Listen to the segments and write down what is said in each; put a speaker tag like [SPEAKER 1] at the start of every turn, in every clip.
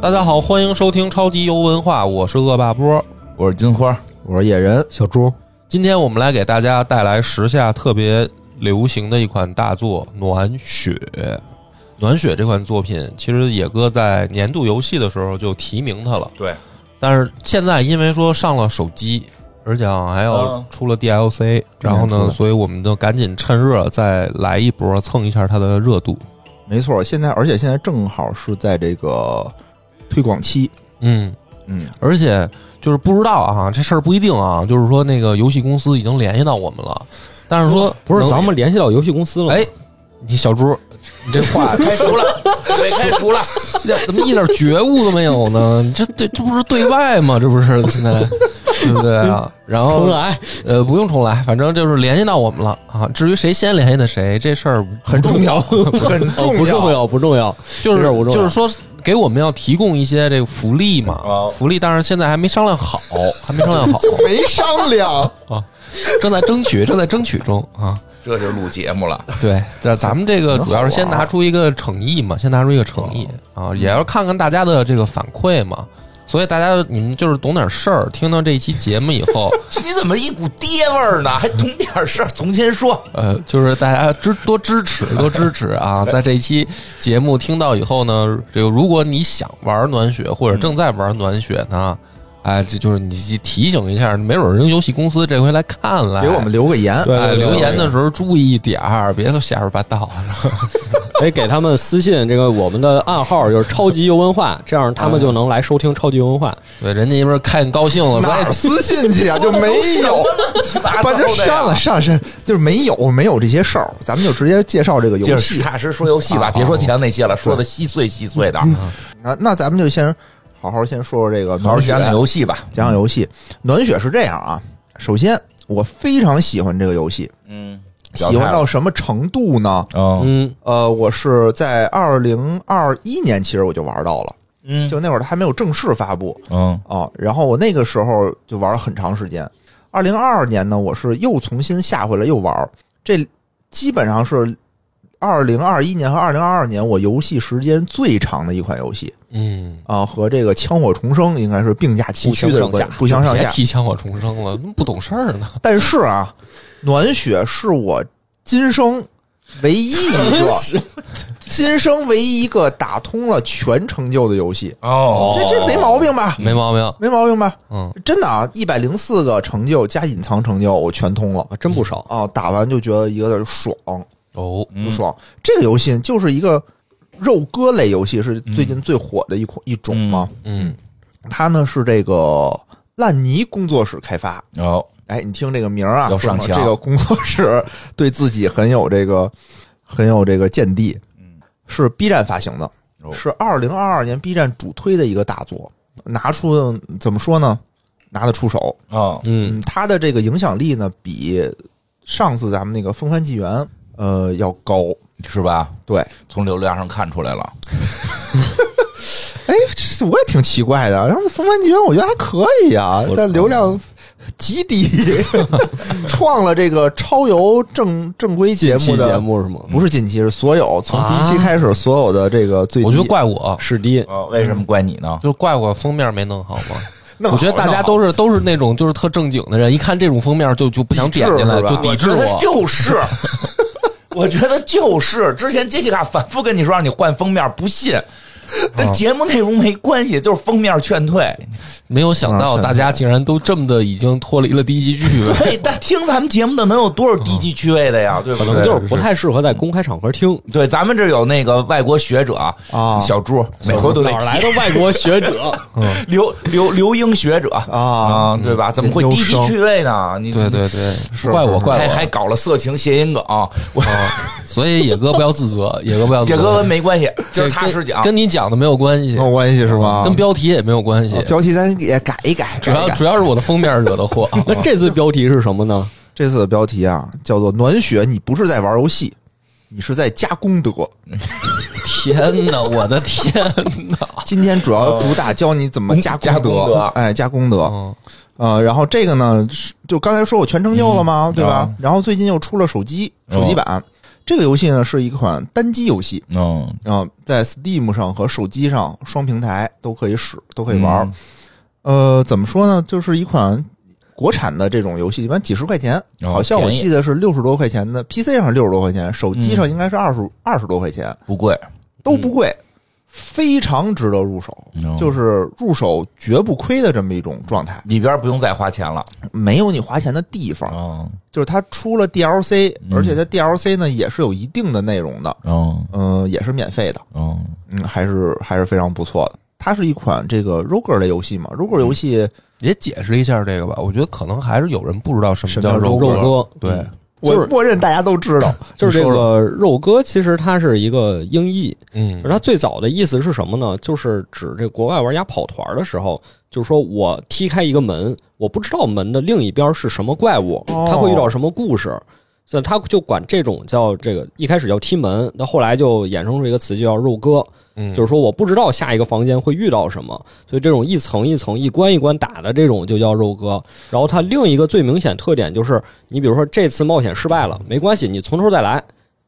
[SPEAKER 1] 大家好，欢迎收听超级游文化，我是恶霸波。
[SPEAKER 2] 我是金花，
[SPEAKER 3] 我是野人，
[SPEAKER 4] 小猪，
[SPEAKER 1] 今天我们来给大家带来时下特别流行的一款大作《暖雪》。《暖雪》这款作品，其实野哥在年度游戏的时候就提名它了，
[SPEAKER 2] 对，
[SPEAKER 1] 但是现在因为说上了手机，而且好像还要
[SPEAKER 2] 嗯
[SPEAKER 1] 出了 DLC，、然后
[SPEAKER 3] 今年出
[SPEAKER 1] 呢，
[SPEAKER 3] 的
[SPEAKER 1] 所以我们就赶紧趁热再来一波，蹭一下它的热度。
[SPEAKER 3] 没错，现在而且现在正好是在这个推广期，
[SPEAKER 1] 嗯，
[SPEAKER 3] 嗯，
[SPEAKER 1] 而且就是不知道啊，这事儿不一定啊，就是说那个游戏公司已经联系到我们了，但是说
[SPEAKER 4] 不是
[SPEAKER 1] 能
[SPEAKER 4] 咱们联系到游戏公司了吗？
[SPEAKER 1] 哎，你小猪，你这 话
[SPEAKER 2] 啊
[SPEAKER 1] 开除了，被开除了，怎么一点觉悟都没有呢？你这对这不是对外吗？这不是现在，对不对啊？然
[SPEAKER 3] 哦
[SPEAKER 4] 重
[SPEAKER 1] 后
[SPEAKER 4] 来，
[SPEAKER 1] 呃，不用重来，反正就是联系到我们了啊。至于谁先联系的谁，这事儿
[SPEAKER 3] 很重要，很
[SPEAKER 4] 哦
[SPEAKER 3] 重
[SPEAKER 4] 不重要，不重要。
[SPEAKER 1] 就是
[SPEAKER 4] 这事儿不重要
[SPEAKER 1] 就是说给我们要提供一些这个福利嘛
[SPEAKER 2] 哦，
[SPEAKER 1] 福利，但是现在还没商量好，还没商量好，
[SPEAKER 3] 没商量，
[SPEAKER 1] 正在争取，正在争取中啊。
[SPEAKER 2] 这就录节目了。
[SPEAKER 1] 对，但咱们这个主要是先
[SPEAKER 3] 很好玩啊嗯
[SPEAKER 1] 拿出一个诚意嘛，先拿出一个诚意啊，也要看看大家的这个反馈嘛。所以大家你们就是懂点事儿，听到这一期节目以 后，
[SPEAKER 2] 你怎么一股爹味儿呢？还懂点事儿？从前说，
[SPEAKER 1] 呃，就是大家支多支持多支持 啊！在这一期节目听到以后呢，这个如果你想玩暖雪或者正在玩暖雪呢，哎，这就是你提醒一下，没准人游戏公司这回来看来
[SPEAKER 3] 给我们留个言，
[SPEAKER 4] 对
[SPEAKER 1] 哎
[SPEAKER 4] 对对
[SPEAKER 1] 留言的时候注意一点儿，别都瞎说八道的。
[SPEAKER 4] 哎，给他们私信，这个我们的暗号就是“超级游文化”，这样他们
[SPEAKER 3] 嗯
[SPEAKER 4] 就能来收听“超级游文化
[SPEAKER 1] 对，人家一边儿看高兴了，说
[SPEAKER 3] 哪
[SPEAKER 1] 哎
[SPEAKER 3] 儿私信去啊？就没有，反正删了删了删了，就是没有没有这些事儿，咱们就直接介绍这个
[SPEAKER 2] 就
[SPEAKER 3] 游
[SPEAKER 2] 是
[SPEAKER 3] 戏。
[SPEAKER 2] 踏实说游戏吧，
[SPEAKER 3] 啊
[SPEAKER 2] 别说前那些了，说的稀碎稀碎的。
[SPEAKER 3] 那那咱们就先好好先说说这个
[SPEAKER 2] 好好
[SPEAKER 3] 暖雪，
[SPEAKER 2] 讲讲
[SPEAKER 3] 讲
[SPEAKER 2] 游戏吧。
[SPEAKER 3] 讲游戏。暖雪是这样啊，首先我非常喜欢这个游戏，
[SPEAKER 2] 嗯，
[SPEAKER 3] 喜欢到什么程度呢？
[SPEAKER 2] 嗯”。
[SPEAKER 4] 嗯，
[SPEAKER 3] 呃，我是在二零二一年，其实我就玩到了，
[SPEAKER 2] 嗯
[SPEAKER 3] 就那会儿它还没有正式发布
[SPEAKER 2] 嗯
[SPEAKER 3] 啊。然后我那个时候就玩了很长时间。二零二二年呢，我是又重新下回来又玩儿，这基本上是二零二一年和二零二二年我游戏时间最长的一款游戏
[SPEAKER 1] 嗯，
[SPEAKER 3] 啊，和这个《枪火重生》应该是并驾齐驱的
[SPEAKER 4] 不相上下
[SPEAKER 3] 不相上
[SPEAKER 1] 别
[SPEAKER 3] 下。
[SPEAKER 1] 提枪火重生了，不懂事儿呢。
[SPEAKER 3] 但是啊，暖雪是我今生唯一一个今生唯一一个打通了全成就的游戏，
[SPEAKER 2] 哦，
[SPEAKER 3] 这这没毛病吧？
[SPEAKER 1] 没毛病。
[SPEAKER 3] 没毛病吧？
[SPEAKER 1] 嗯，
[SPEAKER 3] 真的啊，一百零四个成就加隐藏成就，我全通了
[SPEAKER 4] 啊，真不少。
[SPEAKER 3] 啊！打完就觉得一个字儿爽，
[SPEAKER 1] 哦，
[SPEAKER 2] 嗯
[SPEAKER 3] 就爽。这个游戏就是一个肉鸽类游戏，是最近最火的一款一种嘛。
[SPEAKER 1] 嗯，
[SPEAKER 3] 它呢是这个烂泥工作室开发，
[SPEAKER 2] 哦，
[SPEAKER 3] 哎，你听这个名儿啊，
[SPEAKER 2] 要上墙
[SPEAKER 3] 这个工作室对自己很有这个很有这个见地，是 B 站发行的，
[SPEAKER 2] 哦
[SPEAKER 3] 是二零二二年 B 站主推的一个大作，拿出怎么说呢？拿得出手，
[SPEAKER 2] 哦，
[SPEAKER 4] 嗯，
[SPEAKER 3] 嗯，它的这个影响力呢，比上次咱们那个《风帆纪元》呃要高。
[SPEAKER 2] 是吧？
[SPEAKER 3] 对，
[SPEAKER 2] 从流量上看出来了。
[SPEAKER 3] 哎，这我也挺奇怪的。然后《风帆纪元》我觉得还可以啊
[SPEAKER 4] 我，
[SPEAKER 3] 但流量 极低，创了这个超游正正规节
[SPEAKER 4] 近期
[SPEAKER 3] 目
[SPEAKER 1] 嗯
[SPEAKER 3] 的
[SPEAKER 4] 节目是吗？
[SPEAKER 3] 不是近期，是所有从第一期开始所有的这个最低，
[SPEAKER 1] 啊我觉得怪我，
[SPEAKER 4] 史迪，
[SPEAKER 2] 哦，为什么怪你呢？
[SPEAKER 1] 就是怪我封面没弄好嘛。
[SPEAKER 3] 弄好
[SPEAKER 1] 我觉得大家都是都是那种就是特正经的人，一看这种封面就就不想点进来，
[SPEAKER 3] 抵制是吧
[SPEAKER 1] 就抵制
[SPEAKER 2] 我觉得
[SPEAKER 1] 我。
[SPEAKER 2] 就是，我觉得就是。之前杰西卡反复跟你说让你换封面，不信，跟节目内容没关系，就是封面劝退。
[SPEAKER 1] 没有想到大家竟然都这么的已经脱离了低级趣味。
[SPEAKER 2] 对，但听咱们节目的能有多少低级趣味的呀？对不
[SPEAKER 4] 可
[SPEAKER 2] 对？
[SPEAKER 4] 能就是不太适合在公开场合
[SPEAKER 3] 哦
[SPEAKER 4] 听。
[SPEAKER 2] 对，咱们这有那个外国学者
[SPEAKER 3] 啊
[SPEAKER 2] 小猪，每回都得
[SPEAKER 4] 哪儿来的外国学 者？
[SPEAKER 2] 留留留英学者
[SPEAKER 3] 啊
[SPEAKER 2] 对吧？怎么会低级趣味呢？你
[SPEAKER 1] 对对对，怪我怪
[SPEAKER 2] 还
[SPEAKER 1] 我。
[SPEAKER 2] 还搞了色情谐音梗，我
[SPEAKER 1] 所以野哥不要自责，野哥不要自责。
[SPEAKER 2] 野哥跟没关系，这
[SPEAKER 1] 这
[SPEAKER 2] 是踏实讲，
[SPEAKER 1] 跟你讲的没有关系
[SPEAKER 3] 没，有关系是吧？
[SPEAKER 1] 嗯跟标题也没有关系
[SPEAKER 3] 啊。标题咱也改一改，
[SPEAKER 1] 主
[SPEAKER 3] 改一
[SPEAKER 1] 要
[SPEAKER 3] 改
[SPEAKER 1] 主。要是我的封面惹的祸。
[SPEAKER 4] 那这次标题是什么呢？
[SPEAKER 3] 这次的标题啊，叫做“暖雪”，你不是在玩游戏，你是在加功德。
[SPEAKER 1] 天哪，我的天哪！
[SPEAKER 3] 今天主要主打教你怎么加
[SPEAKER 2] 呃嗯加功
[SPEAKER 3] 德
[SPEAKER 2] 德，
[SPEAKER 3] 哎，加功德。
[SPEAKER 1] 嗯
[SPEAKER 3] 呃，然后这个呢，是就刚才说我全成就了吗？对吧
[SPEAKER 2] 啊？
[SPEAKER 3] 然后最近又出了手机手机版，这个游戏呢是一款单机游戏，
[SPEAKER 2] 嗯，
[SPEAKER 3] 啊、在 Steam 上和手机上双平台都可以使，都可以玩儿。
[SPEAKER 2] 嗯
[SPEAKER 3] 呃，怎么说呢？就是一款国产的这种游戏，一般几十块钱，
[SPEAKER 2] 哦
[SPEAKER 3] 好像我
[SPEAKER 2] 便宜嗯
[SPEAKER 3] 记得是六十多块钱的，PC 上六十多块钱，手机上应该是二十二十多块钱，
[SPEAKER 2] 不贵，
[SPEAKER 3] 都不贵，非常值得入手，
[SPEAKER 2] 嗯
[SPEAKER 3] 就是入手绝不亏的这么一种状态，
[SPEAKER 2] 里边不用再花钱了。
[SPEAKER 3] 没有你花钱的地方。
[SPEAKER 2] 嗯
[SPEAKER 3] 就是它出了 DLC，
[SPEAKER 2] 嗯
[SPEAKER 3] 而且它 DLC 呢也是有一定的内容的，
[SPEAKER 2] 嗯
[SPEAKER 3] 嗯、也是免费的。
[SPEAKER 2] 嗯
[SPEAKER 3] 嗯，还是还是非常不错的。它是一款这个 Roger 类游戏嘛，Roger 游戏，
[SPEAKER 1] 也解释一下这个吧。我觉得可能还是有人不知道什
[SPEAKER 3] 什
[SPEAKER 1] 么
[SPEAKER 3] 么叫
[SPEAKER 1] 叫
[SPEAKER 3] 肉
[SPEAKER 1] 肉
[SPEAKER 4] 肉
[SPEAKER 1] 鸽，
[SPEAKER 4] 鸽，
[SPEAKER 1] 对
[SPEAKER 4] 嗯，就
[SPEAKER 3] 我
[SPEAKER 4] 是
[SPEAKER 3] 默认大家都知道，
[SPEAKER 4] 就是
[SPEAKER 3] 你
[SPEAKER 4] 这
[SPEAKER 3] 说说
[SPEAKER 4] 个肉鸽，其实它是一个英译，
[SPEAKER 1] 嗯
[SPEAKER 4] 就是它最早的意思是什么呢？就是指这国外玩家跑团的时候，就是说我踢开一个门，我不知道门的另一边是什么怪物，
[SPEAKER 3] 哦
[SPEAKER 4] 它会遇到什么故事。所以他就管这种叫这个，一开始叫踢门，那后来就衍生出一个词，就叫肉鸽，
[SPEAKER 1] 嗯，
[SPEAKER 4] 就是说我不知道下一个房间会遇到什么，所以这种一层一层、一关一关打的这种就叫肉鸽。然后它另一个最明显特点就是，你比如说这次冒险失败了，没关系，你从头再来。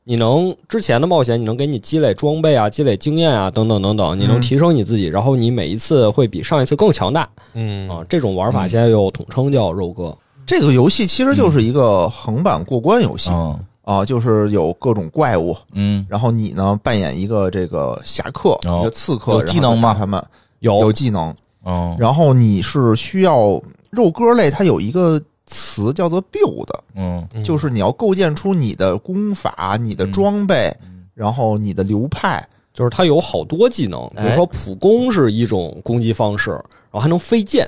[SPEAKER 4] 你能之前的冒险，你能给你积累装备啊、积累经验啊，等等等等，你能提升你自己，然后你每一次会比上一次更强大
[SPEAKER 1] 嗯
[SPEAKER 4] 啊。这种玩法现在又统称叫肉鸽，
[SPEAKER 3] 这个游戏其实就是一个横版过关游戏、
[SPEAKER 2] 嗯
[SPEAKER 3] 啊，就是有各种怪物，
[SPEAKER 2] 嗯，
[SPEAKER 3] 然后你呢扮演一个这个侠客，
[SPEAKER 2] 哦
[SPEAKER 3] 一个刺客，
[SPEAKER 2] 有
[SPEAKER 3] 然后
[SPEAKER 2] 技能吗
[SPEAKER 3] 打他们
[SPEAKER 4] 有
[SPEAKER 3] 有技能，
[SPEAKER 2] 嗯
[SPEAKER 3] 然后你是需要肉鸽类，它有一个词叫做 build，
[SPEAKER 2] 嗯
[SPEAKER 1] 嗯
[SPEAKER 3] 就是你要构建出你的功法、你的
[SPEAKER 2] 嗯
[SPEAKER 3] 装备，
[SPEAKER 2] 嗯
[SPEAKER 3] 然后你的流派，
[SPEAKER 4] 就是它有好多技能，比如说普攻是一种攻击方式，然后还能飞剑，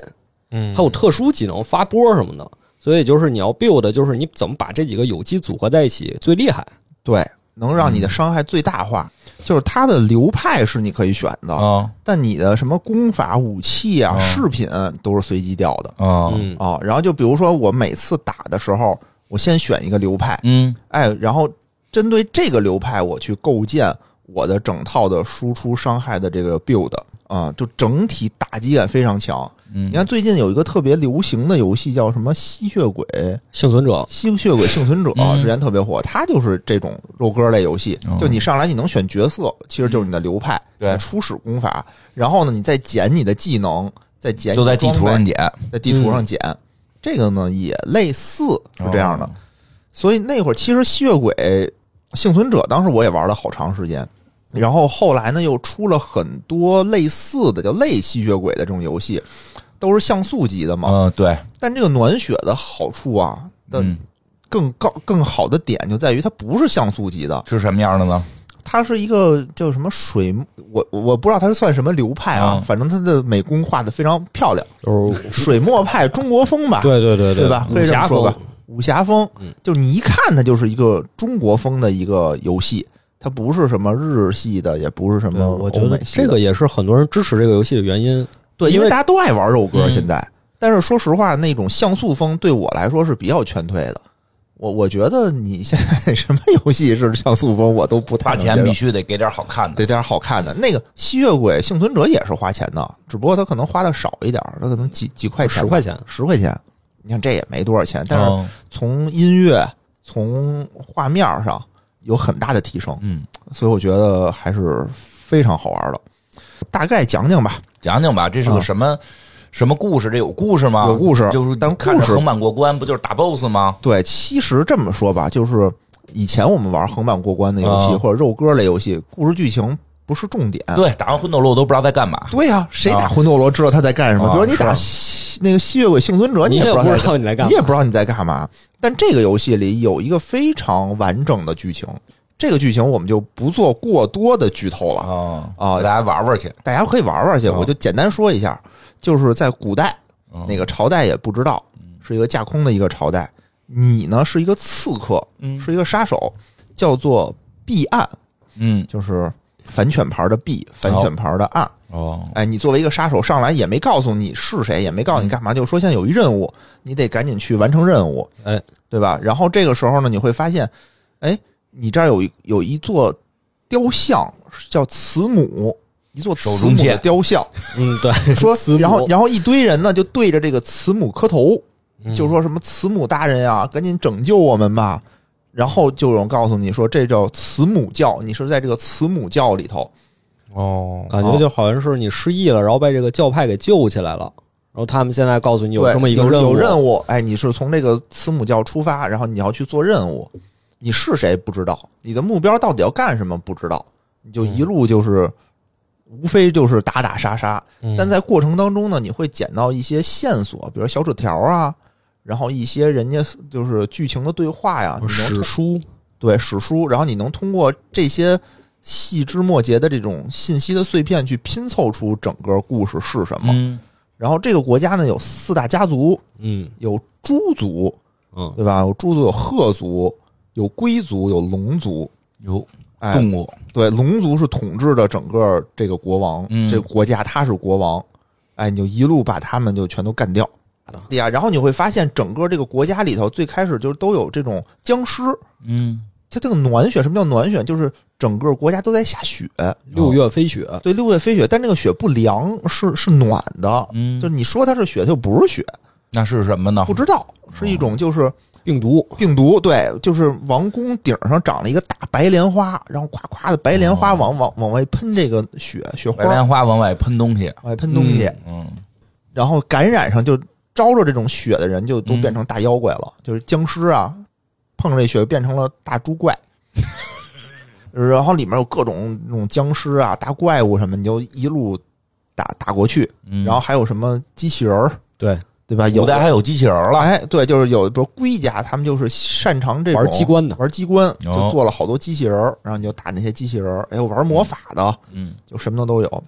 [SPEAKER 1] 嗯
[SPEAKER 4] 还有特殊技能发波什么的。所以就是你要 build，的就是你怎么把这几个有机组合在一起最厉害。
[SPEAKER 3] 对，能让你的伤害最大化。就是它的流派是你可以选的，
[SPEAKER 2] 啊
[SPEAKER 3] 但你的什么功法、武器啊、
[SPEAKER 2] 嗯
[SPEAKER 3] 饰品都是随机掉的
[SPEAKER 2] 啊
[SPEAKER 4] 嗯，
[SPEAKER 3] 啊。然后就比如说我每次打的时候，我先选一个流派，
[SPEAKER 2] 嗯
[SPEAKER 3] 哎，然后针对这个流派，我去构建我的整套的输出伤害的这个 build 啊，就整体打击感非常强。
[SPEAKER 2] 嗯
[SPEAKER 3] 你看最近有一个特别流行的游戏叫什么《吸血鬼》，
[SPEAKER 4] 幸存者
[SPEAKER 3] 吸血鬼幸存者
[SPEAKER 2] 嗯
[SPEAKER 3] 之前特别火，它就是这种肉鸽类游戏
[SPEAKER 2] 哦，嗯
[SPEAKER 3] 就你上来你能选角色，其实就是你的流派，
[SPEAKER 2] 对
[SPEAKER 3] 你初始功法，然后呢你再捡你的技能，再捡
[SPEAKER 2] 就在地图上
[SPEAKER 3] 你的装
[SPEAKER 2] 捡，
[SPEAKER 3] 备，在地
[SPEAKER 2] 嗯
[SPEAKER 3] 图上捡，这个呢也类似是这样的。
[SPEAKER 2] 哦
[SPEAKER 3] 所以那会儿其实吸血鬼幸存者当时我也玩了好长时间，然后后来呢又出了很多类似的叫类吸血鬼的这种游戏，都是像素级的嘛，
[SPEAKER 2] 嗯对，
[SPEAKER 3] 但这个暖血的好处啊的
[SPEAKER 2] 嗯
[SPEAKER 3] 更高更好的点就在于它不是像素级的，
[SPEAKER 2] 是什么样的呢？
[SPEAKER 3] 它是一个叫什么水，我我不知道它是算什么流派啊，
[SPEAKER 2] 嗯
[SPEAKER 3] 反正它的美工画的非常漂亮，
[SPEAKER 4] 就是
[SPEAKER 3] 水墨派中国风吧，
[SPEAKER 4] 对对对
[SPEAKER 3] 对吧？可
[SPEAKER 4] 武
[SPEAKER 3] 以这么
[SPEAKER 4] 侠
[SPEAKER 3] 说
[SPEAKER 4] 风
[SPEAKER 3] 吧，武侠风，就是你一看它就是一个中国风的一个游戏，它不是什么日系的，也不是什么
[SPEAKER 4] 对，嗯我觉
[SPEAKER 3] 欧
[SPEAKER 4] 得
[SPEAKER 3] 美系
[SPEAKER 4] 这
[SPEAKER 3] 的
[SPEAKER 4] 个也是很多人支持这个游戏的原因。
[SPEAKER 3] 对，因
[SPEAKER 4] 因
[SPEAKER 3] 为
[SPEAKER 4] 为
[SPEAKER 3] 大家都爱玩肉鸽
[SPEAKER 2] 嗯
[SPEAKER 3] 现在。但是说实话，那种像素风对我来说是比较劝退的。我我觉得你现在什么游戏是像素风，我都不太
[SPEAKER 2] 花
[SPEAKER 3] 能
[SPEAKER 2] 钱
[SPEAKER 3] 接
[SPEAKER 2] 嗯必
[SPEAKER 3] 受
[SPEAKER 2] 须得给点好看的
[SPEAKER 3] 得。点好看的。那个吸血鬼幸存者也是花钱的，只不过他可能花的少一点儿，他可能几几块钱吧，
[SPEAKER 4] 10块钱
[SPEAKER 3] 十块钱。你看这也没多少钱，但是
[SPEAKER 2] 嗯
[SPEAKER 3] 从音乐、从画面上有很大的提升，
[SPEAKER 2] 嗯，
[SPEAKER 3] 所以我觉得还是非常好玩的。大概讲讲吧，
[SPEAKER 2] 讲讲吧，这是个
[SPEAKER 3] 啊
[SPEAKER 2] 什么什么故事？这有故事吗？
[SPEAKER 3] 有故事
[SPEAKER 2] 就是
[SPEAKER 3] 但
[SPEAKER 2] 看着
[SPEAKER 3] 故事
[SPEAKER 2] 横版过关，不就是打 BOSS 吗？
[SPEAKER 3] 对，其实这么说吧，就是以前我们玩横版过关的游戏、
[SPEAKER 2] 啊
[SPEAKER 3] 或者肉鸽类游戏，故事剧情不是重点。
[SPEAKER 2] 对，打完魂斗罗我都不知道在干嘛。
[SPEAKER 3] 对呀、谁打
[SPEAKER 2] 啊
[SPEAKER 3] 魂斗罗知道他在干什么？
[SPEAKER 2] 啊
[SPEAKER 3] 比如你
[SPEAKER 2] 是
[SPEAKER 3] 打
[SPEAKER 2] 啊
[SPEAKER 3] 吸那个吸血鬼幸存者，
[SPEAKER 4] 你
[SPEAKER 3] 也
[SPEAKER 4] 也
[SPEAKER 3] 不
[SPEAKER 4] 不
[SPEAKER 3] 知道
[SPEAKER 4] 知道你在干
[SPEAKER 3] 你
[SPEAKER 4] 嘛
[SPEAKER 3] 也不知道你在干嘛。但这个游戏里有一个非常完整的剧情，这个剧情我们就不做过多的剧透了，
[SPEAKER 2] 啊
[SPEAKER 3] 啊
[SPEAKER 2] 大家玩玩去。
[SPEAKER 3] 大家可以玩玩去。
[SPEAKER 2] 啊
[SPEAKER 3] 我就简单说一下，就是在古代那
[SPEAKER 2] 个
[SPEAKER 3] 个朝代也不知道，
[SPEAKER 2] 嗯
[SPEAKER 3] 是一个架空的一个朝代。你呢是一个刺客，
[SPEAKER 2] 嗯
[SPEAKER 3] 是一个杀手，叫做避暗，
[SPEAKER 2] 嗯
[SPEAKER 3] 就是反犬牌的避，反犬牌的暗。
[SPEAKER 2] 哦
[SPEAKER 3] 哎，你作为一个杀手上来也没告诉你是谁，也没
[SPEAKER 2] 嗯
[SPEAKER 3] 告诉你干嘛，就说现在有一任务，你得赶紧去完成任务，
[SPEAKER 4] 哎，
[SPEAKER 3] 对吧？然后这个时候呢，你会发现，哎，你这儿有一有一座雕像叫慈母，一座
[SPEAKER 2] 手
[SPEAKER 3] 慈
[SPEAKER 2] 中
[SPEAKER 3] 母的
[SPEAKER 2] 剑
[SPEAKER 3] 雕像，
[SPEAKER 4] 嗯， 对，
[SPEAKER 3] 说
[SPEAKER 4] 慈，母
[SPEAKER 3] 然后然后一堆人呢就对着这个慈母磕头，
[SPEAKER 1] 嗯
[SPEAKER 3] 就说什么慈母大人啊，赶紧拯救我们吧。然后就有人告诉你说，这叫慈母教，你是在这个慈母教里头。
[SPEAKER 1] 哦，
[SPEAKER 4] 感觉就好像是你失忆了，然后被这个教派给救起来了，然后他们现在告诉你有
[SPEAKER 3] 对
[SPEAKER 4] 这么一个
[SPEAKER 3] 有
[SPEAKER 4] 任务，
[SPEAKER 3] 有务，哎，你是从这个慈母教出发，然后你要去做任务，你是谁不知道，你的目标到底要干什么不知道，你就
[SPEAKER 4] 嗯
[SPEAKER 3] 一路就是。无非就是打打杀杀，
[SPEAKER 1] 嗯
[SPEAKER 3] 但在过程当中呢，你会捡到一些线索，比如小纸条啊，然后一些人家就是剧情的对话呀，你能
[SPEAKER 4] 史书
[SPEAKER 3] 对史书，然后你能通过这些细枝末节的这种信息的碎片去拼凑出整个故事是什么。
[SPEAKER 2] 嗯，
[SPEAKER 3] 然后这个国家呢有四大家族，
[SPEAKER 4] 嗯
[SPEAKER 3] 有猪族，
[SPEAKER 4] 嗯，
[SPEAKER 3] 对吧？有猪族，有鹤族，有龟族，有龙族。
[SPEAKER 2] 有
[SPEAKER 3] 哎，
[SPEAKER 2] 动物，
[SPEAKER 3] 对，龙族是统治着整个这个国王，
[SPEAKER 2] 嗯
[SPEAKER 3] 这个国家他是国王，哎，你就一路把他们就全都干掉。对呀，然后你会发现整个这个国家里头，最开始就是都有这种僵尸，
[SPEAKER 2] 嗯，
[SPEAKER 3] 它这个暖雪，什么叫暖雪？就是整个国家都在下雪，
[SPEAKER 4] 六月飞雪，
[SPEAKER 3] 对，六月飞雪，但这个雪不凉，是是暖的，
[SPEAKER 2] 嗯
[SPEAKER 3] 就你说它是雪，它又不是雪，
[SPEAKER 2] 那是什么呢
[SPEAKER 3] 不？知道是一种就是
[SPEAKER 4] 病毒
[SPEAKER 3] 病毒，对，就是王宫顶上长了一个大白莲花，然后夸夸的白莲花往往往外喷这个雪雪花，
[SPEAKER 2] 哦白莲
[SPEAKER 3] 往
[SPEAKER 2] 花往外喷东西，
[SPEAKER 3] 外喷东西，
[SPEAKER 2] 嗯，
[SPEAKER 3] 然后感染上就招着这种雪的人就都
[SPEAKER 2] 嗯
[SPEAKER 3] 变成大妖怪了，就是僵尸啊，碰这雪变成了大猪 怪。然后里面有各种那种僵尸啊、大怪物什么，你就一路打打过去。
[SPEAKER 2] 嗯
[SPEAKER 3] 然后还有什么机器人儿，
[SPEAKER 4] 对
[SPEAKER 3] 对吧？有
[SPEAKER 2] 古代
[SPEAKER 3] 的
[SPEAKER 2] 还有机器人儿了，
[SPEAKER 3] 哎，对，就是有，比如龟家，他们就是擅长这种
[SPEAKER 4] 玩机关的，
[SPEAKER 3] 玩机关就
[SPEAKER 2] 哦
[SPEAKER 3] 做了好多机器人儿，然后你就打那些机器人儿。哎呦，玩魔法的，
[SPEAKER 2] 嗯，
[SPEAKER 3] 就什么都有，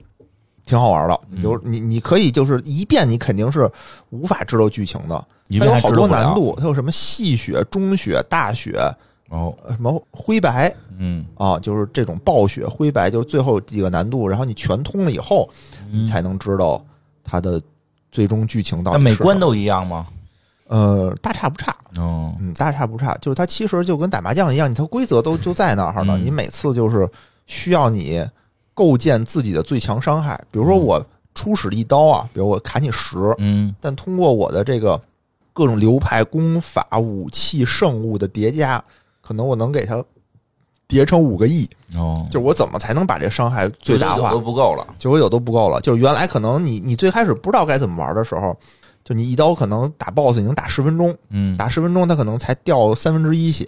[SPEAKER 3] 挺好玩的。你就你你可以就是一遍，你肯定是无法知道剧情的，
[SPEAKER 2] 因
[SPEAKER 3] 它
[SPEAKER 2] 为
[SPEAKER 3] 有
[SPEAKER 2] 还
[SPEAKER 3] 好
[SPEAKER 2] 知
[SPEAKER 3] 多
[SPEAKER 2] 道不了
[SPEAKER 3] 难。度，它有什么细雪、中雪、大雪，
[SPEAKER 2] 哦，
[SPEAKER 3] 呃什么灰白
[SPEAKER 2] 嗯，
[SPEAKER 3] 啊，就是这种暴雪、灰白，就是最后几个难度，然后你全通了以后，你才能知道它的最终剧情到
[SPEAKER 2] 嗯那
[SPEAKER 3] 底是
[SPEAKER 2] 每
[SPEAKER 3] 什么。
[SPEAKER 2] 关都一样吗？
[SPEAKER 3] 呃大差不差，
[SPEAKER 2] 哦，
[SPEAKER 3] 嗯，大差不差，就是它其实就跟打麻将一样，你它规则都就在那儿呢。
[SPEAKER 2] 嗯
[SPEAKER 3] 你每次就是需要你构建自己的最强伤害，比如说我初始一刀啊，比如我砍你十，
[SPEAKER 2] 嗯，
[SPEAKER 3] 但通过我的这个各种流派、功法、武器、圣物的叠加，可能我能给它叠成五个亿。
[SPEAKER 2] 哦，
[SPEAKER 3] 就是我怎么才能把这伤害最大化
[SPEAKER 2] 九九九？都不够了。
[SPEAKER 3] 九九九都不够了。就是原来可能你你最开始不知道该怎么玩的时候，就你一刀可能打 BOSS 你能打十分钟。
[SPEAKER 2] 嗯，
[SPEAKER 3] 打十分钟，他可能才掉三分之一血，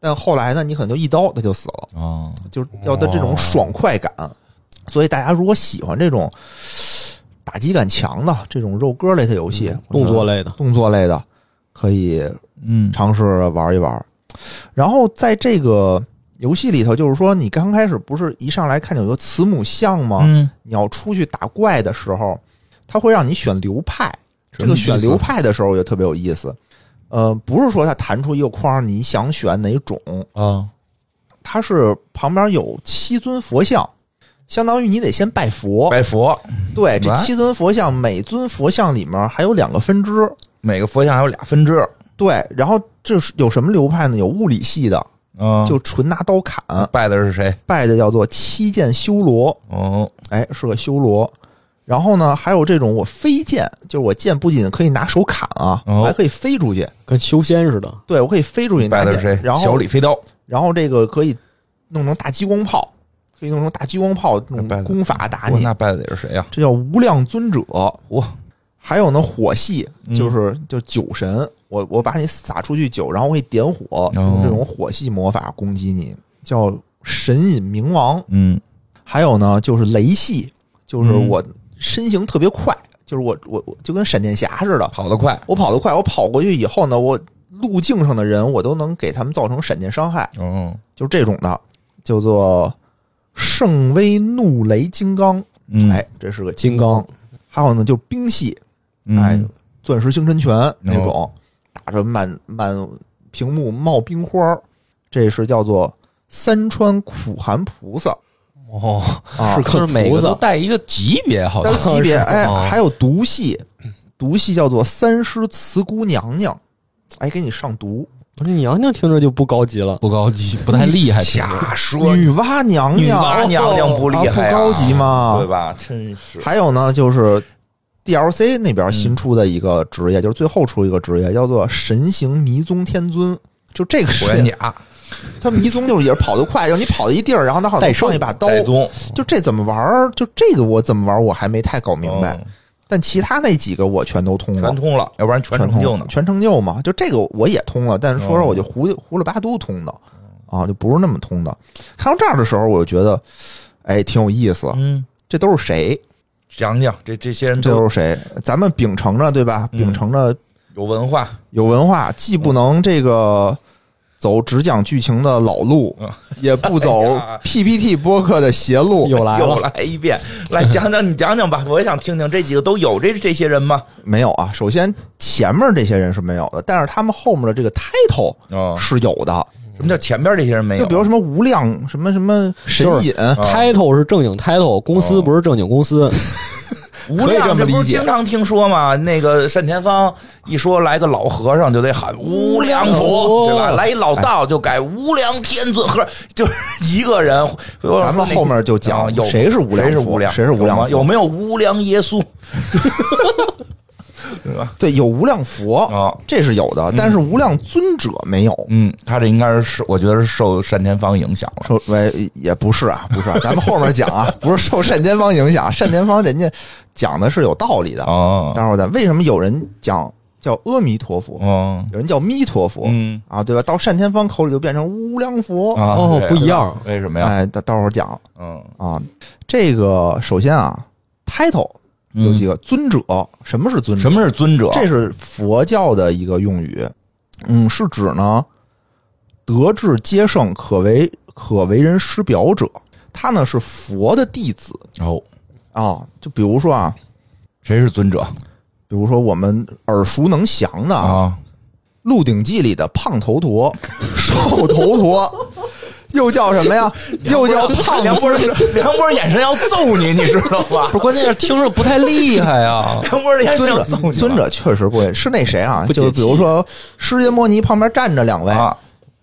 [SPEAKER 3] 但后来呢，你可能就一刀他就死了，
[SPEAKER 2] 哦，
[SPEAKER 3] 就是要的这种爽快感。所以大家如果喜欢这种打击感强的这种肉鸽类的游戏，
[SPEAKER 4] 动作
[SPEAKER 3] 类、
[SPEAKER 4] 类的，
[SPEAKER 3] 动作类的，可以
[SPEAKER 2] 嗯，
[SPEAKER 3] 尝试玩一玩。然后在这个游戏里头，就是说你刚开始不是一上来看见有个慈母像吗？
[SPEAKER 2] 嗯，
[SPEAKER 3] 你要出去打怪的时候，它会让你选流派。
[SPEAKER 2] 什
[SPEAKER 3] 这
[SPEAKER 2] 么
[SPEAKER 3] 个
[SPEAKER 2] 意思
[SPEAKER 3] 选流派的时候也特别有意思，呃，不是说它弹出一个框，你想选哪种，
[SPEAKER 2] 啊，
[SPEAKER 3] 它是旁边有七尊佛像，相当于你得先拜佛。
[SPEAKER 2] 拜佛，
[SPEAKER 3] 对，这
[SPEAKER 2] 拜
[SPEAKER 3] 七尊佛像，每尊佛像里面还有两个分支。
[SPEAKER 2] 每个佛像还有俩分支，
[SPEAKER 3] 对，然后这是有什么流派呢？有物理系的，
[SPEAKER 2] 嗯，
[SPEAKER 3] 就纯拿刀砍，
[SPEAKER 2] 拜的是谁？
[SPEAKER 3] 拜的叫做七剑修罗。
[SPEAKER 2] 哦，
[SPEAKER 3] 哎，是个修罗。然后呢，还有这种我飞剑，就是我剑不仅可以拿手砍啊，
[SPEAKER 2] 哦
[SPEAKER 3] 还可以飞出去。
[SPEAKER 4] 跟修仙似的，
[SPEAKER 3] 对，我可以飞出去拿
[SPEAKER 2] 拜的是
[SPEAKER 3] 剑
[SPEAKER 2] 谁，？
[SPEAKER 3] 然
[SPEAKER 2] 小
[SPEAKER 3] 后
[SPEAKER 2] 李飞刀。
[SPEAKER 3] 然后这个可以弄成大激光炮，可以弄成大激光炮那
[SPEAKER 2] 拜
[SPEAKER 3] 种
[SPEAKER 2] 的
[SPEAKER 3] 功法打
[SPEAKER 2] 哇
[SPEAKER 3] 你
[SPEAKER 2] 那，拜的得是谁呀？
[SPEAKER 3] 这叫无量尊者。
[SPEAKER 2] 哇，
[SPEAKER 3] 还有呢，火系
[SPEAKER 2] 嗯
[SPEAKER 3] 就是就酒神，我我把你撒出去酒，然后我会点
[SPEAKER 2] 哦
[SPEAKER 3] 火，用这种火系魔法攻击你，叫神隐冥王。
[SPEAKER 2] 嗯，
[SPEAKER 3] 还有呢，就是雷系，就是
[SPEAKER 2] 嗯
[SPEAKER 3] 我身形特别快，就是我我我就跟闪电侠似的，
[SPEAKER 2] 跑得快。
[SPEAKER 3] 我跑得快，我跑过去以后呢，我路径上的人我都能给他们造成闪电伤害，
[SPEAKER 2] 哦，
[SPEAKER 3] 就是这种的，叫做圣威怒雷金刚，
[SPEAKER 2] 嗯，
[SPEAKER 3] 哎，这是个
[SPEAKER 4] 金
[SPEAKER 3] 刚
[SPEAKER 4] 刚。
[SPEAKER 3] 还有呢，就是冰系，
[SPEAKER 2] 嗯哦
[SPEAKER 3] 哎，钻石星辰拳那种，打着满满屏幕冒冰花儿，这是叫做三川苦寒菩萨
[SPEAKER 1] 哦，
[SPEAKER 3] 啊，
[SPEAKER 4] 是
[SPEAKER 1] 就是每个都带一个级别，好
[SPEAKER 3] 它
[SPEAKER 1] 像
[SPEAKER 3] 的级 别，哎，
[SPEAKER 1] 哦
[SPEAKER 3] 还有毒系，毒系叫做三师慈姑娘娘，哎，给你上毒。
[SPEAKER 4] 我这娘娘听着就不高级了，
[SPEAKER 1] 不高级，不太厉害。其实
[SPEAKER 2] 瞎说，
[SPEAKER 3] 女娲娘
[SPEAKER 2] 啊女
[SPEAKER 3] 娘啊
[SPEAKER 2] 娲娘娘不厉
[SPEAKER 3] 啊
[SPEAKER 2] 害、
[SPEAKER 3] 不高级吗
[SPEAKER 2] 对吧？真是，
[SPEAKER 3] 还有呢，就是 DLC 那边新出的一个职业，就是最后出一个职业，叫做神行迷踪天尊。就这个世
[SPEAKER 2] 火焰
[SPEAKER 3] 界，
[SPEAKER 2] 甲、
[SPEAKER 3] 他迷踪就是也是跑得快，就是你跑到一地儿，然后他好像
[SPEAKER 4] 带
[SPEAKER 3] 能
[SPEAKER 4] 兽
[SPEAKER 3] 放一把刀，
[SPEAKER 2] 戴宗，
[SPEAKER 3] 就这怎么玩儿？就这个我怎么玩儿？我还没太搞明白。
[SPEAKER 2] 嗯
[SPEAKER 3] 但其他那几个我全都通了
[SPEAKER 2] 全，通了，要不然全
[SPEAKER 3] 全
[SPEAKER 2] 成就
[SPEAKER 3] 通
[SPEAKER 2] 呢
[SPEAKER 3] 了，。全成就嘛。就这个我也通了，但是说实话
[SPEAKER 2] 哦
[SPEAKER 3] 我就糊糊了吧嘟通的啊，就不是那么通的。看到这儿的时候，我就觉得，哎，挺有意思。
[SPEAKER 2] 嗯，
[SPEAKER 3] 这都是谁？
[SPEAKER 2] 讲讲这这些人
[SPEAKER 3] 这
[SPEAKER 2] 都
[SPEAKER 3] 都是谁？咱们秉承着对吧？
[SPEAKER 2] 嗯
[SPEAKER 3] 秉承着
[SPEAKER 2] 有文化，
[SPEAKER 3] 有文化，既不
[SPEAKER 2] 嗯
[SPEAKER 3] 能这个走只讲剧情的老路
[SPEAKER 2] 嗯，
[SPEAKER 3] 也不走
[SPEAKER 2] 哎呀
[SPEAKER 3] PPT 播客的邪路。
[SPEAKER 4] 又来
[SPEAKER 2] 又
[SPEAKER 4] 了，
[SPEAKER 2] 来一遍， 来讲讲你讲讲吧，我也想听听这几个都有这这些人吗？
[SPEAKER 3] 没有啊，首先前面这些人是没有的，但是他们后面的这个 title
[SPEAKER 2] 哦，
[SPEAKER 3] 是有的，
[SPEAKER 2] 什么叫前边这些人没有？
[SPEAKER 3] 就比如什么无量什么什么神
[SPEAKER 4] 就是
[SPEAKER 3] 隐，
[SPEAKER 2] 啊
[SPEAKER 4] title 是正经 title，公司不是正经公司，
[SPEAKER 2] 无
[SPEAKER 3] 可以这
[SPEAKER 2] 量，
[SPEAKER 3] 么
[SPEAKER 2] 这不是
[SPEAKER 3] 理解
[SPEAKER 2] 经常听说吗？那个单田芳一说来个老和尚，就得喊无量佛，
[SPEAKER 4] 哦
[SPEAKER 2] 对吧？来一老道就改无量天尊，和就是一个人。
[SPEAKER 3] 咱们后面就讲
[SPEAKER 2] 啊有
[SPEAKER 3] 谁是无量
[SPEAKER 2] 谁是
[SPEAKER 3] 佛
[SPEAKER 2] 无量，
[SPEAKER 3] 谁是无量
[SPEAKER 2] 有吗
[SPEAKER 3] 佛
[SPEAKER 2] 有没有无量耶稣？
[SPEAKER 3] 对，有无量佛，
[SPEAKER 2] 哦
[SPEAKER 3] 这是有的，但是无量尊者没有。
[SPEAKER 2] 嗯，他这应该是受，我觉得是受单田芳影响了。
[SPEAKER 3] 说喂，也不是啊，不是 啊，咱们后面讲啊，不是受单田芳影响，单田芳人家讲的是有道理的。
[SPEAKER 2] 哦，
[SPEAKER 3] 待会儿咱为什么有人讲叫阿弥陀佛，
[SPEAKER 2] 哦，
[SPEAKER 3] 有人叫弥陀佛、
[SPEAKER 2] 嗯
[SPEAKER 3] 啊，对吧？到单田芳口里就变成无量佛，
[SPEAKER 2] 啊，
[SPEAKER 4] 哦
[SPEAKER 2] 对
[SPEAKER 4] 不一样
[SPEAKER 2] 为什么呀？
[SPEAKER 3] 哎，到到时候讲
[SPEAKER 2] 嗯，
[SPEAKER 3] 啊。这个首先啊，title 有几个、尊者，什么是尊者？
[SPEAKER 2] 嗯什么是尊者？
[SPEAKER 3] 这是佛教的一个用语，嗯，是指呢德智皆圣，可为可为人师表者。他呢是佛的弟子
[SPEAKER 2] 哦，
[SPEAKER 3] 啊，就比如说啊，
[SPEAKER 2] 谁是尊者
[SPEAKER 3] 比如说我们耳熟能详的啊，
[SPEAKER 2] 啊？
[SPEAKER 3] 《鹿鼎记》里的胖头陀、 瘦头陀， 又叫什么 呀？又叫胖
[SPEAKER 2] 梁
[SPEAKER 3] 子
[SPEAKER 2] 波， 梁波眼神要揍你，你知道吧？
[SPEAKER 1] 不是，关键是听着不太厉害 啊。
[SPEAKER 2] 梁波的眼神
[SPEAKER 3] 尊
[SPEAKER 2] 要
[SPEAKER 3] 者
[SPEAKER 2] 揍你了。
[SPEAKER 3] 尊者确实不会是那谁啊？
[SPEAKER 4] 不解
[SPEAKER 3] 就是比如说释迦摩尼旁边站着两位，
[SPEAKER 2] 啊，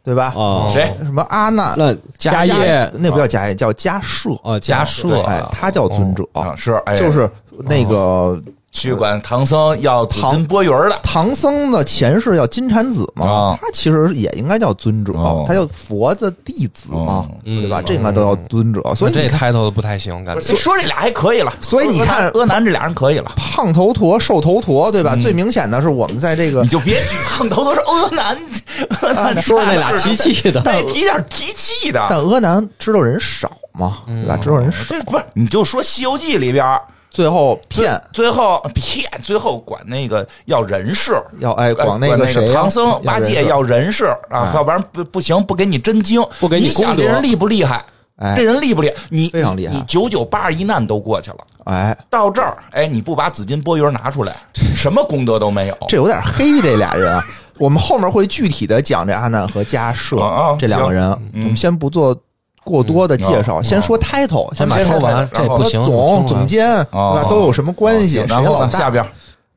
[SPEAKER 3] 对吧？
[SPEAKER 1] 哦
[SPEAKER 4] 啊，
[SPEAKER 2] 谁？
[SPEAKER 3] 什么阿难、
[SPEAKER 4] 那
[SPEAKER 1] 迦叶
[SPEAKER 3] 叶那不叫迦叶，叫迦摄。
[SPEAKER 4] 啊，
[SPEAKER 1] 家
[SPEAKER 4] 家
[SPEAKER 1] 舍，
[SPEAKER 3] 哎，他叫尊者，
[SPEAKER 2] 啊，是，哎，
[SPEAKER 3] 哦就是那个
[SPEAKER 2] 去管唐僧要紫金钵盂儿的。
[SPEAKER 3] 唐僧的前世叫金蝉子嘛
[SPEAKER 2] 啊，
[SPEAKER 3] 他其实也应该叫尊者
[SPEAKER 2] 哦，
[SPEAKER 3] 他叫佛的弟子嘛，
[SPEAKER 4] 嗯
[SPEAKER 3] 对吧？这应该都叫尊者。所以
[SPEAKER 1] 这
[SPEAKER 3] 你看，
[SPEAKER 1] 开头的不太行，感
[SPEAKER 2] 不
[SPEAKER 1] 觉
[SPEAKER 2] 是说这俩还可以了，
[SPEAKER 3] 所以你看
[SPEAKER 2] 阿南这俩人可以了，
[SPEAKER 3] 胖头陀、瘦头陀，对吧？最明显的是我们在这个
[SPEAKER 2] 嗯你就别举 胖头都是阿南，
[SPEAKER 3] 啊
[SPEAKER 2] 阿南
[SPEAKER 4] 说是那俩提 气的，
[SPEAKER 2] 带哎提点提气的，嗯
[SPEAKER 3] 但阿难知道人少嘛，对吧？知道人少，
[SPEAKER 2] 这不是你就说《西游记》里边儿
[SPEAKER 3] 最后嗯骗
[SPEAKER 2] 最后骗，最后管那个要人事，
[SPEAKER 3] 要哎
[SPEAKER 2] 管
[SPEAKER 3] 管那
[SPEAKER 2] 个
[SPEAKER 3] 个谁啊
[SPEAKER 2] 唐僧八
[SPEAKER 3] 人
[SPEAKER 2] 戒
[SPEAKER 3] 事
[SPEAKER 2] 要人事啊，
[SPEAKER 3] 哎
[SPEAKER 2] 要不然不不行，不给你真经，
[SPEAKER 4] 不给
[SPEAKER 2] 你
[SPEAKER 4] 你功德
[SPEAKER 2] 想这人厉不厉害？
[SPEAKER 3] 哎
[SPEAKER 2] 这人厉不厉害？你
[SPEAKER 3] 非常厉害
[SPEAKER 2] 你九九八十一难都过去了，
[SPEAKER 3] 哎，
[SPEAKER 2] 到这儿，哎，你不把紫金钵盂拿出来，什么功德都没有。
[SPEAKER 3] 这有点黑这俩人啊。我们后面会具体的讲这阿难和迦摄
[SPEAKER 2] 啊嗯啊
[SPEAKER 3] 这两个人，我们先不做过多的介
[SPEAKER 2] 啊
[SPEAKER 3] 绍，先说 title，、先把
[SPEAKER 1] 先说
[SPEAKER 3] title
[SPEAKER 1] 完，
[SPEAKER 2] 然
[SPEAKER 1] 啊这
[SPEAKER 2] 后
[SPEAKER 1] 不行。
[SPEAKER 3] 总总监、对吧？都有什么关系？
[SPEAKER 2] 哦
[SPEAKER 3] 谁
[SPEAKER 2] 啊行然后
[SPEAKER 3] 老
[SPEAKER 2] 呢，
[SPEAKER 3] 大？
[SPEAKER 2] 下嗯边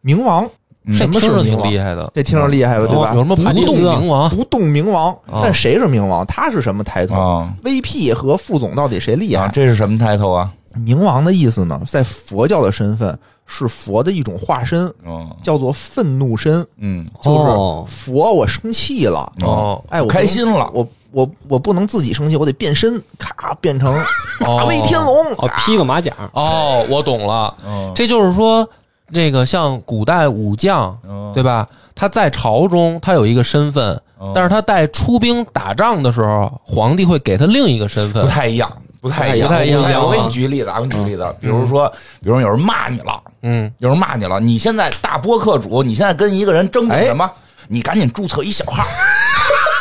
[SPEAKER 3] 冥王，
[SPEAKER 1] 这
[SPEAKER 3] 什么
[SPEAKER 1] 听
[SPEAKER 3] 是
[SPEAKER 1] 着
[SPEAKER 3] 冥
[SPEAKER 1] 挺
[SPEAKER 3] 王？
[SPEAKER 1] 厉害的，
[SPEAKER 3] 这听着厉害吧，对吧？
[SPEAKER 1] 有什么不
[SPEAKER 4] 帕蒂斯
[SPEAKER 1] 动冥王？
[SPEAKER 3] 不动冥王，
[SPEAKER 1] 哦
[SPEAKER 3] 但谁是冥王？他是什么 title？、
[SPEAKER 2] 哦
[SPEAKER 3] VP 和副总到底谁厉害？
[SPEAKER 2] 啊，这是什么 title 啊？
[SPEAKER 3] 冥王的意思呢，在佛教的身份是佛的一种化身，
[SPEAKER 2] 嗯
[SPEAKER 3] 叫做愤怒身，
[SPEAKER 2] 嗯，
[SPEAKER 3] 就是
[SPEAKER 4] 哦
[SPEAKER 3] 佛我生气了，
[SPEAKER 1] 哦
[SPEAKER 3] 哎，我不能
[SPEAKER 2] 开心了
[SPEAKER 3] 我我我不能自己生气，我得变身，咔变成大威天龙，
[SPEAKER 4] 哦，
[SPEAKER 3] 啊
[SPEAKER 4] 披个马甲，
[SPEAKER 1] 哦，我懂了，
[SPEAKER 2] 嗯
[SPEAKER 1] 这就是说，那个像古代武将，
[SPEAKER 2] 嗯
[SPEAKER 1] 对吧？他在朝中他有一个身份，
[SPEAKER 3] 嗯
[SPEAKER 1] 但是他在出兵打仗的时候，皇帝会给他另一个身份
[SPEAKER 2] 不。太一样，不太
[SPEAKER 3] 不
[SPEAKER 1] 太一样
[SPEAKER 2] 不
[SPEAKER 1] 啊
[SPEAKER 2] 我给你举例子，啊，我给你举例
[SPEAKER 3] 嗯
[SPEAKER 2] 子，比如说，比如说有人骂你了，
[SPEAKER 1] 嗯，
[SPEAKER 2] 有人骂你了，你现在大播客主，你现在跟一个人争吵什么？你赶紧注册一小 号，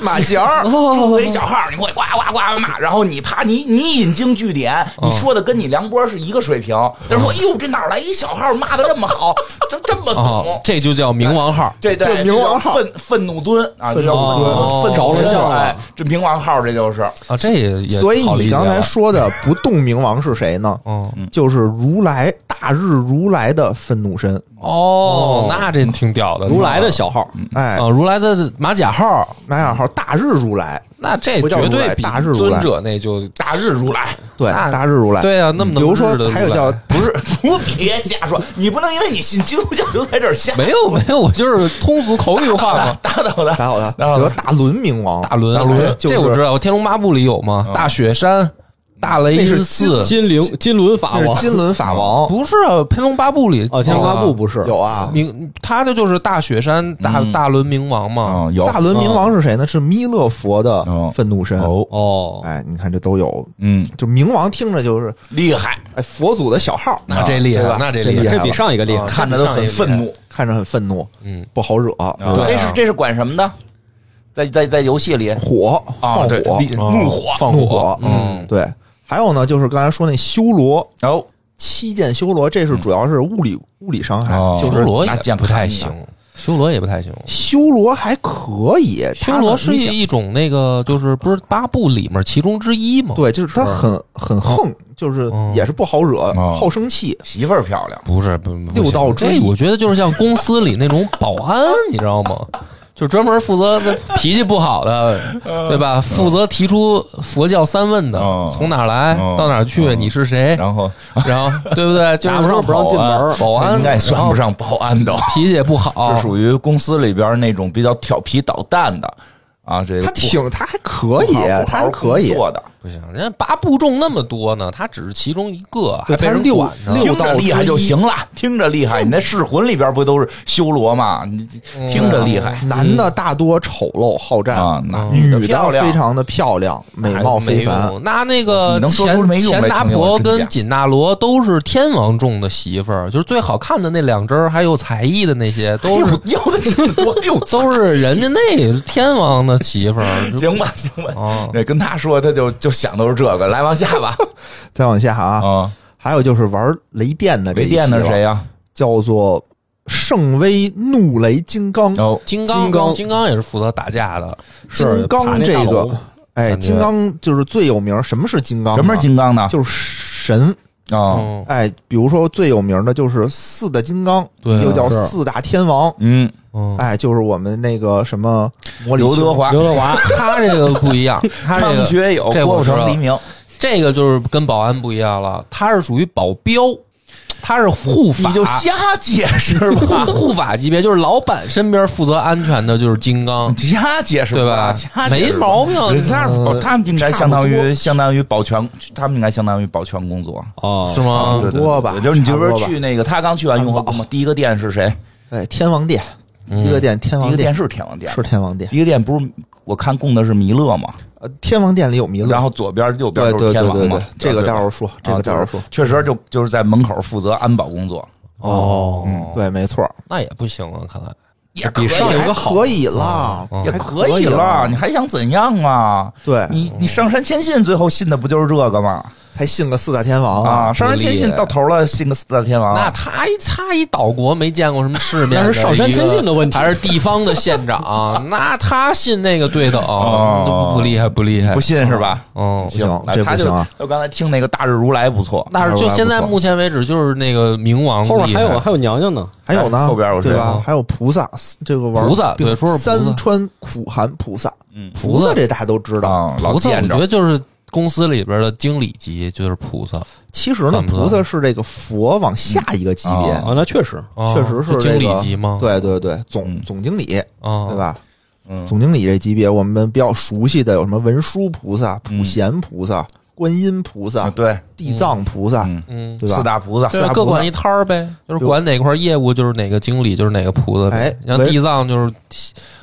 [SPEAKER 3] 马甲儿，
[SPEAKER 2] 注册一小号，你过去呱呱呱骂，然后你啪，你你引经据典，你说的跟你梁波是一个水平。他说：“哎呦，这哪儿来一小号骂的这么好，这这么
[SPEAKER 1] 哦
[SPEAKER 2] 懂，？
[SPEAKER 1] 这就叫冥王号。
[SPEAKER 2] 这
[SPEAKER 3] 这
[SPEAKER 2] 对，
[SPEAKER 3] 冥王
[SPEAKER 2] 这叫
[SPEAKER 3] 号
[SPEAKER 2] 愤愤怒蹲啊，这叫
[SPEAKER 3] 愤怒蹲
[SPEAKER 2] 愤怒愤
[SPEAKER 4] 着了
[SPEAKER 2] 怒蹲
[SPEAKER 4] 相了
[SPEAKER 2] 哎，这冥王号这就是
[SPEAKER 1] 啊，这也 也
[SPEAKER 3] 所以
[SPEAKER 1] 好理
[SPEAKER 3] 你
[SPEAKER 1] 解
[SPEAKER 3] 刚才
[SPEAKER 1] 了
[SPEAKER 3] 说的不动冥王是谁呢？
[SPEAKER 1] 嗯
[SPEAKER 3] 就是如来大日如来的愤怒身，
[SPEAKER 1] 哦，那这挺屌的，
[SPEAKER 4] 如来的小号，
[SPEAKER 1] 哦
[SPEAKER 3] 哎
[SPEAKER 1] 啊，，如来的马甲号
[SPEAKER 3] 马甲号大日如来，
[SPEAKER 1] 那这
[SPEAKER 3] 不叫
[SPEAKER 1] 绝
[SPEAKER 3] 如
[SPEAKER 1] 对
[SPEAKER 3] 来
[SPEAKER 1] 比
[SPEAKER 3] 大智如
[SPEAKER 1] 尊
[SPEAKER 3] 来
[SPEAKER 1] 者那就
[SPEAKER 2] 大日如来，
[SPEAKER 3] 对，
[SPEAKER 1] 那
[SPEAKER 3] 大智如来。
[SPEAKER 1] 对啊，那么
[SPEAKER 3] 比如说
[SPEAKER 1] 能日的
[SPEAKER 3] 还有
[SPEAKER 1] 如来
[SPEAKER 3] 叫
[SPEAKER 2] 不是，我别瞎说，你不能因为你信基督教就在这儿瞎
[SPEAKER 1] 没有没有，我就是通俗口语化嘛。
[SPEAKER 2] 打倒的。
[SPEAKER 3] 还有 他，比
[SPEAKER 2] 然后
[SPEAKER 3] 如大轮明王，
[SPEAKER 1] 大轮，哎
[SPEAKER 3] 轮就
[SPEAKER 1] 这我知
[SPEAKER 3] 是嗯
[SPEAKER 1] 道，《天龙八部》里有吗？大雪山、大雷
[SPEAKER 3] 那是
[SPEAKER 1] 音寺，
[SPEAKER 4] 金灵金轮法
[SPEAKER 3] 那
[SPEAKER 4] 王
[SPEAKER 3] 是金轮法王，
[SPEAKER 1] 不是啊，《天龙八部》里
[SPEAKER 4] 哦，天龙八部不是
[SPEAKER 3] 有啊。
[SPEAKER 1] 明，他的就是大雪山大
[SPEAKER 2] 嗯
[SPEAKER 1] 大轮明王嘛。
[SPEAKER 2] 嗯，有
[SPEAKER 3] 大轮明王是谁呢？是弥勒佛的
[SPEAKER 2] 哦
[SPEAKER 3] 愤怒神。
[SPEAKER 2] 哦，
[SPEAKER 4] 哦，
[SPEAKER 3] 哎，你看这都有，
[SPEAKER 2] 嗯，
[SPEAKER 3] 就明王听着就是
[SPEAKER 2] 厉害，
[SPEAKER 3] 哎佛祖的小号，
[SPEAKER 2] 嗯
[SPEAKER 1] 那这厉害
[SPEAKER 3] 对吧，
[SPEAKER 1] 那这
[SPEAKER 3] 这
[SPEAKER 1] 厉害
[SPEAKER 4] 这
[SPEAKER 3] 了
[SPEAKER 4] 比上一个厉害
[SPEAKER 1] 啊。
[SPEAKER 2] 看着都很愤怒。
[SPEAKER 3] 看着很愤怒，
[SPEAKER 1] 嗯，
[SPEAKER 3] 不好惹，对吧
[SPEAKER 2] 这是这是管什么的？在在在游戏里
[SPEAKER 3] 火
[SPEAKER 2] 啊，
[SPEAKER 3] 放
[SPEAKER 2] 对
[SPEAKER 3] 火，
[SPEAKER 2] 厉怒火
[SPEAKER 1] 放
[SPEAKER 3] 怒
[SPEAKER 1] 火，
[SPEAKER 3] 火，嗯，对。还有呢，就是刚才说那修罗
[SPEAKER 2] 哦
[SPEAKER 3] 七剑修罗，这是主要是物理物理伤害，
[SPEAKER 2] 嗯哦
[SPEAKER 3] 就
[SPEAKER 1] 修
[SPEAKER 3] 是
[SPEAKER 1] 罗也
[SPEAKER 2] 拿剑
[SPEAKER 1] 不太
[SPEAKER 2] 砍你
[SPEAKER 1] 行，修罗也不太行。
[SPEAKER 3] 修罗还可以，它
[SPEAKER 1] 修
[SPEAKER 3] 呢
[SPEAKER 1] 罗是
[SPEAKER 3] 你想
[SPEAKER 1] 一种那个，就是不是八部里面其中之一嘛？，
[SPEAKER 3] 对，就是他
[SPEAKER 2] 嗯
[SPEAKER 3] 很很横，就是
[SPEAKER 1] 嗯
[SPEAKER 3] 也是不好惹，
[SPEAKER 2] 哦
[SPEAKER 3] 好生气。
[SPEAKER 2] 媳妇儿漂亮，
[SPEAKER 1] 不是不不
[SPEAKER 3] 六
[SPEAKER 1] 行
[SPEAKER 3] 道之
[SPEAKER 1] 这
[SPEAKER 3] 一
[SPEAKER 1] 我觉得就是像公司里那种保安，你知道吗？就专门负责这脾气不好 的，对吧？负责提出佛教三问的
[SPEAKER 2] 嗯，
[SPEAKER 1] 从哪儿来
[SPEAKER 2] 嗯，
[SPEAKER 1] 到哪儿去，
[SPEAKER 2] 嗯
[SPEAKER 1] 你是谁？
[SPEAKER 2] 然后
[SPEAKER 1] 然后对不对？ 就是
[SPEAKER 4] 打不上
[SPEAKER 1] 说
[SPEAKER 4] 不让进门儿
[SPEAKER 1] 保安
[SPEAKER 2] 应该也算不，上保安的，啊
[SPEAKER 1] 然后脾气也不好
[SPEAKER 2] 是，属于公司里边那种比较调皮捣蛋的啊，这个
[SPEAKER 3] 他
[SPEAKER 2] 不
[SPEAKER 3] 挺，他还可以
[SPEAKER 2] 不好不好，
[SPEAKER 3] 他还可以。
[SPEAKER 2] 做的，
[SPEAKER 1] 不行，人家八部众那么多呢，他只是其中一个，还
[SPEAKER 3] 对，
[SPEAKER 1] 被
[SPEAKER 3] 他是
[SPEAKER 1] 人
[SPEAKER 3] 六
[SPEAKER 1] 管着。
[SPEAKER 3] 六
[SPEAKER 2] 啊听
[SPEAKER 3] 道
[SPEAKER 2] 着
[SPEAKER 3] 之
[SPEAKER 2] 厉害
[SPEAKER 3] 一啊
[SPEAKER 2] 就行了，听着厉害。你那噬魂里边不都是修罗吗？你听着厉
[SPEAKER 1] 嗯
[SPEAKER 2] 害
[SPEAKER 3] 男的大多丑陋好战，
[SPEAKER 2] 啊，那
[SPEAKER 3] 女
[SPEAKER 2] 的漂亮哎
[SPEAKER 3] 非常的漂亮，美貌非
[SPEAKER 1] 没
[SPEAKER 3] 凡。
[SPEAKER 1] 用，那那个
[SPEAKER 2] 你能说出
[SPEAKER 1] 钱
[SPEAKER 2] 没用来
[SPEAKER 1] 钱达
[SPEAKER 2] 成就
[SPEAKER 1] 婆
[SPEAKER 2] 我真假
[SPEAKER 1] 跟锦大罗都是天王众的媳妇儿，就是最好看的那两只儿，还有才艺的那些，都
[SPEAKER 3] 哎
[SPEAKER 1] 是
[SPEAKER 2] 要的这么 多，又
[SPEAKER 1] 都是人家那天王的媳妇 儿。就
[SPEAKER 2] 行吧，行吧
[SPEAKER 1] 哦，
[SPEAKER 2] 那跟他说，他就就想都是这个。来，往下吧。
[SPEAKER 3] 再往下啊，
[SPEAKER 2] 啊，
[SPEAKER 3] 还有就是玩雷电的这
[SPEAKER 2] 雷
[SPEAKER 3] 一期
[SPEAKER 2] 电的是谁啊
[SPEAKER 3] 了
[SPEAKER 2] 呀？
[SPEAKER 3] 叫做圣威怒雷金刚，
[SPEAKER 2] 哦，
[SPEAKER 1] 金刚，
[SPEAKER 4] 金刚
[SPEAKER 1] 金刚也是负责打架的，
[SPEAKER 4] 是
[SPEAKER 3] 金
[SPEAKER 4] 爬
[SPEAKER 3] 刚
[SPEAKER 4] 那
[SPEAKER 3] 这
[SPEAKER 4] 大
[SPEAKER 3] 个
[SPEAKER 4] 楼，
[SPEAKER 3] 哎，
[SPEAKER 1] 感觉
[SPEAKER 3] 金刚就是最有名。什么是金刚？啊
[SPEAKER 2] 什么是？金刚啊呢？
[SPEAKER 3] 就是神。
[SPEAKER 2] 啊，
[SPEAKER 1] 嗯
[SPEAKER 3] 哎，比如说最有名的就是四大金刚，
[SPEAKER 1] 对啊
[SPEAKER 3] 又叫
[SPEAKER 4] 是
[SPEAKER 3] 四大天王。
[SPEAKER 2] 嗯，
[SPEAKER 1] 嗯，
[SPEAKER 3] 哎，就是我们那个什么魔力啊
[SPEAKER 2] 刘德华
[SPEAKER 4] 刘德华，
[SPEAKER 1] 他这个不一样，他这
[SPEAKER 2] 张
[SPEAKER 1] 个
[SPEAKER 2] 学友、
[SPEAKER 1] 这
[SPEAKER 2] 郭
[SPEAKER 1] 我
[SPEAKER 2] 富
[SPEAKER 1] 知道
[SPEAKER 2] 城、黎明，
[SPEAKER 1] 这个就是跟保安不一样了，他是属于保镖，他是护法，
[SPEAKER 2] 你就瞎解释 吧，
[SPEAKER 1] 护护法级别，就是老板身边负责安全的就是金
[SPEAKER 2] 嗯
[SPEAKER 1] 刚，
[SPEAKER 2] 瞎解释
[SPEAKER 1] 对 吧
[SPEAKER 2] 瞎？解
[SPEAKER 1] 没
[SPEAKER 2] 释吧
[SPEAKER 1] 毛病，
[SPEAKER 2] 他
[SPEAKER 3] 呃
[SPEAKER 2] 他们应该
[SPEAKER 3] 差不
[SPEAKER 2] 相当于
[SPEAKER 3] 多
[SPEAKER 2] 相当于保全，他们应该相当于保全工作，
[SPEAKER 4] 哦，
[SPEAKER 1] 是吗？
[SPEAKER 2] 对对
[SPEAKER 3] 多
[SPEAKER 2] 对
[SPEAKER 3] 吧
[SPEAKER 2] 嗯对就是你就
[SPEAKER 3] 差不
[SPEAKER 2] 是
[SPEAKER 3] 多吧
[SPEAKER 2] 去那个，他刚去完雍和宫嘛，第一个店是谁？
[SPEAKER 3] 哎，天王殿，
[SPEAKER 1] 嗯
[SPEAKER 3] 第一个殿天
[SPEAKER 2] 第一
[SPEAKER 3] 王
[SPEAKER 2] 个
[SPEAKER 3] 殿
[SPEAKER 2] 店是天王殿，
[SPEAKER 3] 是天王殿，
[SPEAKER 2] 第一个店不是我看供的是弥勒嘛，
[SPEAKER 3] 呃，天王殿里有弥勒
[SPEAKER 2] 然，后左边右边
[SPEAKER 3] 对
[SPEAKER 2] 都
[SPEAKER 3] 对
[SPEAKER 2] 是天
[SPEAKER 3] 对
[SPEAKER 2] 王
[SPEAKER 3] 对
[SPEAKER 2] 嘛
[SPEAKER 3] 对，，这个
[SPEAKER 2] 对
[SPEAKER 3] 待会
[SPEAKER 2] 吧
[SPEAKER 3] 儿说，这个待会儿说
[SPEAKER 2] 啊，就是确实就就是在门口负责安保工作，
[SPEAKER 1] 哦，
[SPEAKER 4] 嗯
[SPEAKER 2] 嗯
[SPEAKER 3] 对，没错，
[SPEAKER 1] 那也不行啊，看来
[SPEAKER 2] 也
[SPEAKER 1] 比上有一
[SPEAKER 3] 还
[SPEAKER 1] 个好
[SPEAKER 3] 可以啦，
[SPEAKER 2] 也
[SPEAKER 3] 还
[SPEAKER 2] 嗯可
[SPEAKER 3] 以
[SPEAKER 2] 以了，你还想怎样啊？
[SPEAKER 3] 对
[SPEAKER 2] 你你上山谦信，最后信的不就是这个吗？
[SPEAKER 3] 还信个四大天王
[SPEAKER 2] 啊，上山谦
[SPEAKER 1] 厉
[SPEAKER 2] 信
[SPEAKER 1] 害
[SPEAKER 2] 到头了，信个四大天王，
[SPEAKER 1] 那他一他一岛国没见过什么世面，
[SPEAKER 4] 那是上山谦信的问题
[SPEAKER 1] 还是地方的县 长？那他信那个对等，啊
[SPEAKER 2] 哦
[SPEAKER 1] 那不厉害不厉害
[SPEAKER 2] 不？信是吧？
[SPEAKER 1] 嗯，
[SPEAKER 3] 行
[SPEAKER 2] 那
[SPEAKER 3] 这不
[SPEAKER 2] 他就
[SPEAKER 3] 行啊
[SPEAKER 2] 我刚才听那个大日如来不错，
[SPEAKER 1] 但是就现在
[SPEAKER 3] 不错
[SPEAKER 1] 目前为止，就是那个冥王
[SPEAKER 4] 后边
[SPEAKER 1] 嗯
[SPEAKER 4] 还
[SPEAKER 1] 厉害
[SPEAKER 4] 有还有娘娘呢，
[SPEAKER 3] 还有呢，
[SPEAKER 2] 后边有谁
[SPEAKER 3] 对吧
[SPEAKER 2] 啊？
[SPEAKER 3] 还有菩萨，这个玩
[SPEAKER 1] 菩萨对说是菩萨
[SPEAKER 3] 三川苦寒菩萨，
[SPEAKER 2] 嗯
[SPEAKER 3] 菩萨这大家都知道。
[SPEAKER 2] 啊，老
[SPEAKER 1] 菩萨，我
[SPEAKER 2] 见
[SPEAKER 1] 觉
[SPEAKER 2] 着
[SPEAKER 1] 得就是公司里边的经理级，就是菩萨，
[SPEAKER 3] 其实呢，
[SPEAKER 1] 算不算
[SPEAKER 3] 菩萨是这个佛往下一个级别，
[SPEAKER 2] 嗯
[SPEAKER 4] 啊，那确实
[SPEAKER 1] 哦
[SPEAKER 3] 确实是
[SPEAKER 1] 就
[SPEAKER 3] 这个
[SPEAKER 1] 经理级吗？
[SPEAKER 3] 对对对，总
[SPEAKER 2] 嗯
[SPEAKER 3] 总经理对
[SPEAKER 1] 啊，
[SPEAKER 3] 吧？
[SPEAKER 2] 嗯
[SPEAKER 3] 总经理这级别，我们比较熟悉的有什么文殊菩萨、普贤菩萨、观音菩
[SPEAKER 2] 嗯啊
[SPEAKER 3] 萨、
[SPEAKER 2] 对，
[SPEAKER 3] 地藏菩萨，
[SPEAKER 2] 嗯，
[SPEAKER 1] 嗯，
[SPEAKER 3] 对啊
[SPEAKER 2] 四
[SPEAKER 3] 吧？
[SPEAKER 2] 大菩萨
[SPEAKER 1] 对
[SPEAKER 3] 四 大菩萨
[SPEAKER 1] 各管一摊儿呗，就是管哪块业务就是哪个经理就是哪个菩萨呗
[SPEAKER 3] 哎。
[SPEAKER 1] 像
[SPEAKER 3] 文
[SPEAKER 1] 地藏就是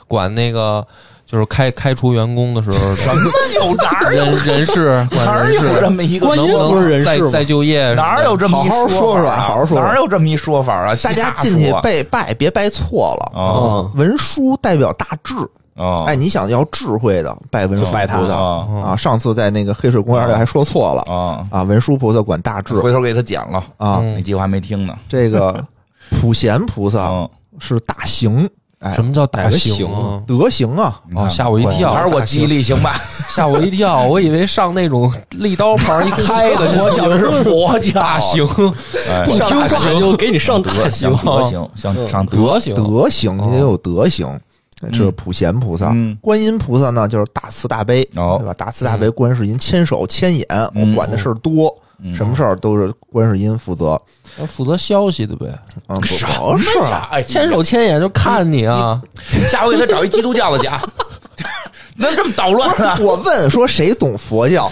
[SPEAKER 1] 管那个就是开开除员工的时候，什么
[SPEAKER 2] 有哪 儿
[SPEAKER 1] 人人事
[SPEAKER 2] 哪
[SPEAKER 1] 管
[SPEAKER 2] 儿
[SPEAKER 1] 人事，
[SPEAKER 2] 有这啊么一个
[SPEAKER 4] 观
[SPEAKER 1] 能
[SPEAKER 4] 音
[SPEAKER 1] 不
[SPEAKER 4] 不是人
[SPEAKER 1] 能再
[SPEAKER 4] 事吗
[SPEAKER 1] 再就业？
[SPEAKER 2] 哪儿有这么一
[SPEAKER 3] 好好说
[SPEAKER 2] 说
[SPEAKER 3] 说
[SPEAKER 2] 法啊
[SPEAKER 3] 好好说说
[SPEAKER 2] 哪儿有这么一说法啊？
[SPEAKER 3] 大家
[SPEAKER 2] 瞎
[SPEAKER 3] 进去
[SPEAKER 2] 说
[SPEAKER 3] 拜拜，别拜错了。
[SPEAKER 2] 啊
[SPEAKER 4] 嗯
[SPEAKER 3] 文殊代表大智，
[SPEAKER 2] 啊，
[SPEAKER 3] 哎，你想要智慧的拜文殊
[SPEAKER 4] 就拜他
[SPEAKER 3] 菩萨
[SPEAKER 2] 啊
[SPEAKER 3] 啊！上次在那个黑水公园里还说错了
[SPEAKER 2] 啊，
[SPEAKER 3] 啊，文殊菩萨管大智
[SPEAKER 2] 回头给他剪了，
[SPEAKER 3] 啊，
[SPEAKER 1] 嗯
[SPEAKER 2] 那计划还没听呢。
[SPEAKER 3] 这个普贤菩萨
[SPEAKER 2] 嗯，
[SPEAKER 3] 是大行，哎
[SPEAKER 1] 什，么叫
[SPEAKER 4] 哪
[SPEAKER 1] 大
[SPEAKER 4] 个
[SPEAKER 1] 型
[SPEAKER 4] 行
[SPEAKER 1] 啊？
[SPEAKER 3] 德行啊，
[SPEAKER 2] 你
[SPEAKER 1] 哦，
[SPEAKER 2] 看
[SPEAKER 1] 吓我一跳！
[SPEAKER 2] 嗯还是我
[SPEAKER 1] 大
[SPEAKER 2] 记
[SPEAKER 1] 型
[SPEAKER 2] 忆力行 吧？
[SPEAKER 1] 吓我一跳，我以为上那种立刀牌一开的
[SPEAKER 2] 我想的是佛教，
[SPEAKER 1] 大型，
[SPEAKER 2] 哎
[SPEAKER 4] 不听话就给你上大
[SPEAKER 2] 德
[SPEAKER 4] 刑
[SPEAKER 1] 嗯
[SPEAKER 2] 行，，德行，想上德哦
[SPEAKER 1] 德行，
[SPEAKER 3] 德行，你得有德行。是普贤菩萨。
[SPEAKER 2] 嗯
[SPEAKER 3] 观音菩萨呢，就是大慈大悲，
[SPEAKER 2] 哦
[SPEAKER 3] 对吧？大慈大悲，观世音千手千眼，
[SPEAKER 2] 嗯
[SPEAKER 3] 我管的事儿多，
[SPEAKER 2] 嗯
[SPEAKER 3] 什么事儿都是观世音负责。
[SPEAKER 1] 要负责消息的呗，
[SPEAKER 3] 嗯，不什么事儿啊？
[SPEAKER 2] 哎，
[SPEAKER 1] 千手千眼就看你啊，
[SPEAKER 2] 下回给他找一基督教的家， 能这么捣乱啊？
[SPEAKER 3] 我问说谁懂佛 教？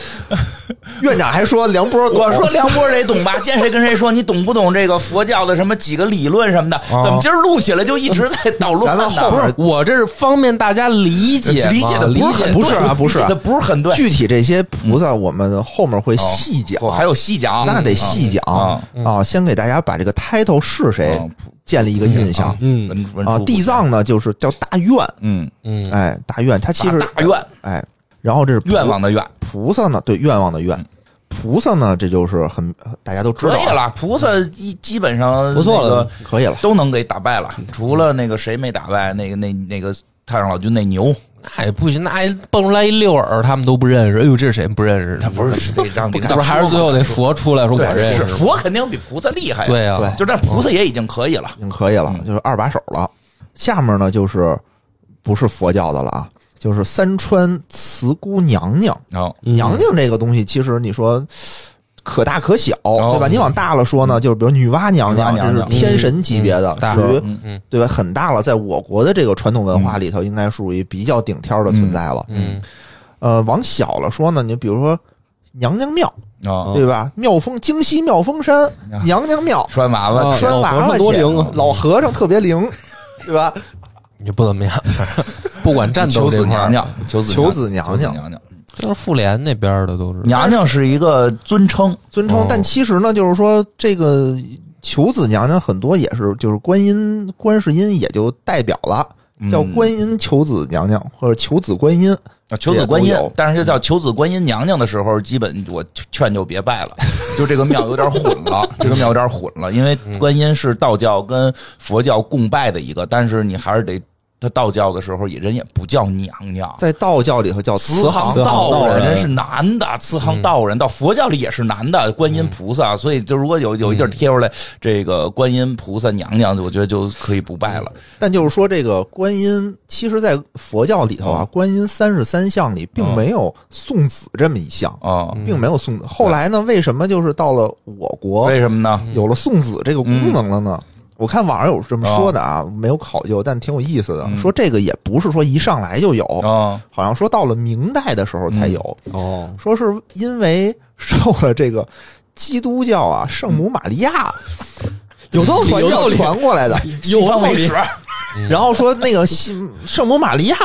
[SPEAKER 3] 院长还说梁波懂，
[SPEAKER 2] 我说梁波谁懂吧？见谁跟谁说，你懂不懂这个佛教的什么几个理论什么的？
[SPEAKER 1] 哦
[SPEAKER 2] 怎么今儿录起来就一直在捣乱
[SPEAKER 3] 咱
[SPEAKER 2] 呢？
[SPEAKER 3] 们后边
[SPEAKER 1] 我这是方便大家理解嘛，
[SPEAKER 2] 理解的
[SPEAKER 1] 理
[SPEAKER 2] 不是
[SPEAKER 1] 解
[SPEAKER 2] 很
[SPEAKER 3] 不是啊不是啊
[SPEAKER 2] 那不是很对。嗯
[SPEAKER 3] 具体这些菩萨，我们后面会细讲，
[SPEAKER 2] 哦还有细讲，
[SPEAKER 3] 那得细讲
[SPEAKER 2] 啊
[SPEAKER 3] 啊。先给大家把这个 title 是谁
[SPEAKER 2] 啊
[SPEAKER 3] 建立一个印象
[SPEAKER 2] 嗯文文
[SPEAKER 3] 啊
[SPEAKER 2] 殊。
[SPEAKER 3] 地藏呢，就是叫大愿，
[SPEAKER 2] 嗯，
[SPEAKER 1] 嗯，
[SPEAKER 3] 哎，大愿，它其实
[SPEAKER 2] 大大愿
[SPEAKER 3] 哎，然后这是菩
[SPEAKER 2] 愿望的愿，
[SPEAKER 3] 菩萨呢，对愿望的愿，菩萨呢，这就是很呃大家都知
[SPEAKER 2] 可
[SPEAKER 3] 道啊
[SPEAKER 2] 以了。嗯菩萨一基本上
[SPEAKER 4] 不错了
[SPEAKER 2] 那个
[SPEAKER 3] 可以了。
[SPEAKER 2] 都能给打败了，除了那个谁没打败，那个那那个太上老君那牛，
[SPEAKER 1] 那也哎不行，那一蹦出来一六耳，他们都不认识。哎呦，这是谁不认识？
[SPEAKER 2] 那啊不是得让
[SPEAKER 1] 不
[SPEAKER 2] 领
[SPEAKER 1] 是
[SPEAKER 2] 导
[SPEAKER 1] 还是最后得佛出来说
[SPEAKER 2] 对
[SPEAKER 1] 我认识
[SPEAKER 2] 是？佛肯定比菩萨厉害，
[SPEAKER 1] 对呀、嗯
[SPEAKER 3] 对
[SPEAKER 2] 就但菩萨也已经可以了
[SPEAKER 3] 已，经可以了，
[SPEAKER 2] 嗯
[SPEAKER 3] 就是二把手了。下面呢，就是不是佛教的了啊，就是三川慈姑娘娘。
[SPEAKER 2] 然后
[SPEAKER 4] 嗯
[SPEAKER 3] 娘娘这个东西，其实你说可大可小，对吧？你往大了说呢，就是比如女娲娘娘，
[SPEAKER 2] 哦嗯女娲
[SPEAKER 3] 这
[SPEAKER 2] 娘
[SPEAKER 3] 是
[SPEAKER 2] 娘
[SPEAKER 3] 天神级别的，
[SPEAKER 1] 大
[SPEAKER 3] 属于
[SPEAKER 2] 嗯
[SPEAKER 1] 嗯
[SPEAKER 3] 对吧？很大了，在我国的这个传统文化里头，应该属于比较顶天儿的存在了。
[SPEAKER 1] 嗯，
[SPEAKER 3] 呃，往小了说呢，你比如说娘娘庙，
[SPEAKER 1] 嗯
[SPEAKER 2] 啊，
[SPEAKER 3] 对吧？妙峰京西妙峰山
[SPEAKER 2] 啊
[SPEAKER 3] 娘娘庙，
[SPEAKER 2] 拴娃娃
[SPEAKER 1] 嗯
[SPEAKER 4] 啊
[SPEAKER 2] 去
[SPEAKER 3] 拴
[SPEAKER 4] 老和
[SPEAKER 3] 娃
[SPEAKER 4] 尚
[SPEAKER 3] 娃
[SPEAKER 4] 多
[SPEAKER 3] 去
[SPEAKER 4] 灵啊，
[SPEAKER 3] 老和尚特别 灵，对吧？
[SPEAKER 1] 你嗯就不怎么样，不管战斗
[SPEAKER 2] 求
[SPEAKER 1] 这
[SPEAKER 2] 子
[SPEAKER 1] 块
[SPEAKER 2] 娘
[SPEAKER 1] 儿，
[SPEAKER 2] 娘，求子
[SPEAKER 3] 求
[SPEAKER 2] 求
[SPEAKER 3] 子娘哦娘
[SPEAKER 2] 娘娘，
[SPEAKER 1] 就是妇联那边的都是。
[SPEAKER 2] 娘娘是一个尊称，
[SPEAKER 3] 尊
[SPEAKER 1] 哦
[SPEAKER 3] 称，但其实呢，就是说这个求子娘娘很多也是，就是观音、观世音也就代表了，
[SPEAKER 2] 嗯
[SPEAKER 3] 叫观音求子娘娘或者求子观音。
[SPEAKER 2] 啊求子观
[SPEAKER 3] 这
[SPEAKER 2] 音
[SPEAKER 3] 也都有，
[SPEAKER 2] 但是就叫求子观音娘娘的时候，基本我劝就别拜了，就这个庙有点混了，这个庙有点混了，因为
[SPEAKER 1] 嗯
[SPEAKER 2] 观音是道教跟佛教共拜的一个，但是你还是得。他道教的时候也人也不叫娘娘，
[SPEAKER 3] 在道教里头叫
[SPEAKER 2] 慈
[SPEAKER 3] 慈
[SPEAKER 2] 航
[SPEAKER 3] 航
[SPEAKER 2] 道
[SPEAKER 4] 哦道
[SPEAKER 2] 人
[SPEAKER 4] 人嗯
[SPEAKER 2] 是男的，慈航道人到佛教里也是男的，观音菩萨。所以就如果有有一
[SPEAKER 4] 嗯
[SPEAKER 2] 地儿贴出来这个观音菩萨娘娘，我觉得就可以不拜了。
[SPEAKER 3] 但就是说这个观音，其实在佛教里头啊，观音三十三相里并没有送子这么一项，
[SPEAKER 2] 啊，
[SPEAKER 1] 嗯
[SPEAKER 3] 并没有送子。后来呢，为什么就是到了我国
[SPEAKER 2] 为什么呢？
[SPEAKER 3] 有了送子这个功能了呢？我看网上有这么说的啊，没有考究，但挺有意思的。说这个也不是说一上来就有，
[SPEAKER 2] 啊，
[SPEAKER 3] 好像说到了明代的时候才有，
[SPEAKER 4] 哦，
[SPEAKER 3] 说是因为受了这个基督教啊圣母玛利亚
[SPEAKER 4] 有道理，
[SPEAKER 3] 传
[SPEAKER 4] 有道
[SPEAKER 3] 教
[SPEAKER 4] 理，
[SPEAKER 3] 传过来的，
[SPEAKER 4] 有道
[SPEAKER 2] 历
[SPEAKER 4] 理
[SPEAKER 2] 史。
[SPEAKER 3] 然后说那个信圣母玛利亚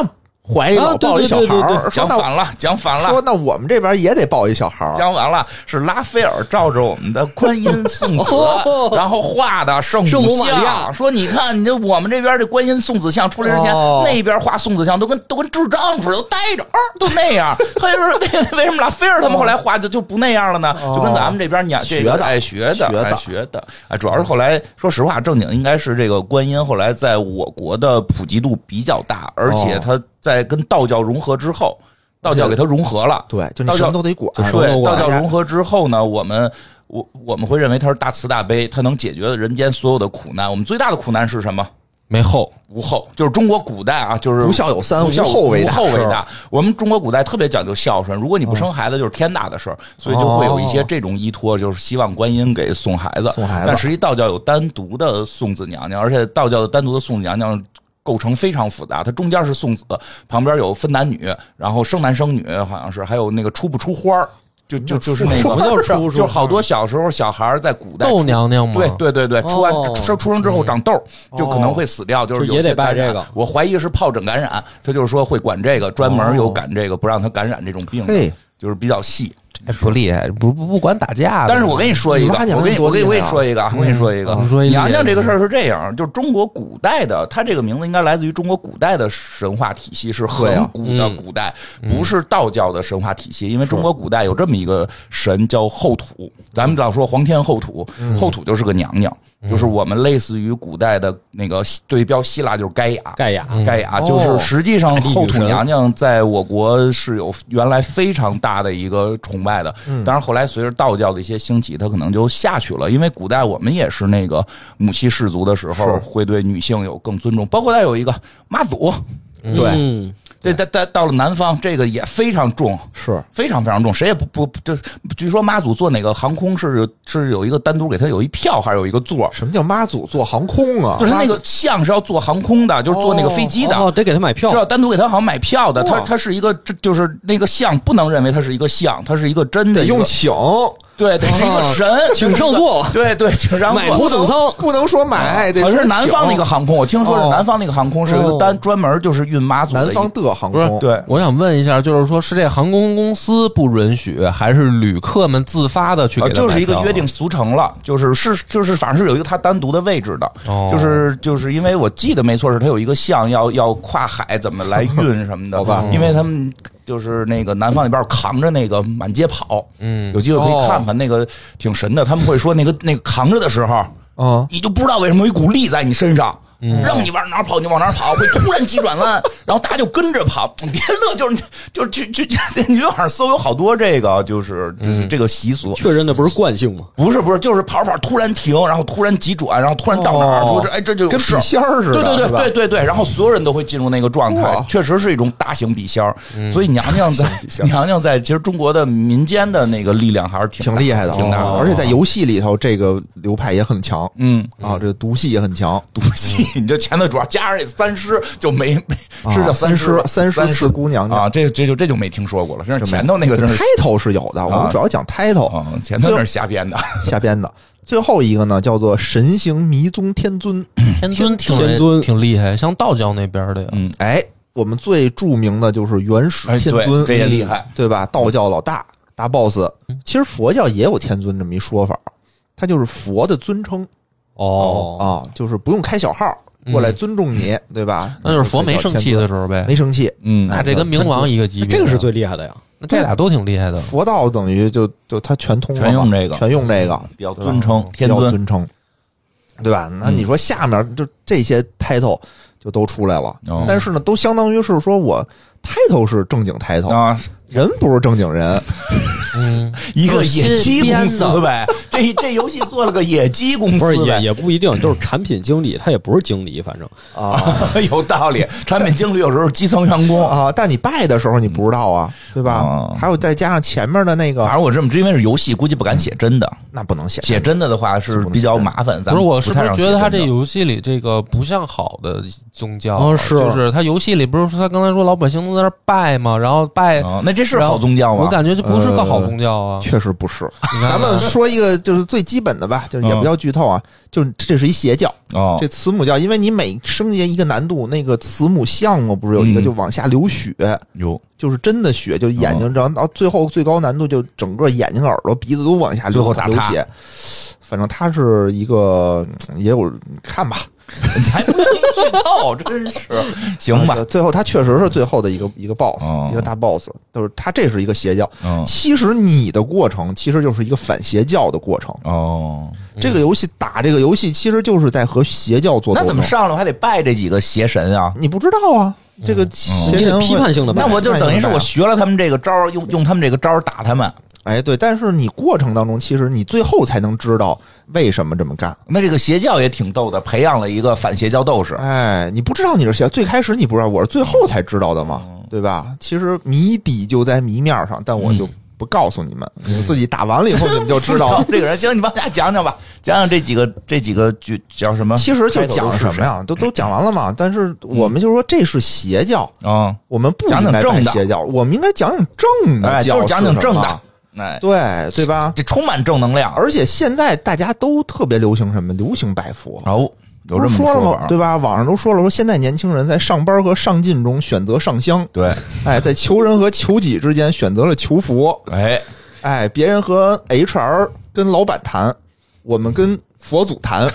[SPEAKER 3] 怀里
[SPEAKER 4] 啊
[SPEAKER 3] 老
[SPEAKER 4] 对
[SPEAKER 3] 抱一
[SPEAKER 4] 对
[SPEAKER 3] 小
[SPEAKER 4] 对
[SPEAKER 3] 孩
[SPEAKER 4] 对
[SPEAKER 3] 儿，说
[SPEAKER 2] 讲
[SPEAKER 3] 那
[SPEAKER 2] 反了，讲反了
[SPEAKER 3] 说。那我们这边也得抱一小孩儿，
[SPEAKER 2] 讲完了，是拉斐尔照着我们的观音送子
[SPEAKER 4] 哦，
[SPEAKER 2] 然后画的圣
[SPEAKER 4] 圣
[SPEAKER 2] 母
[SPEAKER 4] 母玛利
[SPEAKER 2] 像。
[SPEAKER 4] 亚
[SPEAKER 2] 说你看，你这我们这边这观音送子像出来之前，
[SPEAKER 3] 哦
[SPEAKER 2] 那边画送子像都跟都跟智障似的，都呆着，哦，都那样。他就是 那为什么拉斐尔他们后来画就就不那样了呢？
[SPEAKER 3] 哦
[SPEAKER 2] 就跟咱们这边你这个
[SPEAKER 3] 学的
[SPEAKER 2] 哎学的
[SPEAKER 3] 学的
[SPEAKER 2] 哎学的哎，主要是后来说实话，正经应该是这个观音后来在我国的普及度比较大，而且
[SPEAKER 3] 哦
[SPEAKER 2] 它在跟道教融合之后，道教给它融合了。
[SPEAKER 3] 对，就你
[SPEAKER 2] 道
[SPEAKER 3] 什
[SPEAKER 2] 教
[SPEAKER 3] 么都得管，
[SPEAKER 2] 对，道
[SPEAKER 3] 大
[SPEAKER 2] 教
[SPEAKER 3] 家
[SPEAKER 2] 融合之后呢，我们我我们会认为它是大慈大悲，它能解决人间所有的苦难。我们最大的苦难是什么？
[SPEAKER 1] 没后，
[SPEAKER 2] 无后，就是中国古代啊，就是
[SPEAKER 3] 不孝有三，
[SPEAKER 2] 无
[SPEAKER 3] 无
[SPEAKER 2] 孝
[SPEAKER 3] 后为
[SPEAKER 2] 无
[SPEAKER 3] 大
[SPEAKER 2] 后。为大。我们中国古代特别讲究孝顺，如果你不生孩子，就是天大的事儿，所以就会有一些这种依托，就是希望观音给送孩子。
[SPEAKER 3] 哦送孩子
[SPEAKER 2] 但实际道教有单独的送子娘娘，而且道教的单独的送子娘娘。构成非常复杂，它中间是送子，呃旁边有分男女，然后生男生女，好像是，还有那个出不出花儿，就就就是那
[SPEAKER 3] 什
[SPEAKER 2] 个
[SPEAKER 3] 么叫 出
[SPEAKER 2] 就是好多小时候小孩儿在古代
[SPEAKER 1] 窦娘娘嘛，
[SPEAKER 2] 对对对对，出完
[SPEAKER 4] 哦嗯
[SPEAKER 2] 出出生之后长痘儿，就可能会死掉，就是
[SPEAKER 4] 就
[SPEAKER 2] 有
[SPEAKER 4] 也得
[SPEAKER 2] 些感
[SPEAKER 4] 拜
[SPEAKER 2] 染
[SPEAKER 4] 这个
[SPEAKER 2] 我怀疑是疱疹感染，他就是说会管这个，专门
[SPEAKER 4] 哦
[SPEAKER 2] 有管这个，不让他感染这种病的
[SPEAKER 3] 嘿，
[SPEAKER 2] 就是比较细。
[SPEAKER 1] 哎不厉害，不不不管打架的。
[SPEAKER 2] 但是我跟你说一个，
[SPEAKER 3] 你妈娘
[SPEAKER 2] 我跟你我
[SPEAKER 3] 多
[SPEAKER 2] 跟
[SPEAKER 3] 厉
[SPEAKER 2] 你
[SPEAKER 3] 害啊
[SPEAKER 2] 我跟你说一个啊，我跟
[SPEAKER 1] 嗯
[SPEAKER 2] 你说一个
[SPEAKER 1] 你说，一个
[SPEAKER 2] 娘娘这个事儿是这样，就是中国古代的，它这个名字应该来自于中国古代的神话体系，是
[SPEAKER 3] 对
[SPEAKER 2] 很
[SPEAKER 3] 啊
[SPEAKER 2] 古的
[SPEAKER 4] 嗯
[SPEAKER 2] 古代，不是道教的神话体系。因为中国古代有这么一个神叫后土，咱们老说皇天后土，后土就是个娘娘，就是我们类似于古代的那个西对标希腊就是盖亚，
[SPEAKER 4] 盖亚，
[SPEAKER 2] 盖亚
[SPEAKER 3] 哦
[SPEAKER 2] 啊就是实际上后
[SPEAKER 4] 大地女
[SPEAKER 2] 土
[SPEAKER 4] 神
[SPEAKER 2] 娘娘在我国是有原来非常大的一个崇拜的，
[SPEAKER 4] 嗯
[SPEAKER 2] 当然后来随着道教的一些兴起，它可能就下去了。因为古代我们也是那个母系氏族的时候，会对女性有更尊重，包括再有一个妈祖，
[SPEAKER 3] 对，
[SPEAKER 4] 嗯
[SPEAKER 2] 这到到到了南方，这个也非常重，
[SPEAKER 3] 是
[SPEAKER 2] 非常非常重，谁也不不不就是据说妈祖坐哪个航空是是有一个单独给他有一票，还是有一个座儿，
[SPEAKER 3] 什么叫妈祖坐航空啊？
[SPEAKER 2] 就是他那
[SPEAKER 3] 妈
[SPEAKER 2] 个像是要坐航空的，就是坐那个飞机的。
[SPEAKER 4] 哦，得给他买票
[SPEAKER 2] 是，要单独给他好像买票的，他
[SPEAKER 3] 哇
[SPEAKER 2] 他是一个，这就是那个像，不能认为他是一个像，他是一个真
[SPEAKER 3] 祖
[SPEAKER 2] 的
[SPEAKER 3] 得
[SPEAKER 2] 一个
[SPEAKER 3] 用请，
[SPEAKER 2] 对，得是一个神，
[SPEAKER 4] 请上座，
[SPEAKER 2] 对对，请上
[SPEAKER 4] 买
[SPEAKER 2] 座
[SPEAKER 4] 头等舱。
[SPEAKER 3] 不能说买，得
[SPEAKER 2] 啊好像
[SPEAKER 3] 说
[SPEAKER 2] 是南方那个航空，我听说是
[SPEAKER 3] 哦
[SPEAKER 2] 南方那个航空是有一个单专门就是运妈祖
[SPEAKER 3] 请
[SPEAKER 2] 的一
[SPEAKER 3] 南
[SPEAKER 2] 个，
[SPEAKER 3] 方的航
[SPEAKER 1] 不是
[SPEAKER 3] 空，
[SPEAKER 2] 对
[SPEAKER 1] 我想问一下，就是说，是这航空公司不允许，还是旅客们自发的去
[SPEAKER 2] 啊，
[SPEAKER 1] 给他买票啊？
[SPEAKER 2] 就是一个约定俗成了，就是是就是，反正是有一个它单独的位置的，
[SPEAKER 1] 哦
[SPEAKER 2] 就是就是因为我记得没错是它有一个像要要跨海怎么 来运什么的，
[SPEAKER 3] 好吧
[SPEAKER 2] 因为他们就是那个南方那边扛着那个满街跑，
[SPEAKER 1] 嗯，
[SPEAKER 2] 有机会可
[SPEAKER 3] 哦
[SPEAKER 2] 以看看那个挺神的，他们会说那个那个扛着的时候，
[SPEAKER 1] 啊
[SPEAKER 3] 嗯，
[SPEAKER 2] 你就不知道为什么有一股力在你身上。
[SPEAKER 1] 嗯
[SPEAKER 2] 让你往哪儿跑，你往哪儿跑，会突然急转弯，然后大家就跟着跑。 你别乐，就是你就是去去，你就网上搜有好多这个，就是就是
[SPEAKER 1] 嗯
[SPEAKER 2] 这个习俗。
[SPEAKER 4] 确认的不是惯性吗？
[SPEAKER 2] 不是不是，就是跑着跑着突然停，然后突然急转，然后突然到哪儿，
[SPEAKER 3] 哦
[SPEAKER 2] 说这哎这就
[SPEAKER 3] 跟
[SPEAKER 2] 是
[SPEAKER 3] 笔仙儿似的，
[SPEAKER 2] 对对
[SPEAKER 3] 是
[SPEAKER 2] 对
[SPEAKER 3] 吧
[SPEAKER 2] 对对对，然后所有人都会进入那个状态
[SPEAKER 3] 哇，嗯
[SPEAKER 2] 确实是一种大型笔仙儿。所以娘 娘在
[SPEAKER 3] 笔仙儿
[SPEAKER 2] 娘娘在，其实中国的民间的那个力量还是挺
[SPEAKER 3] 挺厉害的，哦
[SPEAKER 2] 挺大哦
[SPEAKER 1] 的
[SPEAKER 3] 而且在游戏里头，这个流派也很强
[SPEAKER 2] 嗯，
[SPEAKER 3] 啊，这个毒系也很强。
[SPEAKER 2] 毒气，你这前头主要加上这三师就没没
[SPEAKER 3] 嗯啊
[SPEAKER 2] 是叫
[SPEAKER 3] 三
[SPEAKER 2] 师
[SPEAKER 3] 师
[SPEAKER 2] 三
[SPEAKER 3] 三师四姑娘
[SPEAKER 2] 啊，这这就这就没听说过了，真是
[SPEAKER 3] 就没
[SPEAKER 2] 前头那个真是
[SPEAKER 3] 开头是有的，我
[SPEAKER 2] 啊
[SPEAKER 3] 们主要讲 title
[SPEAKER 2] 啊，前头那是瞎编的，
[SPEAKER 3] 瞎编的。最后一个呢，叫做神行迷宗天尊。
[SPEAKER 1] 天尊挺
[SPEAKER 4] 天尊
[SPEAKER 1] 挺厉害，像道教那边的呀。
[SPEAKER 2] 嗯，
[SPEAKER 3] 哎，我们最著名的就是元始天
[SPEAKER 2] 哎
[SPEAKER 3] 尊，嗯
[SPEAKER 2] 对这也厉害，
[SPEAKER 3] 对
[SPEAKER 1] 嗯
[SPEAKER 3] 吧？道教老大大 boss，其实佛教也有天尊这么一说法，它就是佛的尊称
[SPEAKER 4] 哦，
[SPEAKER 3] 啊，就是不用开小号过来尊重你，对吧？
[SPEAKER 1] 嗯 那就是佛没生气的
[SPEAKER 3] 时
[SPEAKER 1] 时候呗
[SPEAKER 3] 候，没生气，
[SPEAKER 2] 嗯
[SPEAKER 1] 那这跟冥王一个级别，
[SPEAKER 4] 哎这个是最厉害的呀。
[SPEAKER 1] 那这俩都挺厉害的。
[SPEAKER 3] 佛道等于就就他全通了嘛
[SPEAKER 2] 全用这个
[SPEAKER 3] 全用这个
[SPEAKER 2] 比较尊称天
[SPEAKER 3] 嗯比较
[SPEAKER 2] 尊嗯
[SPEAKER 3] 尊称，对吧？那你说下面就这些 title 就都出来了，
[SPEAKER 2] 哦
[SPEAKER 3] 但是呢，都相当于是说我 title 是正经 title，、
[SPEAKER 2] 啊，
[SPEAKER 3] 人不是正经人，
[SPEAKER 1] 嗯，
[SPEAKER 2] 一个野鸡公司呗，这这游戏做了个野鸡公
[SPEAKER 4] 不是
[SPEAKER 2] 司
[SPEAKER 4] 也
[SPEAKER 2] 呗，
[SPEAKER 4] 也不一定，就是产品经理，他也不是经理，反正
[SPEAKER 3] 啊
[SPEAKER 2] 有道理，产品经理有时候是基层员工。
[SPEAKER 3] 啊！但你拜的时候你不知道啊，对吧？
[SPEAKER 2] 哦
[SPEAKER 3] 还有再加上前面的那个
[SPEAKER 2] 反，正我这么，因为是游戏，估计不敢写真的。
[SPEAKER 3] 那不能写
[SPEAKER 2] 写真的的话是比较麻烦，
[SPEAKER 1] 不
[SPEAKER 2] 咱
[SPEAKER 1] 是，
[SPEAKER 2] 们
[SPEAKER 1] 我是不
[SPEAKER 2] 不太
[SPEAKER 1] 是
[SPEAKER 2] 让
[SPEAKER 1] 觉得他
[SPEAKER 2] 写
[SPEAKER 1] 这
[SPEAKER 2] 真的
[SPEAKER 1] 游戏里这个不像好的宗教啊？
[SPEAKER 4] 哦是
[SPEAKER 1] 就是他游戏里不是说他刚才说老百姓都在那儿拜吗？然后拜，
[SPEAKER 2] 啊呃那这是
[SPEAKER 1] 然后
[SPEAKER 2] 好宗教
[SPEAKER 1] 我
[SPEAKER 2] 吗？
[SPEAKER 1] 感觉就不是个好宗教啊。
[SPEAKER 3] 确实不 是。
[SPEAKER 1] 你看啊
[SPEAKER 3] 咱们说一个就是最基本的吧，就是也不叫剧透啊，就是这是一邪教，
[SPEAKER 2] 哦
[SPEAKER 3] 这慈母教，因为你每升级一个难度，那个慈母项目不是有一个
[SPEAKER 2] 嗯
[SPEAKER 3] 就往下流血，
[SPEAKER 2] 有，
[SPEAKER 3] 就是真的血，就是眼睛，然后到最后最高难度就整个眼睛、耳朵、鼻子都往下
[SPEAKER 2] 最
[SPEAKER 3] 流
[SPEAKER 2] 后打
[SPEAKER 3] 流
[SPEAKER 2] 他
[SPEAKER 3] 血。反正他是一个嗯也有看吧，
[SPEAKER 2] 你还不愿意剧透， 真是行吧？
[SPEAKER 3] 呃最后他确实是最后的一个一个 boss，、
[SPEAKER 2] 哦
[SPEAKER 3] 一个大 boss，就是他这是一个邪教。
[SPEAKER 2] 嗯
[SPEAKER 3] 其实你的过程其实就是一个反邪教的过程。
[SPEAKER 2] 哦，
[SPEAKER 4] 嗯
[SPEAKER 3] 这个游戏打这个游戏其实就是在和邪教做斗
[SPEAKER 2] 那
[SPEAKER 3] 争。
[SPEAKER 2] 怎么上来还得拜这几个邪神啊？
[SPEAKER 3] 你不知道啊？这
[SPEAKER 2] 嗯
[SPEAKER 3] 个邪
[SPEAKER 4] 嗯你
[SPEAKER 3] 神
[SPEAKER 4] 得
[SPEAKER 3] 会
[SPEAKER 4] 批判性的吧
[SPEAKER 2] 那我就等于是我
[SPEAKER 3] 啊
[SPEAKER 2] 学了他们这个招儿，用用他们这个招儿打他们。
[SPEAKER 3] 哎，对，但是你过程当中，其实你最后才能知道为什么这么干。
[SPEAKER 2] 那这个邪教也挺逗的，培养了一个反邪教斗士。
[SPEAKER 3] 哎，你不知道你是邪，最开始你不知道，我是最后才知道的嘛，
[SPEAKER 2] 嗯
[SPEAKER 3] 对吧？其实谜底就在谜面上，但我就不告诉你们，你
[SPEAKER 2] 嗯
[SPEAKER 3] 们自己打完了以后你们就知 道了。
[SPEAKER 2] 这个人，行，你帮大家讲讲吧，讲讲这几个这几个剧叫什么？
[SPEAKER 3] 其实就讲什么呀，都
[SPEAKER 2] 嗯
[SPEAKER 3] 都讲完了嘛。但是我们就说这是邪教，
[SPEAKER 2] 啊，
[SPEAKER 3] 我们不应
[SPEAKER 2] 嗯讲
[SPEAKER 3] 该
[SPEAKER 2] 讲正
[SPEAKER 3] 拜
[SPEAKER 2] 的
[SPEAKER 3] 邪教，我们应该讲讲正
[SPEAKER 2] 哎，
[SPEAKER 3] 的教，
[SPEAKER 2] 就是讲讲正的，，哎，
[SPEAKER 3] 对对吧？
[SPEAKER 2] 这充满正能量。
[SPEAKER 3] 啊而且现在大家都特别流行什么？流行拜佛，
[SPEAKER 2] 哦，有这
[SPEAKER 3] 不
[SPEAKER 2] 么
[SPEAKER 3] 是说了
[SPEAKER 2] 说
[SPEAKER 3] 吗
[SPEAKER 2] 法？
[SPEAKER 3] 对吧？网上都说了，说现在年轻人在上班和上进中选择上香，
[SPEAKER 2] 对，
[SPEAKER 3] 哎，在求人和求己之间选择了求佛，
[SPEAKER 2] 哎，
[SPEAKER 3] 哎，别人和 HR 跟老板谈，我们跟佛祖谈，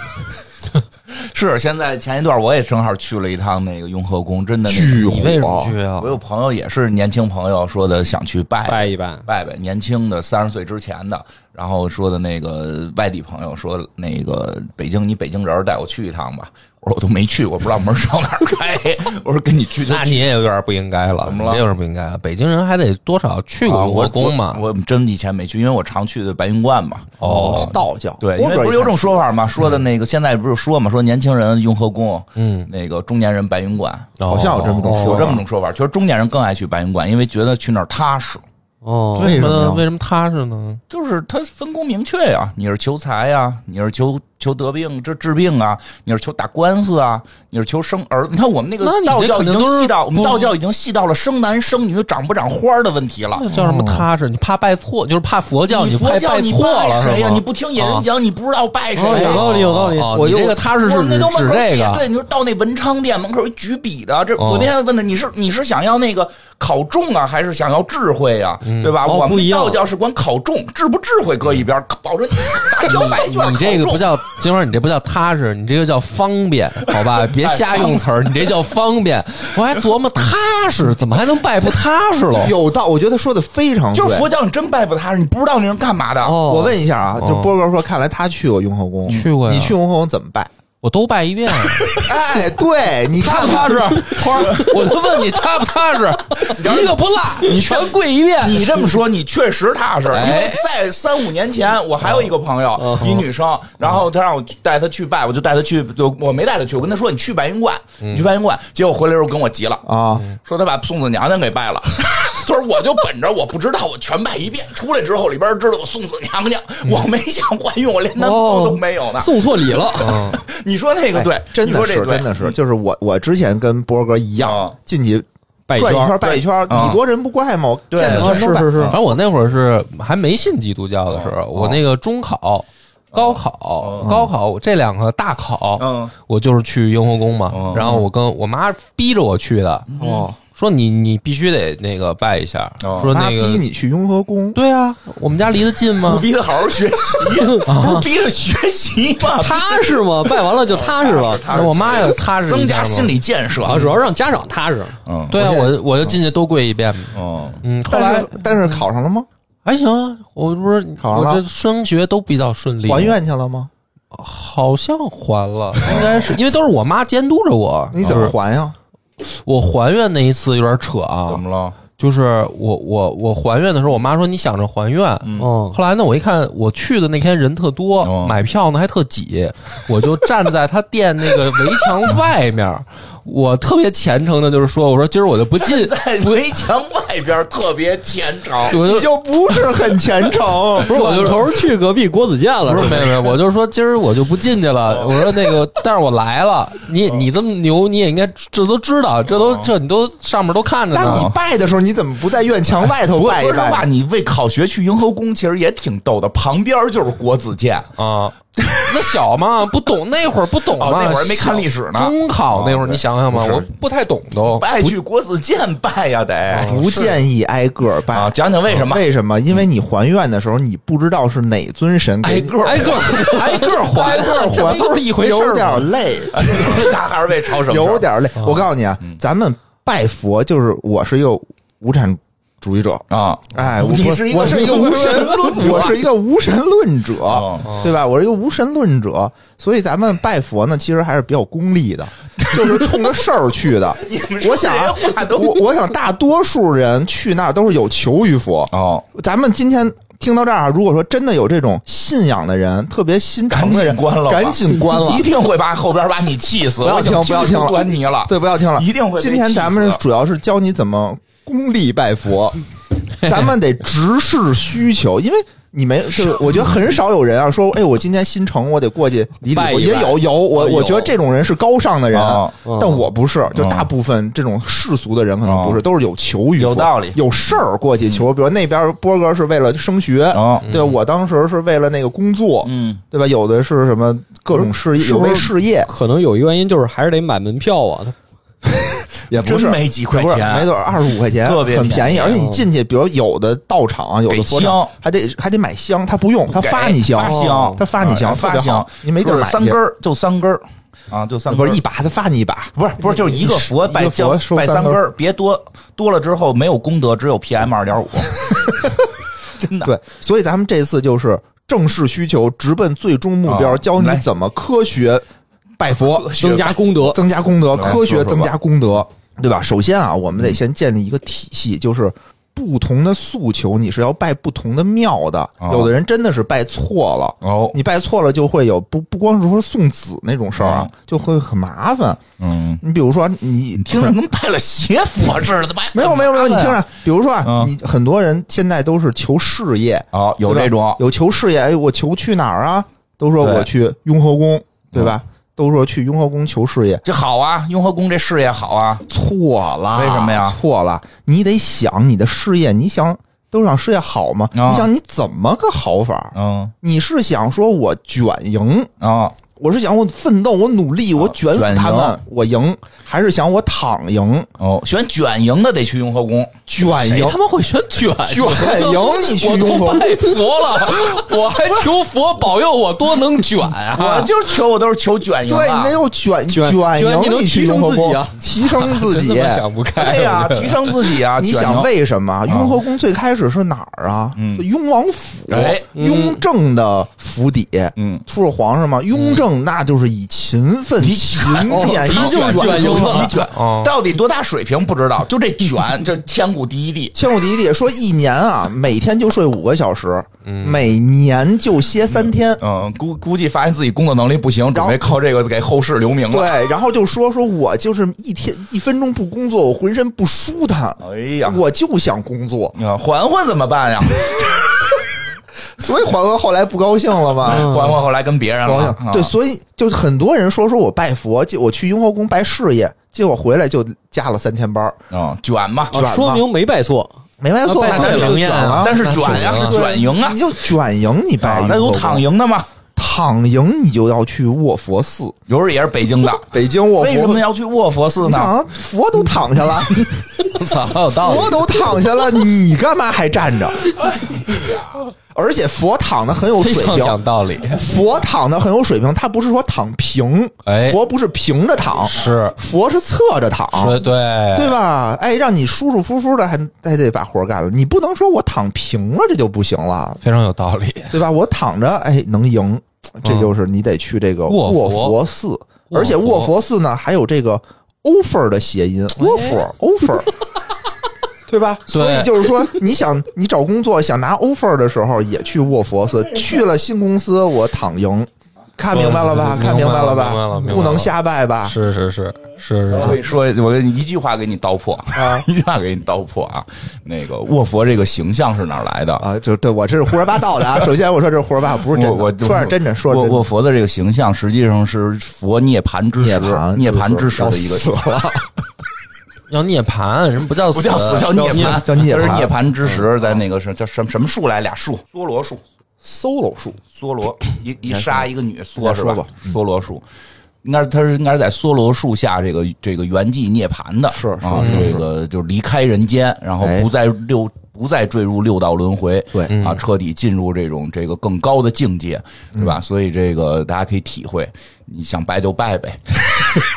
[SPEAKER 2] 是现在前一段我也正好去了一趟那个雍和宫，真的那个
[SPEAKER 3] 巨
[SPEAKER 1] 你为什么
[SPEAKER 3] 火，
[SPEAKER 1] 去啊
[SPEAKER 2] 我？有朋友也是年轻朋友说的想去拜
[SPEAKER 4] 拜一拜。
[SPEAKER 2] 拜拜，年轻的三十岁之前的，然后说的那个外地朋友说那个北京，你北京人儿带我去一趟吧。我说我都没去，我不知道门上哪儿开。我说跟你去就
[SPEAKER 1] 那你
[SPEAKER 2] 去。啊
[SPEAKER 1] 也有点不应该了，
[SPEAKER 2] 怎
[SPEAKER 1] 你
[SPEAKER 2] 么了
[SPEAKER 1] 这有点不应该了。北京人还得多少去过
[SPEAKER 2] 啊
[SPEAKER 1] 卢
[SPEAKER 2] 我
[SPEAKER 1] 沟宫嘛？
[SPEAKER 2] 我我真以前没去，因为我常去的白云观嘛。
[SPEAKER 1] 哦，
[SPEAKER 3] 道教
[SPEAKER 2] 对，因
[SPEAKER 3] 郭
[SPEAKER 2] 为
[SPEAKER 3] 哥
[SPEAKER 2] 不是有
[SPEAKER 3] 一
[SPEAKER 2] 种
[SPEAKER 3] 看
[SPEAKER 2] 说法嘛，说的那个现在不是说嘛，说年轻人雍和宫，
[SPEAKER 1] 嗯，
[SPEAKER 2] 那个中年人白云观，哦
[SPEAKER 1] 好
[SPEAKER 3] 好像有这么种说法
[SPEAKER 2] 有这么种说法。其实中年人更爱去白云观，因为觉得去那儿踏实，
[SPEAKER 4] 哦，
[SPEAKER 1] 为什么呢？为
[SPEAKER 3] 为什么呀
[SPEAKER 1] 什么踏实呢？
[SPEAKER 2] 就是他分工明确呀、你是求财呀、你是求求得病这治病啊，你是求打官司啊，你是求生儿子。你看我们那个
[SPEAKER 1] 那你这
[SPEAKER 2] 道教
[SPEAKER 1] 肯
[SPEAKER 2] 已
[SPEAKER 1] 定
[SPEAKER 2] 经
[SPEAKER 1] 都是
[SPEAKER 2] 细到，我们
[SPEAKER 1] 不
[SPEAKER 2] 道教已经细到了生男生女长不长花儿的问题了。
[SPEAKER 1] 那叫什么踏实？你怕拜错，就是怕佛教，
[SPEAKER 2] 哦你佛
[SPEAKER 1] 怕
[SPEAKER 2] 教
[SPEAKER 1] 拜
[SPEAKER 2] 你
[SPEAKER 1] 错了
[SPEAKER 2] 谁
[SPEAKER 1] 是
[SPEAKER 2] 呀、
[SPEAKER 1] 吗？啊
[SPEAKER 2] 你不听野人讲，你不知道拜谁
[SPEAKER 4] 哦
[SPEAKER 2] 呀、
[SPEAKER 4] 有道理有道理
[SPEAKER 1] 哦
[SPEAKER 3] 我
[SPEAKER 1] 你
[SPEAKER 3] 又
[SPEAKER 1] 这个踏实
[SPEAKER 2] 我
[SPEAKER 1] 是
[SPEAKER 2] 们那
[SPEAKER 1] 指
[SPEAKER 2] 都
[SPEAKER 1] 指
[SPEAKER 2] 门口写
[SPEAKER 1] 这个，
[SPEAKER 2] 对，你说到那文昌殿门口有举笔的，这
[SPEAKER 1] 哦
[SPEAKER 2] 我那天问他，你是你是想要那个考中啊，还是想要智慧呀、
[SPEAKER 1] 嗯
[SPEAKER 2] 对吧？
[SPEAKER 4] 哦
[SPEAKER 2] 我
[SPEAKER 4] 不一样
[SPEAKER 2] 们道教是管考中，智不智慧搁一边，保证你打交白卷。
[SPEAKER 1] 你这个
[SPEAKER 2] 考
[SPEAKER 1] 不
[SPEAKER 2] 中
[SPEAKER 1] 叫金花，你这不叫踏实，你这个叫方便，好吧？别瞎用词儿，你这叫方便。我还琢磨踏实，怎么还能拜不踏实喽？
[SPEAKER 3] 有道，我觉得说的非常
[SPEAKER 2] 就是
[SPEAKER 3] 对
[SPEAKER 2] 佛教，你真拜不踏实，你不知道那人干嘛的。
[SPEAKER 1] 哦，
[SPEAKER 3] 我问一下啊，
[SPEAKER 1] 哦
[SPEAKER 3] 就波哥说，看来他去过雍和宫，
[SPEAKER 1] 去过呀
[SPEAKER 3] 你去雍和宫怎么拜？
[SPEAKER 1] 我都拜一遍，
[SPEAKER 3] 哎，对，你
[SPEAKER 1] 踏
[SPEAKER 3] 看
[SPEAKER 1] 不踏
[SPEAKER 3] 看
[SPEAKER 1] 实？ 花儿，我就问你踏不踏实，一个不落，你全跪一 遍。
[SPEAKER 2] 你这么说，你确实踏实，因
[SPEAKER 1] 哎
[SPEAKER 2] 为在三五年前，我还有一个朋
[SPEAKER 3] 哦
[SPEAKER 2] 友，一女生，然后她让我带她去拜，我就带她去，就我没带她去，我跟她说你去白云观，你去白云观，结果回来时候跟我急了，
[SPEAKER 3] 嗯啊，
[SPEAKER 2] 说她把送子娘娘给拜了。 她说我就本着我不知道，我全拜一遍，出来之后里边知道我送子娘娘，我没想怀孕，我连男朋友都没有呢。
[SPEAKER 4] 送错礼了，
[SPEAKER 1] 嗯，
[SPEAKER 2] 你说那个
[SPEAKER 3] 哦哎
[SPEAKER 2] 对，
[SPEAKER 3] 真
[SPEAKER 2] 你
[SPEAKER 3] 的
[SPEAKER 2] 说这
[SPEAKER 3] 是，
[SPEAKER 2] 对
[SPEAKER 3] 真的是，就是我我之前跟波哥一样
[SPEAKER 2] 啊，
[SPEAKER 3] 进去
[SPEAKER 4] 拜
[SPEAKER 3] 转
[SPEAKER 4] 儿
[SPEAKER 3] 圈拜一圈，
[SPEAKER 2] 啊
[SPEAKER 3] 礼多人不怪嘛，我
[SPEAKER 2] 对
[SPEAKER 3] 见的
[SPEAKER 4] 啊
[SPEAKER 3] 全都
[SPEAKER 4] 是
[SPEAKER 3] 拜。
[SPEAKER 4] 是是
[SPEAKER 1] 反，正我那会儿是还没信基督教的时
[SPEAKER 2] 哦
[SPEAKER 1] 候，我那个中考、高考、高考这两个大考，
[SPEAKER 2] 嗯，
[SPEAKER 1] 我就是去雍和宫嘛
[SPEAKER 2] 嗯，
[SPEAKER 1] 然后我跟我妈逼着我去的，
[SPEAKER 3] 哦，
[SPEAKER 1] 说你你必须得那个拜一下，
[SPEAKER 2] 哦
[SPEAKER 1] 说
[SPEAKER 3] 他
[SPEAKER 1] 那
[SPEAKER 3] 逼
[SPEAKER 1] 个
[SPEAKER 3] 你去雍和宫，
[SPEAKER 1] 对啊，我们家离得近
[SPEAKER 2] 不
[SPEAKER 1] 吗？
[SPEAKER 2] 逼她好好 学习，
[SPEAKER 3] 哦
[SPEAKER 2] 不是逼着学习吗？
[SPEAKER 4] 踏实嘛， 拜完了就踏实了
[SPEAKER 1] 哎我妈也踏实一下嘛
[SPEAKER 2] 增加心理建设
[SPEAKER 4] 啊，主要让家长踏实。
[SPEAKER 2] 嗯，
[SPEAKER 1] 对啊，
[SPEAKER 3] 我
[SPEAKER 1] 我我就进去都跪一遍嘛。
[SPEAKER 2] 哦，
[SPEAKER 1] 嗯，后
[SPEAKER 3] 但
[SPEAKER 1] 来
[SPEAKER 3] 是但是考上了吗？
[SPEAKER 1] 还行啊，我不是
[SPEAKER 3] 考
[SPEAKER 1] 我
[SPEAKER 3] 完了
[SPEAKER 1] 这升学都比较顺利，
[SPEAKER 3] 还愿去了吗？
[SPEAKER 1] 好像还了，应该是因为都是我妈监督着我。
[SPEAKER 3] 你怎么还呀？
[SPEAKER 1] 我还愿那一次有点扯啊
[SPEAKER 2] 怎，么了？
[SPEAKER 1] 就是我我我还愿的时候，我妈说你想着还愿。
[SPEAKER 4] 嗯，
[SPEAKER 1] 后来呢，我一看我去的那天人特多
[SPEAKER 2] 哦，
[SPEAKER 1] 买票呢还特挤，我就站在他店那个围墙外面 儿，我特别虔诚的就是说，我说今儿我就不 进，
[SPEAKER 2] 在 围墙外边特别虔诚，
[SPEAKER 1] 我就，
[SPEAKER 3] 你就不是很虔诚
[SPEAKER 1] 不是嗯我就
[SPEAKER 4] 转头去隔壁郭子健了哦
[SPEAKER 1] 不是
[SPEAKER 4] 是吧
[SPEAKER 1] 没有没有，我就说今儿我就不进去了。我说那个，但是我来了。你
[SPEAKER 4] 哦
[SPEAKER 1] 你这么牛，你也应该这都知道，这都这你都上面都看着
[SPEAKER 3] 那你
[SPEAKER 1] 呢。
[SPEAKER 3] 拜的时候，你怎么不在院墙外头
[SPEAKER 2] 不过
[SPEAKER 3] 拜一
[SPEAKER 2] 说实话，
[SPEAKER 3] 拜？
[SPEAKER 2] 你为考学去雍和宫，其实也挺逗的。旁边就是国子监，
[SPEAKER 1] 啊，那小 嘛，不懂那会儿不懂嘛，
[SPEAKER 2] 哦那会儿还没看历史呢
[SPEAKER 1] 小中考那会儿你想想嘛，
[SPEAKER 2] 哦对
[SPEAKER 1] 我不太懂都。
[SPEAKER 2] 不爱去国子监拜呀，得
[SPEAKER 3] 不建议挨个儿拜
[SPEAKER 2] 啊，。讲讲为什么
[SPEAKER 3] 为什么？因为你还愿的时候，你不知道是哪尊神
[SPEAKER 2] 挨
[SPEAKER 3] 给你哎
[SPEAKER 2] 个儿
[SPEAKER 1] 挨个儿 挨个儿还，
[SPEAKER 3] 挨个儿
[SPEAKER 1] 这
[SPEAKER 3] 还，
[SPEAKER 1] 不都是一回事
[SPEAKER 3] 有
[SPEAKER 1] 儿吗。
[SPEAKER 3] 点累，
[SPEAKER 2] 他还是为朝圣者
[SPEAKER 3] 有点累。我告诉你啊，
[SPEAKER 2] 嗯
[SPEAKER 3] 咱们拜佛就是我是一个无产主义者，
[SPEAKER 2] 啊，
[SPEAKER 3] 哎，我
[SPEAKER 2] 你是一个
[SPEAKER 3] 我是一个无神论， 我是一个无神论者
[SPEAKER 2] 哦，
[SPEAKER 3] 对吧？我是一个无神论者，所以咱们拜佛呢，其实还是比较功利 的，就是冲着事儿去的
[SPEAKER 2] 你们。 说
[SPEAKER 3] 我想啊
[SPEAKER 2] 这些话，都
[SPEAKER 3] 我我想大多数人去那儿都是有求于佛。
[SPEAKER 2] 哦，
[SPEAKER 3] 咱们今天听到这儿，啊如果说真的有这种信仰的人，特别心
[SPEAKER 2] 赶
[SPEAKER 3] 疼的
[SPEAKER 2] 紧
[SPEAKER 3] 人，
[SPEAKER 2] 关了吧，
[SPEAKER 3] 赶紧关了
[SPEAKER 2] 一，定会把后边把你气死。
[SPEAKER 3] 不要
[SPEAKER 2] 我已经
[SPEAKER 3] 听不要
[SPEAKER 2] 听
[SPEAKER 3] 听了
[SPEAKER 2] 端倪了，
[SPEAKER 3] 对，不要听了，
[SPEAKER 2] 一定会被
[SPEAKER 3] 今天咱们
[SPEAKER 2] 气死
[SPEAKER 3] 主要是教你怎么功利拜 佛，咱们得直视需求，因为。你没，就是我觉得很少有人啊说，哎，我今天新城，我得过去礼礼
[SPEAKER 4] 拜
[SPEAKER 3] 佛。
[SPEAKER 4] 一
[SPEAKER 3] 也
[SPEAKER 4] 拜
[SPEAKER 3] 有有，我
[SPEAKER 4] 哦
[SPEAKER 3] 我
[SPEAKER 4] 有
[SPEAKER 3] 觉得这种人是高尚的人
[SPEAKER 2] 哎
[SPEAKER 3] 啊
[SPEAKER 2] 哦，
[SPEAKER 3] 但我不是，就大部分这种世俗的人可能不是，
[SPEAKER 2] 哦
[SPEAKER 3] 都是有求于佛
[SPEAKER 2] 有道理嗯
[SPEAKER 3] 有事儿过去求。比如那边波哥是为了升学
[SPEAKER 2] 哦，
[SPEAKER 3] 对吧，我当时是为了那个工作，
[SPEAKER 2] 嗯，
[SPEAKER 3] 对吧？有的是什么各种事业，
[SPEAKER 4] 是
[SPEAKER 3] 有
[SPEAKER 4] 不是
[SPEAKER 3] 为事业，
[SPEAKER 4] 可能有一原因就是还是得买门票啊，他
[SPEAKER 3] 也不
[SPEAKER 2] 真
[SPEAKER 3] 是
[SPEAKER 2] 没几块
[SPEAKER 3] 不是没
[SPEAKER 2] 钱，
[SPEAKER 3] 多少，二十五块钱，
[SPEAKER 2] 特别
[SPEAKER 3] 很
[SPEAKER 2] 便哦
[SPEAKER 3] 便宜。而且你进去，比如有的道场啊，有的
[SPEAKER 2] 给
[SPEAKER 3] 佛场
[SPEAKER 2] 香
[SPEAKER 3] 还得还得买香，他不用，他
[SPEAKER 2] 给
[SPEAKER 3] 发你香，
[SPEAKER 2] 发
[SPEAKER 4] 哦
[SPEAKER 2] 香，
[SPEAKER 3] 他发你香，特
[SPEAKER 2] 啊发
[SPEAKER 3] 别
[SPEAKER 2] 香
[SPEAKER 3] 好，，你没地儿
[SPEAKER 2] 就是
[SPEAKER 3] 买
[SPEAKER 2] 三
[SPEAKER 3] 去
[SPEAKER 2] 根儿，就三根儿啊，就三根
[SPEAKER 3] 不
[SPEAKER 2] 儿
[SPEAKER 3] 是一把，他发你一把，
[SPEAKER 2] 不是不是，就是一个佛拜
[SPEAKER 3] 一个
[SPEAKER 2] 教
[SPEAKER 3] 佛收
[SPEAKER 2] 拜
[SPEAKER 3] 三
[SPEAKER 2] 三
[SPEAKER 3] 根
[SPEAKER 2] 根儿，别多多了之后没有功德，只有 PM 二点五。真的，
[SPEAKER 3] 对，所以咱们这次就是正视需求，直奔最终目标，
[SPEAKER 2] 啊
[SPEAKER 3] 教你
[SPEAKER 2] 来
[SPEAKER 3] 怎么科学。拜佛，
[SPEAKER 4] 增加功德。
[SPEAKER 3] 增加功德，
[SPEAKER 2] 来
[SPEAKER 3] 科学
[SPEAKER 2] 说说吧嗯
[SPEAKER 3] 增加功德，对吧？首先啊，我们得先建立一个体系，就是不同的诉求，你是要拜不同的庙的。
[SPEAKER 2] 哦
[SPEAKER 3] 有的人真的是拜错了，
[SPEAKER 2] 哦，
[SPEAKER 3] 你拜错了就会有不不光是说送子那种事儿啊，就会很麻烦。
[SPEAKER 2] 嗯，
[SPEAKER 3] 你比如说，你
[SPEAKER 2] 听着跟拜了邪佛似的，拜
[SPEAKER 3] 没有没有没有，你听着，比如说啊，
[SPEAKER 2] 嗯
[SPEAKER 3] 你很多人现在都是求事业，
[SPEAKER 2] 哦，有
[SPEAKER 3] 对吧
[SPEAKER 2] 这种
[SPEAKER 3] 有求事业，哎，我求去哪儿啊？都说
[SPEAKER 2] 对嗯
[SPEAKER 3] 我去雍和宫，对吧？都说去雍和宫求事业，
[SPEAKER 2] 这好啊，雍和宫这事业好啊，
[SPEAKER 3] 错了，
[SPEAKER 2] 为什么呀
[SPEAKER 3] 错了，你得想你的事业，你想都想事业好吗？
[SPEAKER 2] 啊
[SPEAKER 3] 你想你怎么个好法？
[SPEAKER 2] 嗯
[SPEAKER 3] 你是想说我卷赢，
[SPEAKER 2] 哦，
[SPEAKER 3] 我是想我奋斗，我努力，我卷死他
[SPEAKER 2] 卷
[SPEAKER 3] 们
[SPEAKER 2] 赢，
[SPEAKER 3] 我赢，还是想我躺赢？
[SPEAKER 2] 哦，选卷赢的得去雍和宫，
[SPEAKER 3] 卷
[SPEAKER 1] 谁
[SPEAKER 3] 赢
[SPEAKER 1] 哎他妈会选卷
[SPEAKER 3] 卷赢你去
[SPEAKER 1] 我
[SPEAKER 3] 雍
[SPEAKER 1] 都
[SPEAKER 3] 和
[SPEAKER 1] 拜佛了， 我还求佛保佑我多能卷
[SPEAKER 2] 我
[SPEAKER 1] 啊！
[SPEAKER 2] 就求我都是求卷赢啊，
[SPEAKER 3] 对，你得有卷
[SPEAKER 4] 卷卷你
[SPEAKER 3] 赢
[SPEAKER 4] 能
[SPEAKER 3] 去
[SPEAKER 4] 提升
[SPEAKER 3] 雍和
[SPEAKER 4] 自己
[SPEAKER 3] 宫
[SPEAKER 4] 啊，
[SPEAKER 3] 提升自
[SPEAKER 1] 真
[SPEAKER 3] 己
[SPEAKER 1] 他。妈想不开，
[SPEAKER 2] 对哎呀，
[SPEAKER 1] 我觉得
[SPEAKER 2] 提升自己啊，
[SPEAKER 3] 你
[SPEAKER 2] 卷
[SPEAKER 3] 想
[SPEAKER 2] 赢
[SPEAKER 3] 为什么雍和宫最开始是哪儿啊？
[SPEAKER 2] 嗯
[SPEAKER 3] 是雍王府
[SPEAKER 2] 哎，
[SPEAKER 3] 雍正的府邸。
[SPEAKER 2] 嗯，
[SPEAKER 3] 出了皇上嘛，雍正那就是以勤奋、勤勉、
[SPEAKER 1] 他就是
[SPEAKER 3] 以
[SPEAKER 1] 卷赢了
[SPEAKER 2] 你哦卷
[SPEAKER 1] 哦
[SPEAKER 2] 到底多大水平不知道，就这卷，这千古第一帝，
[SPEAKER 3] 千古第一帝说一年啊，每天就睡五个小时，每年就歇三天。
[SPEAKER 2] 嗯，估估计发现自己工作能力不行，准备靠这个给后世留名了。
[SPEAKER 3] 对，然后就说说我就是一天一分钟不工作，我浑身不舒坦，
[SPEAKER 2] 哎呀，
[SPEAKER 3] 我就想工作。
[SPEAKER 2] 啊，嬛嬛怎么办呀？
[SPEAKER 3] 所以桓温后来不高兴了嘛，
[SPEAKER 2] 嬛嬛啊后来跟别人
[SPEAKER 3] 高
[SPEAKER 2] 了，
[SPEAKER 3] 兴。对，
[SPEAKER 2] 嗯啊
[SPEAKER 3] 所以就很多人说说我拜佛，就我去雍和宫拜事业，结果回来就加了三天班儿，
[SPEAKER 2] 嗯，卷嘛，
[SPEAKER 4] 啊
[SPEAKER 3] 卷吧
[SPEAKER 4] 说明没拜错，
[SPEAKER 3] 没白错嘛，
[SPEAKER 1] 啊那拜
[SPEAKER 3] 这
[SPEAKER 1] 卷
[SPEAKER 3] 就
[SPEAKER 1] 赢
[SPEAKER 3] 卷
[SPEAKER 1] 呀
[SPEAKER 3] 了。
[SPEAKER 2] 但是卷呀
[SPEAKER 1] 啊，
[SPEAKER 2] 是
[SPEAKER 3] 对
[SPEAKER 2] 卷赢啊
[SPEAKER 3] 你，就卷赢，你拜
[SPEAKER 2] 啊
[SPEAKER 3] 雍
[SPEAKER 2] 那
[SPEAKER 3] 和
[SPEAKER 2] 有
[SPEAKER 3] 宫
[SPEAKER 2] 躺赢的吗？
[SPEAKER 3] 躺赢，你就要去卧佛寺。
[SPEAKER 2] 有时候也是北京的，
[SPEAKER 3] 北京卧佛
[SPEAKER 2] 为
[SPEAKER 3] 寺
[SPEAKER 2] 什么要去卧佛寺
[SPEAKER 3] 你想
[SPEAKER 2] 呢？
[SPEAKER 3] 啊，佛都躺下了，
[SPEAKER 1] 操，有道理
[SPEAKER 3] 佛。都躺下了，你干嘛还站着？而且佛躺的很 有
[SPEAKER 1] 非
[SPEAKER 3] 水
[SPEAKER 1] 常讲
[SPEAKER 3] 平，
[SPEAKER 1] 道理，
[SPEAKER 3] 佛躺的很有水平，他不是说躺平，
[SPEAKER 1] 哎
[SPEAKER 3] 佛不是平着躺，
[SPEAKER 1] 是
[SPEAKER 3] 佛是侧着躺，
[SPEAKER 1] 说得对
[SPEAKER 3] 对吧？哎，让你舒舒服服的还，还得把活儿干了。你不能说我躺平了，这就不行了，
[SPEAKER 1] 非常有道理。
[SPEAKER 3] 对吧？我躺着，哎，能赢，这就是你得去这个
[SPEAKER 1] 卧佛
[SPEAKER 3] 卧佛寺，
[SPEAKER 1] 佛
[SPEAKER 3] 而且卧佛寺呢还有这个 offer 的谐音，offer offer，对吧？所以就是说，你想你找工作想拿 offer 的时候，也去卧佛寺，去了新公司我躺赢，看明白了吧？
[SPEAKER 1] 对
[SPEAKER 3] 看明白
[SPEAKER 1] 明白了
[SPEAKER 3] 吧
[SPEAKER 1] 明白？了
[SPEAKER 3] 不能瞎拜吧？
[SPEAKER 1] 是是是是是
[SPEAKER 2] 我
[SPEAKER 1] 是，
[SPEAKER 2] 跟你说，我跟你一句话给你道破，
[SPEAKER 3] 啊
[SPEAKER 2] 一句话给你道破啊！那个卧佛这个形象是哪儿来的？
[SPEAKER 3] 啊，就对我这是胡说八道的啊！首先我说这是胡说八道，不是真的，
[SPEAKER 2] 我我
[SPEAKER 3] 说点真的，说点
[SPEAKER 2] 我
[SPEAKER 3] 真
[SPEAKER 2] 我
[SPEAKER 3] 的。
[SPEAKER 2] 佛的这个形象实际上是佛涅槃之
[SPEAKER 3] 涅
[SPEAKER 2] 时，
[SPEAKER 3] 槃
[SPEAKER 2] 涅槃之时
[SPEAKER 3] 要
[SPEAKER 2] 的一个
[SPEAKER 3] 死了，
[SPEAKER 1] 要涅槃，人不叫死，
[SPEAKER 2] 不叫死，叫涅槃，
[SPEAKER 3] 叫涅槃嗯
[SPEAKER 2] 就是涅槃之时，在那个是叫什么什么树来？俩树，梭罗树，
[SPEAKER 3] solo 树
[SPEAKER 2] 梭罗，一一杀一个女，梭
[SPEAKER 3] 再
[SPEAKER 2] 是
[SPEAKER 3] 说
[SPEAKER 2] 吧
[SPEAKER 3] 吧？嗯
[SPEAKER 2] 梭罗树，应该是他是应该是在梭罗树下这个这个圆寂涅槃的，
[SPEAKER 3] 是是
[SPEAKER 2] 啊，这个就是离开人间，然后
[SPEAKER 3] 哎
[SPEAKER 2] 不再六不再坠入六道轮回，
[SPEAKER 3] 对嗯
[SPEAKER 2] 啊，彻底进入这种这个更高的境界，对吧？所以这个大家可以体会，你想拜就拜呗，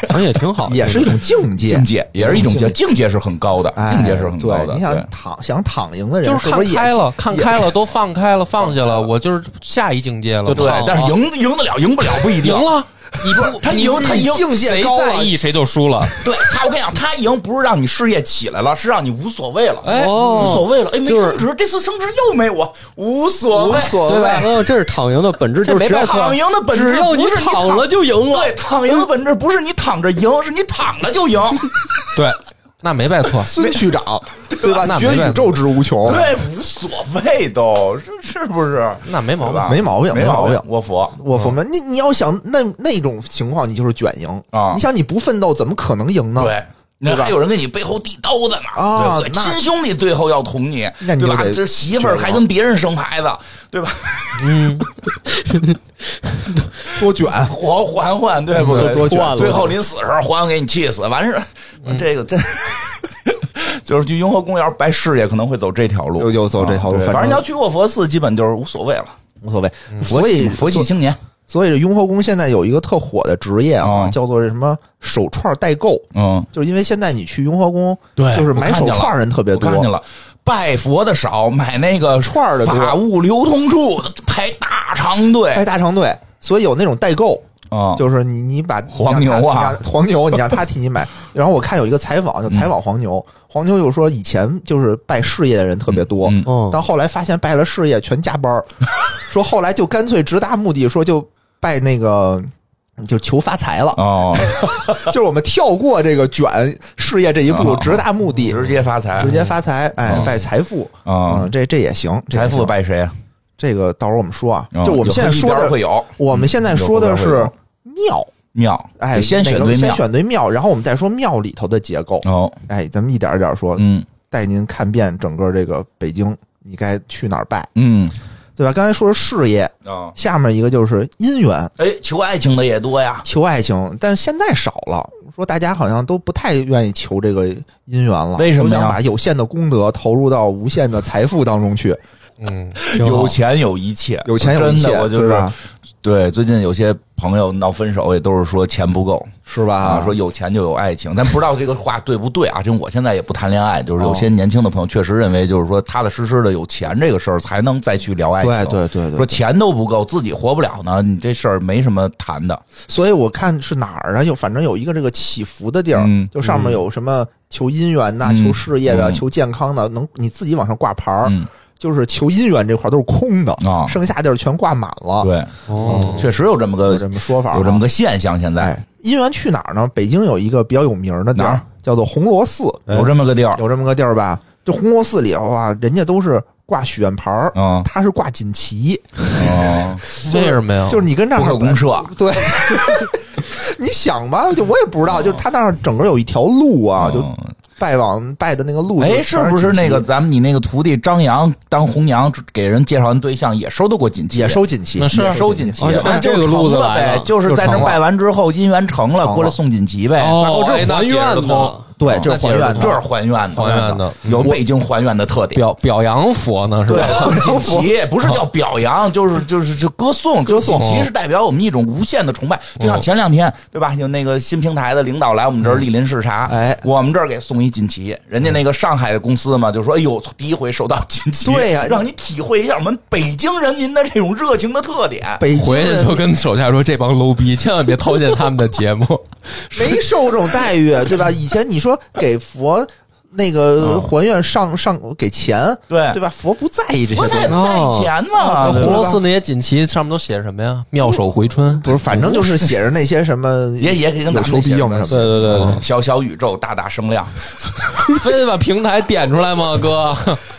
[SPEAKER 4] 好像也挺好的。
[SPEAKER 3] 也是一种境界
[SPEAKER 2] 境，界也是一种境，境界是很高的，
[SPEAKER 3] 哎
[SPEAKER 2] 境界是很高
[SPEAKER 3] 对
[SPEAKER 2] 的，
[SPEAKER 3] 你
[SPEAKER 2] 对
[SPEAKER 3] 想躺想躺赢的人，
[SPEAKER 1] 就是是
[SPEAKER 3] 不
[SPEAKER 1] 看
[SPEAKER 3] 是也
[SPEAKER 1] 开了，看开 了，都放开了，放下了，我就是下一境界了。
[SPEAKER 4] 对
[SPEAKER 1] 胖
[SPEAKER 2] 对，但是赢赢得了，赢不了不一定
[SPEAKER 1] 赢。了，你不
[SPEAKER 2] 他
[SPEAKER 1] 你
[SPEAKER 2] 赢他赢
[SPEAKER 3] 境界
[SPEAKER 1] 谁
[SPEAKER 3] 高啊
[SPEAKER 1] 在
[SPEAKER 3] 了，
[SPEAKER 1] 意谁就输了。
[SPEAKER 2] 对他，我跟你讲，他赢不是让你事业起来了，是让你无所谓了，
[SPEAKER 1] 哎
[SPEAKER 2] 无所
[SPEAKER 4] 哦，
[SPEAKER 2] 谓了。哎，没
[SPEAKER 4] 就是
[SPEAKER 2] 升职，这次升职又没我，无所
[SPEAKER 3] 无
[SPEAKER 2] 谓。
[SPEAKER 3] 所
[SPEAKER 4] 对
[SPEAKER 3] 谓。
[SPEAKER 4] 吧？哦，这是躺赢的本质，就是
[SPEAKER 1] 这没
[SPEAKER 4] 只要
[SPEAKER 1] 办法
[SPEAKER 2] 躺赢的本质
[SPEAKER 4] 只要你
[SPEAKER 2] 不是你
[SPEAKER 4] 躺了就赢了。
[SPEAKER 2] 对，躺赢的本质不是你躺着赢，是你躺了就赢。
[SPEAKER 1] 对，那没拜错，
[SPEAKER 3] 孙区长，对吧？
[SPEAKER 1] 那没
[SPEAKER 3] 觉
[SPEAKER 1] 办法
[SPEAKER 3] 宇宙之无穷，
[SPEAKER 2] 对，无所谓都是是不是？
[SPEAKER 1] 那没毛
[SPEAKER 2] 对
[SPEAKER 1] 病。
[SPEAKER 2] 吧？
[SPEAKER 3] 没毛病
[SPEAKER 2] 没
[SPEAKER 3] 没毛
[SPEAKER 2] 毛
[SPEAKER 3] 病
[SPEAKER 2] 我服。
[SPEAKER 3] 我佛门，你你要想那那种情况，你就是卷赢
[SPEAKER 2] 啊
[SPEAKER 3] 你想你不奋斗，怎么可能赢呢？
[SPEAKER 2] 对。那还有人给你背后递刀子呢
[SPEAKER 3] 啊
[SPEAKER 2] 对不对
[SPEAKER 3] 那
[SPEAKER 2] 亲兄弟最后要捅你，
[SPEAKER 3] 那你
[SPEAKER 2] 对
[SPEAKER 3] 就
[SPEAKER 2] 吧？
[SPEAKER 3] 得
[SPEAKER 2] 这媳妇儿还跟别人生孩子，对吧？
[SPEAKER 3] 多卷，
[SPEAKER 2] 活嬛嬛对不对？
[SPEAKER 3] 嗯多多卷嗯
[SPEAKER 2] 最最后临死的时候，嬛嬛给你气死，完事儿，这个真就是去雍和宫，要是拜事业，可能会走这条路，
[SPEAKER 3] 又又走这条路
[SPEAKER 2] 啊对
[SPEAKER 3] 反正
[SPEAKER 2] 反正你要去过佛寺，基本就是无所谓了。
[SPEAKER 3] 无所谓。所以
[SPEAKER 2] 嗯佛系青年
[SPEAKER 3] 所以这雍和宫现在有一个特火的职业啊
[SPEAKER 2] 啊，
[SPEAKER 3] 叫做这什么手串代购。
[SPEAKER 2] 嗯，
[SPEAKER 3] 就是因为现在你去雍和宫，
[SPEAKER 2] 对，
[SPEAKER 3] 就是买手串人特别多
[SPEAKER 2] 我看见了，拜佛的少，买那个
[SPEAKER 3] 串儿的多哎
[SPEAKER 2] 法物流通处的排大长队。
[SPEAKER 3] 排大长队，所以有那种代购，
[SPEAKER 2] 哎啊，
[SPEAKER 3] 就是你你把
[SPEAKER 2] 黄牛啊，
[SPEAKER 3] 你让黄牛，你让他替你买。然后我看有一个采访，就采访黄牛，黄牛就说以前就是拜事业的人特别多，
[SPEAKER 2] 嗯
[SPEAKER 4] 嗯，
[SPEAKER 3] 但后来发现拜了事业全加班儿，说后来就干脆直达目的，说就拜那个。就求发财了，
[SPEAKER 2] 哦，
[SPEAKER 3] 哎就是我们跳过这个卷事业这一步，
[SPEAKER 2] 哦
[SPEAKER 3] 直达目的，
[SPEAKER 2] 直接发财，
[SPEAKER 3] 直接发财，哎
[SPEAKER 2] 嗯，
[SPEAKER 3] 拜财富，
[SPEAKER 2] 啊
[SPEAKER 3] 嗯，，这这也行，这也
[SPEAKER 2] 财富
[SPEAKER 3] 行
[SPEAKER 2] 拜谁啊？
[SPEAKER 3] 这个到时候我们说啊
[SPEAKER 2] 啊，
[SPEAKER 3] 就我们现在说
[SPEAKER 2] 有黑一边
[SPEAKER 3] 的，
[SPEAKER 2] 会有
[SPEAKER 3] 我们现在说的
[SPEAKER 2] 有
[SPEAKER 3] 是
[SPEAKER 2] 黑
[SPEAKER 3] 庙，
[SPEAKER 2] 庙，
[SPEAKER 3] 哎，
[SPEAKER 2] 得先
[SPEAKER 3] 哪
[SPEAKER 2] 选
[SPEAKER 3] 个
[SPEAKER 2] 对
[SPEAKER 3] 先
[SPEAKER 2] 庙，
[SPEAKER 3] 选对庙，然后我们再说庙里头的结构，
[SPEAKER 2] 哦，
[SPEAKER 3] 哎，咱们一点一点说，
[SPEAKER 2] 嗯
[SPEAKER 3] 带您看遍整个这个北京，你该去哪儿拜，
[SPEAKER 2] 嗯，
[SPEAKER 3] 对吧？刚才说事业，
[SPEAKER 2] 哦，
[SPEAKER 3] 下面一个就是姻缘，
[SPEAKER 2] 哎，求爱情的也多呀，
[SPEAKER 3] 求爱情，但现在少了。说大家好像都不太愿意求这个姻缘了，
[SPEAKER 2] 为什么呀
[SPEAKER 3] 都想把有限的功德投入到无限的财富当中去，
[SPEAKER 1] 嗯，
[SPEAKER 4] 挺好
[SPEAKER 2] 有钱有一切，
[SPEAKER 3] 有钱有一切
[SPEAKER 2] 真的，我就
[SPEAKER 3] 对
[SPEAKER 2] 是
[SPEAKER 3] 吧？
[SPEAKER 2] 对，最近有些朋友闹分手也都是说钱不够，
[SPEAKER 3] 是吧？
[SPEAKER 2] 啊，说有钱就有爱情，咱不知道这个话对不对啊？就我现在也不谈恋爱，就是
[SPEAKER 3] 哦
[SPEAKER 2] 有些年轻的朋友确实认为，就是说踏踏实实的有钱这个事儿，才能再去聊爱情。
[SPEAKER 3] 对对对对
[SPEAKER 2] 说，钱都不够，自己活不了呢，你这事儿没什么谈的。
[SPEAKER 3] 所以我看是哪儿啊？有反正有一个这个祈福的地儿，
[SPEAKER 2] 嗯
[SPEAKER 3] 就上面有什么求姻缘呐、
[SPEAKER 2] 嗯
[SPEAKER 3] 求事业的、
[SPEAKER 2] 嗯
[SPEAKER 3] 求健康的，能你自己往上挂牌儿，
[SPEAKER 2] 嗯
[SPEAKER 3] 就是求姻缘这块儿都是空的，
[SPEAKER 2] 啊，
[SPEAKER 3] 剩下地儿全挂满了。，
[SPEAKER 2] 对，
[SPEAKER 1] 哦，
[SPEAKER 2] 确实有这么个
[SPEAKER 3] 啊有这么说法、啊，
[SPEAKER 2] 有这么个现象，现在
[SPEAKER 3] 哎，姻缘去哪儿呢？北京有一个比较有名儿的地
[SPEAKER 2] 哪
[SPEAKER 3] 儿
[SPEAKER 2] 儿，
[SPEAKER 3] 叫做红螺寺，
[SPEAKER 2] 有这么个地儿
[SPEAKER 3] 有这么个地儿吧？这红螺寺里头啊，人家都是挂许愿牌儿，
[SPEAKER 2] 啊
[SPEAKER 3] 他是挂锦旗，哎
[SPEAKER 2] 啊，
[SPEAKER 1] 为什么呀？
[SPEAKER 3] 就是你跟这
[SPEAKER 2] 不可
[SPEAKER 3] 儿
[SPEAKER 2] 公社。
[SPEAKER 3] 对，你想吧，就我也不知道，就是他那儿整个有一条路啊，就
[SPEAKER 2] 嗯
[SPEAKER 3] 拜往拜的那个路，
[SPEAKER 2] 哎，
[SPEAKER 3] 就是全
[SPEAKER 2] 不是
[SPEAKER 3] 锦旗
[SPEAKER 2] 那个咱们你那个徒弟张扬当红娘给人介绍完对象也收到过锦旗？
[SPEAKER 3] 也收锦旗
[SPEAKER 1] 那？是
[SPEAKER 2] 也收锦旗，
[SPEAKER 4] 哦
[SPEAKER 2] 反正就
[SPEAKER 4] 这个
[SPEAKER 2] 成
[SPEAKER 4] 路子
[SPEAKER 2] 了
[SPEAKER 4] 来
[SPEAKER 2] 呗
[SPEAKER 4] 了，
[SPEAKER 2] 就是在那儿拜完之后，姻缘成
[SPEAKER 3] 成
[SPEAKER 2] 了，
[SPEAKER 3] 了
[SPEAKER 2] 过来送锦旗呗。
[SPEAKER 1] 哦，
[SPEAKER 4] 哦
[SPEAKER 1] 哎
[SPEAKER 4] 这
[SPEAKER 1] 那
[SPEAKER 4] 还
[SPEAKER 1] 解释
[SPEAKER 4] 愿
[SPEAKER 1] 得
[SPEAKER 4] 呢
[SPEAKER 1] 通，
[SPEAKER 3] 对，这
[SPEAKER 1] 那
[SPEAKER 3] 是还
[SPEAKER 1] 解释
[SPEAKER 3] 愿
[SPEAKER 1] 得
[SPEAKER 2] 这
[SPEAKER 3] 的。
[SPEAKER 2] 是还愿的，
[SPEAKER 1] 还愿的
[SPEAKER 2] 有
[SPEAKER 4] 嗯
[SPEAKER 2] 北京还愿的特点。
[SPEAKER 1] 表表扬佛呢是吧？
[SPEAKER 2] 锦旗不是叫表扬，就是就是就歌颂，歌颂。锦旗是代表我们一种无限的崇拜。就像前两天，对吧？有那个新平台的领导来我们这儿莅临视察，
[SPEAKER 3] 哎
[SPEAKER 2] 我们这儿给送一锦旗。人家那个上海的公司嘛，就说：“哎呦，第一回收到锦旗，
[SPEAKER 3] 对呀
[SPEAKER 2] 让你体会一下我们北京人民的这种热情的特点。”
[SPEAKER 3] 北京
[SPEAKER 1] 回去就
[SPEAKER 3] 人
[SPEAKER 1] 跟手下说，这帮 low 逼千万别偷见他们的节目。
[SPEAKER 3] 没受这种待遇，对吧？以前你说给佛那个还愿上上给钱，
[SPEAKER 2] 对
[SPEAKER 3] 对吧？佛不在意这些东
[SPEAKER 2] 不
[SPEAKER 3] 西，
[SPEAKER 2] 太在钱嘛，
[SPEAKER 1] 那
[SPEAKER 2] 啊对
[SPEAKER 1] 红
[SPEAKER 2] 吧
[SPEAKER 1] 螺寺那些锦旗上面都写着什么呀？妙手回春。
[SPEAKER 3] 不是，反正就是写着那些什么
[SPEAKER 2] 也也可以跟
[SPEAKER 3] 有
[SPEAKER 2] 咱们
[SPEAKER 3] 求必应什么
[SPEAKER 4] 对
[SPEAKER 3] 的。
[SPEAKER 4] 对对对，
[SPEAKER 2] 小小宇宙，大大声量，
[SPEAKER 1] 非把平台点出来吗，哥？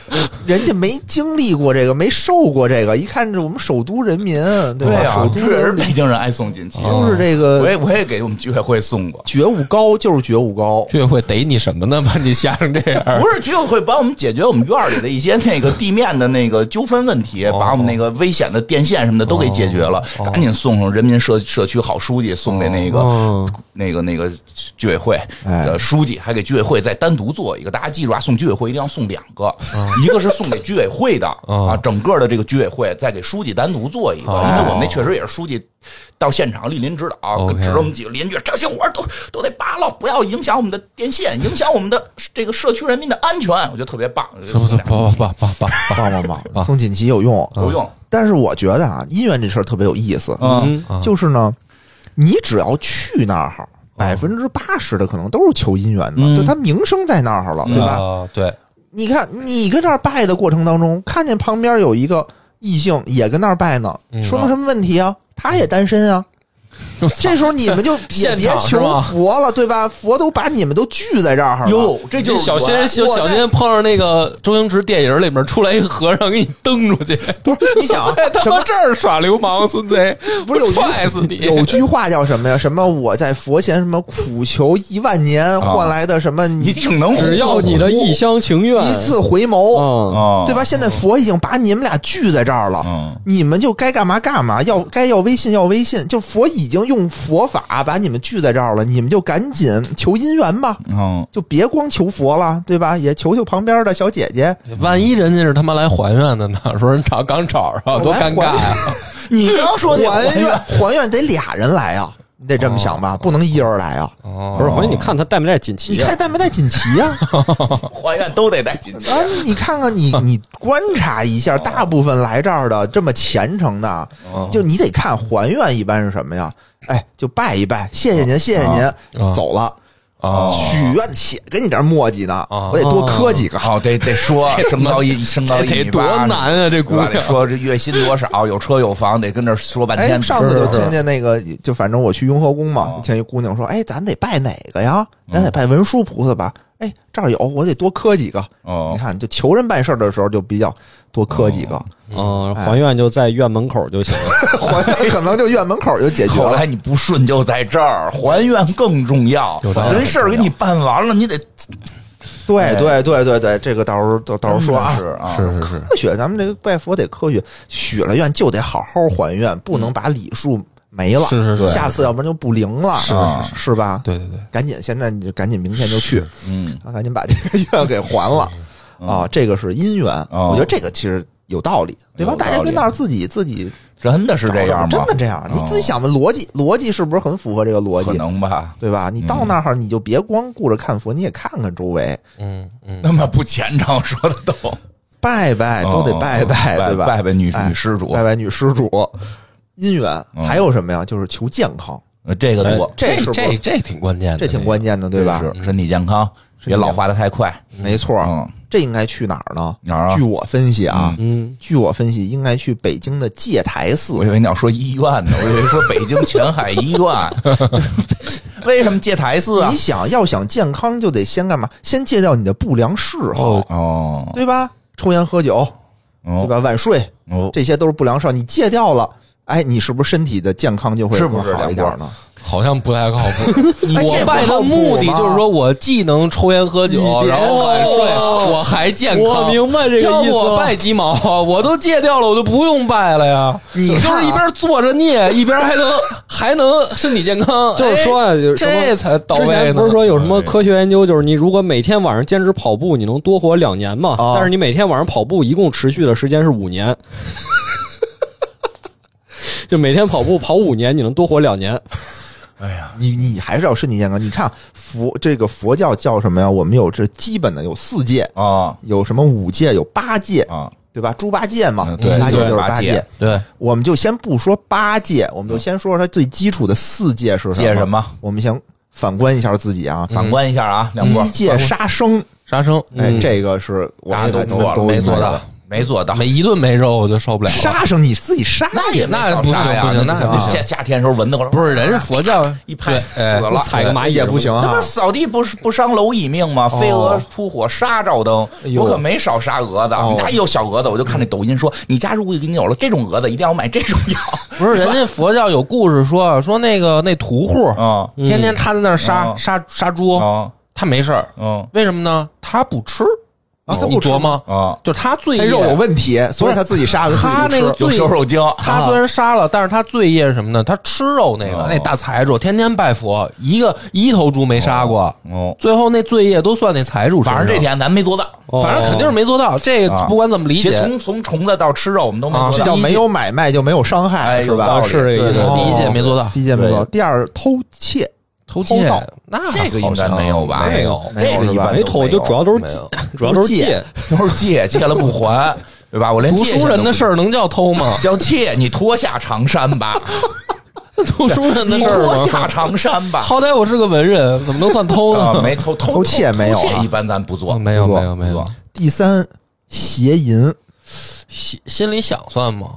[SPEAKER 3] 人家没经历过这个，没受过这个，一看这我们首都人民，对啊吧？
[SPEAKER 2] 呀、
[SPEAKER 3] 首
[SPEAKER 2] 啊确
[SPEAKER 3] 都
[SPEAKER 2] 实
[SPEAKER 3] 人民
[SPEAKER 2] 北京人爱送锦旗，
[SPEAKER 3] 都是这个
[SPEAKER 2] 我也我也给我们居委会送过，
[SPEAKER 3] 觉悟高就是觉悟高，
[SPEAKER 1] 居委会逮你什么呢？把你吓成这样
[SPEAKER 2] 不，是居委会帮我们解决我们院儿里的一些那个地面的那个纠纷问题，
[SPEAKER 1] 哦
[SPEAKER 2] 把我们那个危险的电线什么的都给解决了，赶紧送送人民社社区好书记送给那个、
[SPEAKER 1] 哦
[SPEAKER 2] 那个那个居委会
[SPEAKER 3] 哎
[SPEAKER 2] 的书记，还给居委会再单独做一个。大家记住啊，送居委会一定要送两个，一个是送给居委会的
[SPEAKER 1] 哦哦
[SPEAKER 2] 啊，整个的这个居委会再给书记单独做一个，因为我们那确实也是书记。到现场莅临指导，
[SPEAKER 1] OK
[SPEAKER 2] 指着我们几个邻居，这些活儿都都得扒了，不要影响我们的电线，影响我们的这个社区人民的安全，我觉得特别棒。
[SPEAKER 1] 什么什么？ 不不不不
[SPEAKER 3] 棒棒
[SPEAKER 1] 啊
[SPEAKER 3] 棒！送锦旗有用，
[SPEAKER 2] 有用，
[SPEAKER 3] 但是我觉得啊，姻缘这事儿特别有意思，
[SPEAKER 2] 嗯，
[SPEAKER 1] 嗯
[SPEAKER 3] 就是呢，你只要去那儿，
[SPEAKER 1] 啊
[SPEAKER 3] 百分之八十的可能都是求姻缘
[SPEAKER 2] 嗯
[SPEAKER 3] 的，就他名声在那儿了，
[SPEAKER 1] 不，
[SPEAKER 3] 对吧？
[SPEAKER 1] 啊？对，
[SPEAKER 3] 你看你跟那儿拜的过程当中，看见旁边有一个异性也跟那儿拜呢，
[SPEAKER 1] 嗯
[SPEAKER 3] 说明什么问题啊？他也单身啊。 这时候 你们就也
[SPEAKER 1] 现
[SPEAKER 3] 别
[SPEAKER 1] 场是
[SPEAKER 3] 求
[SPEAKER 1] 吗
[SPEAKER 3] 佛了，对吧？佛都把你们都聚在这儿了，
[SPEAKER 2] 哟，这就
[SPEAKER 1] 嗯
[SPEAKER 2] 是
[SPEAKER 1] 小心
[SPEAKER 2] 我啊
[SPEAKER 1] 小
[SPEAKER 3] 我在
[SPEAKER 1] 心碰上那个周星驰电影里面出来一和尚给你蹬出去，
[SPEAKER 3] 不是？你想啊什
[SPEAKER 1] 他
[SPEAKER 3] 么
[SPEAKER 1] 妈这儿耍流氓，孙子，
[SPEAKER 3] 不是有
[SPEAKER 1] 我
[SPEAKER 3] 句
[SPEAKER 1] 踹死 你！
[SPEAKER 3] 有句话叫什么呀？什么我在佛前什么苦求一万年换来的什么
[SPEAKER 2] 你
[SPEAKER 3] 你
[SPEAKER 2] 挺能
[SPEAKER 4] 只要你的一厢情愿，
[SPEAKER 3] 一次回眸，
[SPEAKER 4] 嗯，
[SPEAKER 2] 啊，
[SPEAKER 3] 对吧？？现在佛已经把你们俩聚在这儿了，
[SPEAKER 2] 嗯，
[SPEAKER 3] 你们就该干嘛干嘛，要该要微信要微信，就佛已经用佛法把你们聚在这儿了，你们就赶紧求姻缘吧，
[SPEAKER 2] 嗯，
[SPEAKER 3] 就别光求佛了，对吧？也求求旁边的小姐姐，
[SPEAKER 1] 万一人家是他妈来还愿的呢？说人找刚找
[SPEAKER 3] 哦
[SPEAKER 1] 着，多尴尬啊呀！
[SPEAKER 2] 你刚说的
[SPEAKER 3] 还愿还愿得俩人来啊，你得这么想
[SPEAKER 2] 哦
[SPEAKER 3] 吧，不能一人来啊。
[SPEAKER 1] 哦
[SPEAKER 4] 不是，回去你看他带没带锦
[SPEAKER 3] 你
[SPEAKER 4] 旗啊？
[SPEAKER 3] 看带没带锦旗啊？
[SPEAKER 2] 还愿都得带进去
[SPEAKER 3] 啊，你看看你，你观察一下，大部分来这儿的这么虔诚的，就你得看还愿一般是什么呀？哎，就拜一拜，谢谢您，谢谢您，就走了。
[SPEAKER 1] 啊
[SPEAKER 3] 许愿且给你这儿磨叽呢，
[SPEAKER 1] 哦
[SPEAKER 3] 我得多磕几个。
[SPEAKER 2] 好，得得说升高一升高
[SPEAKER 1] 这
[SPEAKER 2] 一
[SPEAKER 1] 得
[SPEAKER 2] 米
[SPEAKER 1] 多
[SPEAKER 2] 八
[SPEAKER 1] 难啊！这
[SPEAKER 2] 对
[SPEAKER 1] 姑
[SPEAKER 2] 吧？
[SPEAKER 1] 娘
[SPEAKER 2] 得说这月薪多少，有车有房，得跟这儿说半
[SPEAKER 3] 哎，
[SPEAKER 2] 天。
[SPEAKER 3] 上次
[SPEAKER 2] 是
[SPEAKER 3] 就是听见那个，就反正我去雍和宫嘛
[SPEAKER 2] 哦，
[SPEAKER 3] 听一姑娘说，哎，咱得拜哪个呀？咱得拜文殊菩萨吧？哎，这儿有，我得多磕几个。你
[SPEAKER 2] 哦，
[SPEAKER 3] 看，就求人办事儿的时候，就比较多磕几 个，
[SPEAKER 4] 嗯，还愿就在院门口就行了。
[SPEAKER 3] 还可能就院门口就解决
[SPEAKER 2] 后
[SPEAKER 3] 了
[SPEAKER 2] 来。你不顺就在这儿，还愿更重要
[SPEAKER 1] 有道。理
[SPEAKER 2] 人事儿给你办完了，你得
[SPEAKER 3] 对对对对对，这个到时候到到时候说啊
[SPEAKER 2] 真。哎的是啊，
[SPEAKER 1] 是是是，
[SPEAKER 3] 科学，咱们这个拜佛得科学，许了愿就得好好还愿，不能把礼数没了。
[SPEAKER 1] 是是是
[SPEAKER 3] 下次要不然就不灵了，是
[SPEAKER 2] 是
[SPEAKER 3] 是吧？
[SPEAKER 1] 对对对，
[SPEAKER 3] 赶紧，现在你就赶紧，明天就去，
[SPEAKER 2] 嗯，
[SPEAKER 3] 啊赶紧把这个愿给还了啊！这个是姻缘，
[SPEAKER 2] 哦
[SPEAKER 3] 我觉得这个其实有道理，对吧？
[SPEAKER 2] 有道
[SPEAKER 3] 大
[SPEAKER 2] 理
[SPEAKER 3] 家跟那儿自己自己
[SPEAKER 2] 真的是
[SPEAKER 3] 找
[SPEAKER 2] 这样吗？哦
[SPEAKER 3] 真的这样，你自己想吧，逻辑逻辑是不是很符合这个逻
[SPEAKER 2] 可
[SPEAKER 3] 辑？
[SPEAKER 2] 能嗯吧？
[SPEAKER 3] 对吧？你到那儿你就别光顾着看佛，你也看看周围，
[SPEAKER 1] 嗯嗯，
[SPEAKER 2] 那么不虔诚，说的都
[SPEAKER 3] 拜拜哎都得拜拜，
[SPEAKER 2] 哦拜
[SPEAKER 3] 对吧？
[SPEAKER 2] 拜拜女
[SPEAKER 3] 哎
[SPEAKER 2] 女施主
[SPEAKER 3] 拜，拜女施主，姻缘
[SPEAKER 2] 嗯
[SPEAKER 3] 还有什么呀？就是求健康，
[SPEAKER 2] 呃这个多
[SPEAKER 3] 这是不
[SPEAKER 1] 这这挺关键的，
[SPEAKER 3] 这挺关键哎的，对吧？嗯
[SPEAKER 2] 是身体健康，别老化的太快。
[SPEAKER 3] 没错，
[SPEAKER 2] 嗯，
[SPEAKER 3] 这应该去哪儿呢？
[SPEAKER 2] 哪儿啊
[SPEAKER 3] 据我分析啊，
[SPEAKER 4] 嗯，
[SPEAKER 3] 据我分析，应该去北京的戒台寺
[SPEAKER 2] 我。以为你要说医院 呢，我以为说北京前海医院。 为什么戒台寺啊
[SPEAKER 3] 你？想要想健康，就得先干嘛？先戒掉你的不良嗜好，
[SPEAKER 1] 哦，
[SPEAKER 2] 哦，
[SPEAKER 3] 对吧？抽烟、喝酒，
[SPEAKER 2] 哦
[SPEAKER 3] 对吧？晚睡，
[SPEAKER 2] 哦，
[SPEAKER 3] 这些都是不良嗜好。你戒掉了，哎，你是不是身体的健康就会
[SPEAKER 2] 是不是
[SPEAKER 3] 更好一点呢？
[SPEAKER 1] 好像不太靠谱。
[SPEAKER 3] 哎
[SPEAKER 1] 我
[SPEAKER 3] 这
[SPEAKER 1] 拜
[SPEAKER 3] 不靠
[SPEAKER 1] 的
[SPEAKER 3] 谱
[SPEAKER 1] 目的
[SPEAKER 3] 吗
[SPEAKER 1] 就是说我既能抽烟喝酒
[SPEAKER 3] 你，别
[SPEAKER 1] 然后晚睡，
[SPEAKER 3] 闹
[SPEAKER 1] 我还 健康。
[SPEAKER 4] 我明白这
[SPEAKER 1] 要
[SPEAKER 4] 个意
[SPEAKER 1] 不
[SPEAKER 4] 思
[SPEAKER 1] 我
[SPEAKER 4] 了
[SPEAKER 1] 拜。鸡毛，啊我都戒掉了，我就不用拜了呀。
[SPEAKER 3] 你看
[SPEAKER 1] 就
[SPEAKER 3] 啊
[SPEAKER 1] 是一边做着孽，一边还能还能身体健康，
[SPEAKER 4] 就是说啊，就是
[SPEAKER 1] 哎
[SPEAKER 4] 什么
[SPEAKER 1] 这才到
[SPEAKER 4] 之
[SPEAKER 1] 位
[SPEAKER 4] 前
[SPEAKER 1] 呢哎
[SPEAKER 4] 不是。说有什么科学研究，就是你如果每天晚上坚持跑步，你能多活两年嘛？
[SPEAKER 3] 哦
[SPEAKER 4] 但是你每天晚上跑步一共持续的时间是五年， 就每天跑步跑五年，你能多活两年。
[SPEAKER 3] 你你还是要身体健康。你看佛这个佛教叫什么呀？我们有这基本的有四戒，
[SPEAKER 2] 啊
[SPEAKER 3] 有什么五戒，有八戒，
[SPEAKER 2] 啊，
[SPEAKER 3] 对吧？猪八戒嘛，
[SPEAKER 2] 嗯对
[SPEAKER 3] 八戒
[SPEAKER 2] 对
[SPEAKER 3] 就是
[SPEAKER 2] 八戒
[SPEAKER 3] 戒。
[SPEAKER 1] 对，
[SPEAKER 3] 我们就先不说八戒，我们就先说说它最基础的四戒是什么。
[SPEAKER 2] 戒什么？
[SPEAKER 3] 我们先反观一下自己啊。
[SPEAKER 2] 反观一下啊，
[SPEAKER 3] 第
[SPEAKER 2] 梁波
[SPEAKER 3] 一，戒杀生，
[SPEAKER 1] 杀生
[SPEAKER 3] 哎，
[SPEAKER 4] 嗯
[SPEAKER 3] 这个是我
[SPEAKER 2] 大
[SPEAKER 3] 们
[SPEAKER 2] 家
[SPEAKER 3] 也
[SPEAKER 2] 都做了，
[SPEAKER 3] 都
[SPEAKER 2] 没做
[SPEAKER 3] 应该
[SPEAKER 2] 到
[SPEAKER 3] 的。，
[SPEAKER 2] 没做到。
[SPEAKER 1] 每一顿没肉我就受不了了。
[SPEAKER 3] 杀生你自己杀
[SPEAKER 2] 那
[SPEAKER 3] 也
[SPEAKER 2] 也
[SPEAKER 1] 那
[SPEAKER 2] 没
[SPEAKER 1] 不
[SPEAKER 2] 少
[SPEAKER 1] 行
[SPEAKER 2] 杀呀
[SPEAKER 1] 不行
[SPEAKER 2] 啊那
[SPEAKER 1] 那不行
[SPEAKER 2] 夏夏天时候蚊子过来，
[SPEAKER 1] 不是人家佛教
[SPEAKER 2] 一拍
[SPEAKER 1] 对哎
[SPEAKER 2] 死了，
[SPEAKER 4] 踩个蚂蚁
[SPEAKER 3] 也不行
[SPEAKER 2] 那
[SPEAKER 3] 啊
[SPEAKER 2] 不是。扫地不是不伤蝼蚁命吗？飞
[SPEAKER 1] 哦
[SPEAKER 2] 蛾扑火，杀照灯。
[SPEAKER 1] 哎
[SPEAKER 3] 呦
[SPEAKER 2] 我可没少杀蛾子，我们家有小蛾子，我就看那抖音说，
[SPEAKER 1] 嗯
[SPEAKER 2] 你家如果给你有了这种蛾子，一定要买这种药。
[SPEAKER 1] 不是人家佛教有故事说说那个那屠户，
[SPEAKER 2] 啊
[SPEAKER 1] 天天他在那儿杀
[SPEAKER 2] 嗯
[SPEAKER 1] 杀杀猪，
[SPEAKER 2] 啊
[SPEAKER 1] 他没事儿，
[SPEAKER 2] 嗯
[SPEAKER 1] 为什么呢？他不吃
[SPEAKER 3] 啊他不吃
[SPEAKER 1] 你琢磨，
[SPEAKER 2] 啊，
[SPEAKER 1] 就他罪
[SPEAKER 3] 他
[SPEAKER 1] 业
[SPEAKER 3] 肉有问题，所以他自己杀的，
[SPEAKER 1] 他
[SPEAKER 3] 自己
[SPEAKER 1] 那个
[SPEAKER 3] 不吃
[SPEAKER 2] 有
[SPEAKER 1] 罪
[SPEAKER 2] 瘦肉精，
[SPEAKER 1] 他
[SPEAKER 3] 啊
[SPEAKER 1] 虽然杀了，但是他罪业是什么呢？他吃肉那个、
[SPEAKER 2] 哦
[SPEAKER 1] 那大财主，天天拜佛，一个一头猪没杀过，
[SPEAKER 2] 哦，
[SPEAKER 1] 最后那罪业都算那财主身上。
[SPEAKER 2] 反正这点咱没做到。
[SPEAKER 4] 哦
[SPEAKER 1] 反正肯定是没做到，这个
[SPEAKER 2] 啊
[SPEAKER 1] 不管怎么理
[SPEAKER 2] 其
[SPEAKER 1] 解
[SPEAKER 2] 实，从从虫子到吃肉，我们都没
[SPEAKER 1] 啊
[SPEAKER 2] 做
[SPEAKER 3] 这
[SPEAKER 2] 到
[SPEAKER 3] 叫。没有买卖就没有伤害，
[SPEAKER 2] 哎，
[SPEAKER 3] 是
[SPEAKER 2] 有道
[SPEAKER 3] 吧？
[SPEAKER 2] 理，
[SPEAKER 4] 是这个意思
[SPEAKER 2] 对
[SPEAKER 3] 哦
[SPEAKER 1] 第一届没做到，
[SPEAKER 3] 第一届没
[SPEAKER 2] 对
[SPEAKER 3] 有，第二偷窃，
[SPEAKER 1] 偷
[SPEAKER 3] 偷
[SPEAKER 1] 窃
[SPEAKER 3] 盗
[SPEAKER 1] 那
[SPEAKER 2] 这个应该没有吧？
[SPEAKER 1] 没有，
[SPEAKER 2] 这个一般
[SPEAKER 4] 没
[SPEAKER 2] 都
[SPEAKER 4] 头就主要都是
[SPEAKER 1] 没有
[SPEAKER 4] 主要都是
[SPEAKER 3] 戒
[SPEAKER 4] 戒，
[SPEAKER 2] 都是借，借了不还，对吧？我连
[SPEAKER 1] 读
[SPEAKER 2] 借
[SPEAKER 1] 书人的事
[SPEAKER 2] 儿？
[SPEAKER 1] 儿能叫偷吗
[SPEAKER 2] 叫借，你脱下长衫 吧，
[SPEAKER 1] 读书人的
[SPEAKER 2] 你
[SPEAKER 1] 事儿
[SPEAKER 2] 脱
[SPEAKER 1] 吗？
[SPEAKER 2] 下长衫 吧。
[SPEAKER 1] 好歹我是个文人，怎么能算偷
[SPEAKER 2] 啊，
[SPEAKER 1] 呢？啊
[SPEAKER 2] 没偷偷
[SPEAKER 3] 偷窃没有啊
[SPEAKER 2] 偷窃一般咱不做，
[SPEAKER 1] 嗯没有
[SPEAKER 3] 不
[SPEAKER 1] 没
[SPEAKER 3] 做
[SPEAKER 1] 有没
[SPEAKER 2] 不
[SPEAKER 1] 有
[SPEAKER 2] 做，
[SPEAKER 3] 第三邪淫，
[SPEAKER 1] 心心里想算吗？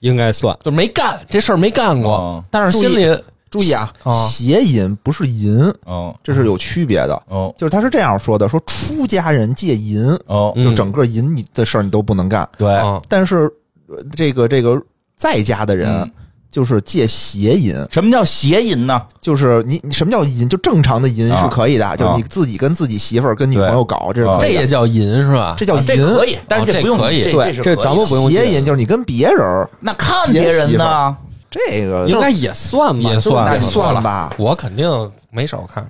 [SPEAKER 4] 应该算。
[SPEAKER 1] 就没干这事儿没干过
[SPEAKER 2] 哦，
[SPEAKER 1] 但是
[SPEAKER 3] 注意
[SPEAKER 1] 心里
[SPEAKER 3] 注意啊
[SPEAKER 1] 啊，
[SPEAKER 3] 邪淫不是淫，
[SPEAKER 2] 哦
[SPEAKER 3] 这是有区别的。
[SPEAKER 2] 哦
[SPEAKER 3] 就是他是这样说的：说出家人戒淫，
[SPEAKER 1] 嗯
[SPEAKER 2] 哦，
[SPEAKER 3] 就整个淫你的事儿你都不能干，
[SPEAKER 2] 对
[SPEAKER 1] 啊
[SPEAKER 3] 但是呃这个这个在家的人
[SPEAKER 2] 嗯
[SPEAKER 3] 就是戒邪淫，
[SPEAKER 2] 什么叫邪淫呢？
[SPEAKER 3] 就是你你什么叫淫？就正常的淫
[SPEAKER 2] 啊
[SPEAKER 3] 是可以的，就是你自己跟自己媳妇儿跟女朋友搞，这是可
[SPEAKER 1] 这
[SPEAKER 3] 以
[SPEAKER 2] 哎
[SPEAKER 3] 的
[SPEAKER 1] 也叫淫是吧？
[SPEAKER 3] 这叫
[SPEAKER 2] 啊这
[SPEAKER 3] 淫。
[SPEAKER 2] 可以，但是
[SPEAKER 1] 哦这
[SPEAKER 2] 不用，
[SPEAKER 1] 可以
[SPEAKER 2] 这
[SPEAKER 4] 对
[SPEAKER 2] 是
[SPEAKER 4] 这
[SPEAKER 2] 可以
[SPEAKER 4] 咱们不用
[SPEAKER 3] 邪
[SPEAKER 4] 戒
[SPEAKER 3] 淫就是你跟别人儿，
[SPEAKER 2] 那看别人呢，
[SPEAKER 3] 这个
[SPEAKER 4] 应该也算吧，
[SPEAKER 1] 也算哎
[SPEAKER 3] 那
[SPEAKER 4] 就是
[SPEAKER 3] 算吧。
[SPEAKER 1] 我肯定没少看，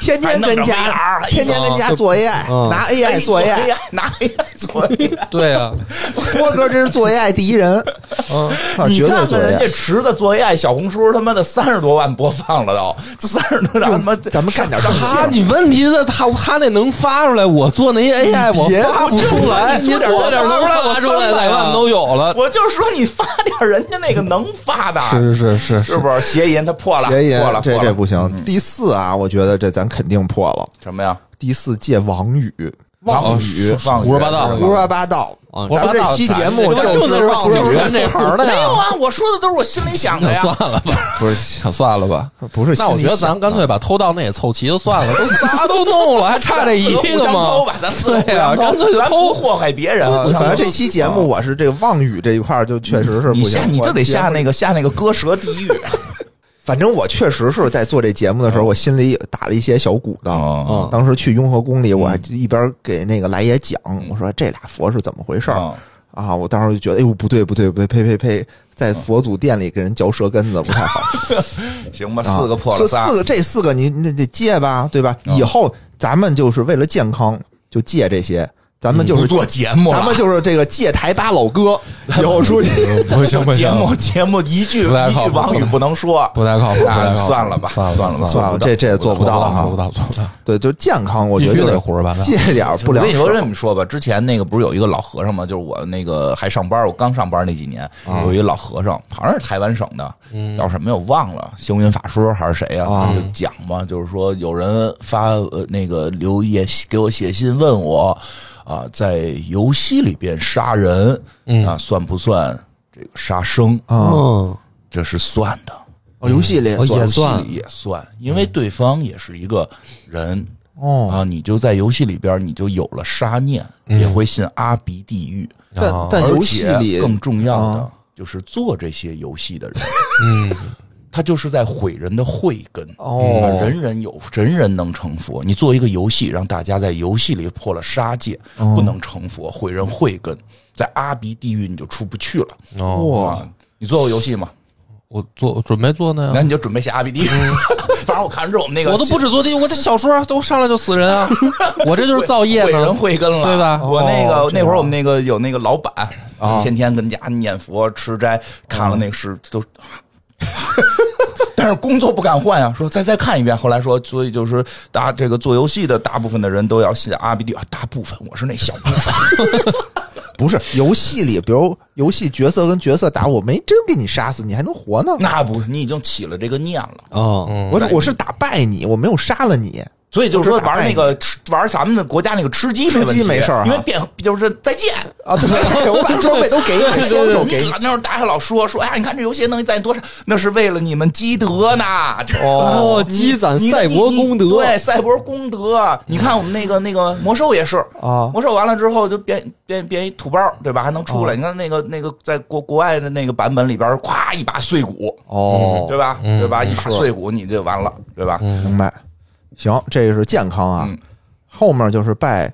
[SPEAKER 3] 天天跟家，
[SPEAKER 2] 家
[SPEAKER 3] 天天跟家做 AI，、
[SPEAKER 4] 嗯
[SPEAKER 3] 拿
[SPEAKER 2] 哎
[SPEAKER 3] AI 做 AI，
[SPEAKER 2] 拿 AI 做 AI，
[SPEAKER 1] 对啊，
[SPEAKER 3] 波哥真是做 AI 第一人，
[SPEAKER 1] 嗯，
[SPEAKER 3] 啊、
[SPEAKER 2] 你
[SPEAKER 3] 绝对
[SPEAKER 2] 看
[SPEAKER 3] 做
[SPEAKER 2] 看人
[SPEAKER 3] AI。
[SPEAKER 2] 家池子做 AI 小红书，他妈的三十多万播放了都，三十多万他妈
[SPEAKER 3] 咱们干点正
[SPEAKER 1] 他
[SPEAKER 3] 事。
[SPEAKER 1] 你问题是他他那能发出来，我做那 AI 我
[SPEAKER 3] 别
[SPEAKER 1] 发不出来，
[SPEAKER 4] 你
[SPEAKER 1] 我
[SPEAKER 4] 做点
[SPEAKER 1] 发
[SPEAKER 4] 能
[SPEAKER 1] 不出来我
[SPEAKER 4] 发
[SPEAKER 1] 出来
[SPEAKER 4] 三百
[SPEAKER 1] 百万
[SPEAKER 4] 啊
[SPEAKER 1] 都有了，
[SPEAKER 2] 我就说你发点人家那个能发的，
[SPEAKER 1] 是是是
[SPEAKER 2] 是不是？邪淫他破了，
[SPEAKER 3] 别也
[SPEAKER 2] 破了，
[SPEAKER 3] 这
[SPEAKER 2] 破
[SPEAKER 3] 这
[SPEAKER 2] 了
[SPEAKER 3] 不行。第四啊，我觉得这咱肯定破了。
[SPEAKER 2] 什么呀？
[SPEAKER 3] 第四借网语，
[SPEAKER 1] 哦
[SPEAKER 3] 网语
[SPEAKER 1] 是，
[SPEAKER 2] 妄语
[SPEAKER 1] 胡说八道
[SPEAKER 2] 是
[SPEAKER 3] 胡说八道
[SPEAKER 4] 啊。
[SPEAKER 3] 咱们这期节目就是妄
[SPEAKER 1] 就是咱
[SPEAKER 3] 语，
[SPEAKER 1] 这行的
[SPEAKER 2] 没有
[SPEAKER 1] 呀，
[SPEAKER 2] 啊，我说的都是我心里想的
[SPEAKER 1] 可
[SPEAKER 2] 呀。
[SPEAKER 1] 算了吧，
[SPEAKER 3] 不是
[SPEAKER 1] 可算了吧。
[SPEAKER 3] 不是。
[SPEAKER 1] 啊那我觉得咱干脆把偷盗那也凑齐就算了，都仨都弄了，还差这一
[SPEAKER 2] 咱四互
[SPEAKER 1] 个
[SPEAKER 2] 相
[SPEAKER 1] 吗
[SPEAKER 2] 偷？吧，咱四个
[SPEAKER 1] 对呀、
[SPEAKER 2] 互相
[SPEAKER 1] 干脆就
[SPEAKER 2] 咱不
[SPEAKER 1] 偷。
[SPEAKER 2] 祸害别人。啊
[SPEAKER 3] 呃，反正这期节目我是这个妄语这一块儿就确实是
[SPEAKER 2] 你
[SPEAKER 3] 不行
[SPEAKER 2] 下，，你就得
[SPEAKER 3] 我
[SPEAKER 2] 下
[SPEAKER 3] 节目。
[SPEAKER 2] 那个下那个割舌地 狱
[SPEAKER 3] 反正我确实是在做这节目的时候，我心里也打了一些小鼓
[SPEAKER 2] 啊！嗯
[SPEAKER 3] 的。
[SPEAKER 2] 哦
[SPEAKER 4] 嗯
[SPEAKER 3] 当时去雍和宫里，我还一边给那个来也讲，
[SPEAKER 2] 嗯
[SPEAKER 3] 我说这俩佛是怎么回事儿
[SPEAKER 2] 哦
[SPEAKER 3] 啊？我当时就觉得，哎呦，不对不对不对，呸呸呸，在佛祖殿里给人嚼舌根子不太 好。
[SPEAKER 2] 行吧，
[SPEAKER 3] 啊
[SPEAKER 2] 四个破了
[SPEAKER 3] 这
[SPEAKER 2] 仨
[SPEAKER 3] 四，个这四个你你得戒吧，对吧？
[SPEAKER 2] 嗯
[SPEAKER 3] 以后咱们就是为了健康就戒这些，咱们就是
[SPEAKER 2] 不做节目了，
[SPEAKER 3] 咱们就是这个戒台八老哥，以后出 去
[SPEAKER 1] 不行
[SPEAKER 2] 节目节目一句
[SPEAKER 1] 不太
[SPEAKER 2] 一
[SPEAKER 1] 靠
[SPEAKER 2] 句
[SPEAKER 1] 谱
[SPEAKER 2] 网语不能说，
[SPEAKER 1] 不太靠谱，不太
[SPEAKER 2] 那
[SPEAKER 1] 靠谱
[SPEAKER 2] 算了吧，
[SPEAKER 1] 算
[SPEAKER 2] 算了吧，
[SPEAKER 3] 算啊了，这这做不到
[SPEAKER 1] 做不
[SPEAKER 3] 哈。
[SPEAKER 1] 到，做不到，
[SPEAKER 3] 对，就健康，我
[SPEAKER 1] 必
[SPEAKER 3] 觉
[SPEAKER 1] 须
[SPEAKER 3] 得
[SPEAKER 1] 得胡说八道。
[SPEAKER 3] 戒点儿不
[SPEAKER 2] 我
[SPEAKER 3] 良
[SPEAKER 2] 跟你说这
[SPEAKER 3] 嗜
[SPEAKER 2] 么说吧，之前那个不是有一个老和尚吗？就是我那个还上班，我刚上班那几年，
[SPEAKER 4] 啊
[SPEAKER 2] 有一个老和尚，好像是台湾省的，
[SPEAKER 4] 嗯
[SPEAKER 2] 叫什么呀？我忘了，星云法师还是谁呀、
[SPEAKER 1] 啊
[SPEAKER 2] 就讲嘛，就是说有人发呃那个留言给我写信问我啊、在游戏里边杀人啊，算不算这个杀生？
[SPEAKER 4] 嗯，
[SPEAKER 3] 哦
[SPEAKER 2] 这是算的。
[SPEAKER 3] 好。游戏里
[SPEAKER 4] 哦也
[SPEAKER 2] 游戏
[SPEAKER 4] 算
[SPEAKER 2] 里也算，因为对方也是一个人
[SPEAKER 3] 哦，
[SPEAKER 2] 啊，你就在游戏里边，你就有了杀念，也会信阿鼻地狱。
[SPEAKER 3] 但
[SPEAKER 1] 啊
[SPEAKER 3] 但
[SPEAKER 2] 而
[SPEAKER 3] 游戏
[SPEAKER 2] 且
[SPEAKER 3] 里
[SPEAKER 2] 更重要的
[SPEAKER 3] 啊
[SPEAKER 2] 就是做这些游戏的人，
[SPEAKER 1] 嗯，
[SPEAKER 2] 他就是在毁人的慧根。啊
[SPEAKER 3] 哦，
[SPEAKER 2] 人人有，人人能成佛。你做一个游戏，让大家在游戏里破了杀戒，
[SPEAKER 3] 哦
[SPEAKER 2] 不能成佛，毁人慧根，在阿鼻地狱你就出不去了。
[SPEAKER 1] 哦，
[SPEAKER 3] 哇，嗯
[SPEAKER 2] 啊，你做过游戏吗？
[SPEAKER 1] 我做准备做呢
[SPEAKER 2] 那，你就准备下阿鼻地狱。 反正我看着我们那个，
[SPEAKER 1] 我都不止做第一，我这小说啊都上来就死人 啊，我这就是造业
[SPEAKER 2] 毁人
[SPEAKER 1] 呢。
[SPEAKER 2] 慧根了，
[SPEAKER 1] 对吧
[SPEAKER 2] 我
[SPEAKER 3] 哦
[SPEAKER 2] 那个
[SPEAKER 3] 这样哦
[SPEAKER 2] 那会儿我们那个有那个老板，天天跟家念佛吃斋，看了那个
[SPEAKER 3] 嗯
[SPEAKER 2] 是都。但是工作不敢换呀，说再再看一遍。后来说，所以就是大这个做游戏的大部分的人都要信阿比地啊，大部分我是那小部 分，
[SPEAKER 3] 不是游戏里，比如游戏角色跟角色打，我没真给你杀死，你还能活呢。
[SPEAKER 2] 那不你已经起了这个念了，
[SPEAKER 4] 嗯，
[SPEAKER 3] 我我是打败你，我没有杀了你。
[SPEAKER 2] 所以就是说
[SPEAKER 3] 我知道
[SPEAKER 2] 玩那个吃玩咱们的国家那个吃鸡
[SPEAKER 3] 吃鸡
[SPEAKER 2] 问题
[SPEAKER 3] 没事儿哈
[SPEAKER 2] 因为变就是再见，
[SPEAKER 3] 啊，对，我把装备都给 你，双手给
[SPEAKER 2] 你
[SPEAKER 3] 你。
[SPEAKER 2] 那时候大家老说说，哎呀，你看这游戏能攒多少？那是为了你们积德呢。
[SPEAKER 4] 哦
[SPEAKER 2] 你
[SPEAKER 4] 积攒赛博功德
[SPEAKER 2] 你你对，赛博功德。你看我们那个那个魔兽也是
[SPEAKER 3] 啊
[SPEAKER 2] 魔兽完了之后就变变变一土包，对吧？还能出来。你看那个那个在国国外的那个版本里边，咵一把碎骨，
[SPEAKER 3] 哦嗯
[SPEAKER 2] 对，吧？对吧？一把碎骨你就完了，对吧？
[SPEAKER 3] 明白。行，这是健康啊。
[SPEAKER 2] 嗯
[SPEAKER 3] 后面就是拜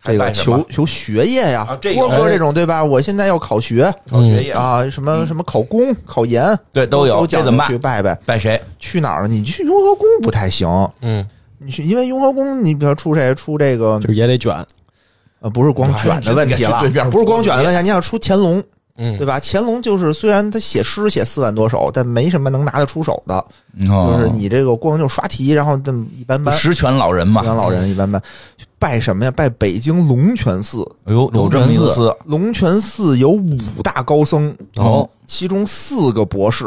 [SPEAKER 3] 这
[SPEAKER 2] 还
[SPEAKER 3] 个
[SPEAKER 2] 拜什么
[SPEAKER 3] 求求学业呀、
[SPEAKER 2] 啊这有
[SPEAKER 3] 郭哥这种对吧？我现在要考学
[SPEAKER 2] 考学业，嗯
[SPEAKER 3] 啊，什么什么考公、考研，
[SPEAKER 2] 对
[SPEAKER 3] 都
[SPEAKER 2] 都有
[SPEAKER 3] 讲
[SPEAKER 2] 这怎么
[SPEAKER 3] 究
[SPEAKER 2] 办
[SPEAKER 3] 去拜拜。
[SPEAKER 2] 拜谁？
[SPEAKER 3] 去哪儿呢？你去雍和宫不太行，
[SPEAKER 1] 嗯，
[SPEAKER 3] 你去因为雍和宫，你比如出谁出这个
[SPEAKER 4] 就是也得卷，
[SPEAKER 3] 呃，不是光卷的问题了
[SPEAKER 2] 对面，
[SPEAKER 3] 不是光卷的问题，你想出乾隆，
[SPEAKER 1] 嗯
[SPEAKER 3] 对吧？乾隆就是虽然他写诗写四万多首，但没什么能拿得出手的，就
[SPEAKER 2] 就是
[SPEAKER 3] 你这个光就刷题，然后这么一般般。
[SPEAKER 2] 嗯十全老人嘛
[SPEAKER 3] 养。老人一般般，拜什么呀？拜北京龙泉寺。
[SPEAKER 2] 哎呦，有这么一
[SPEAKER 1] 龙
[SPEAKER 2] 个
[SPEAKER 1] 泉
[SPEAKER 2] 寺
[SPEAKER 3] 龙泉寺有五大高僧，
[SPEAKER 4] 哦，
[SPEAKER 3] 其中四个博士，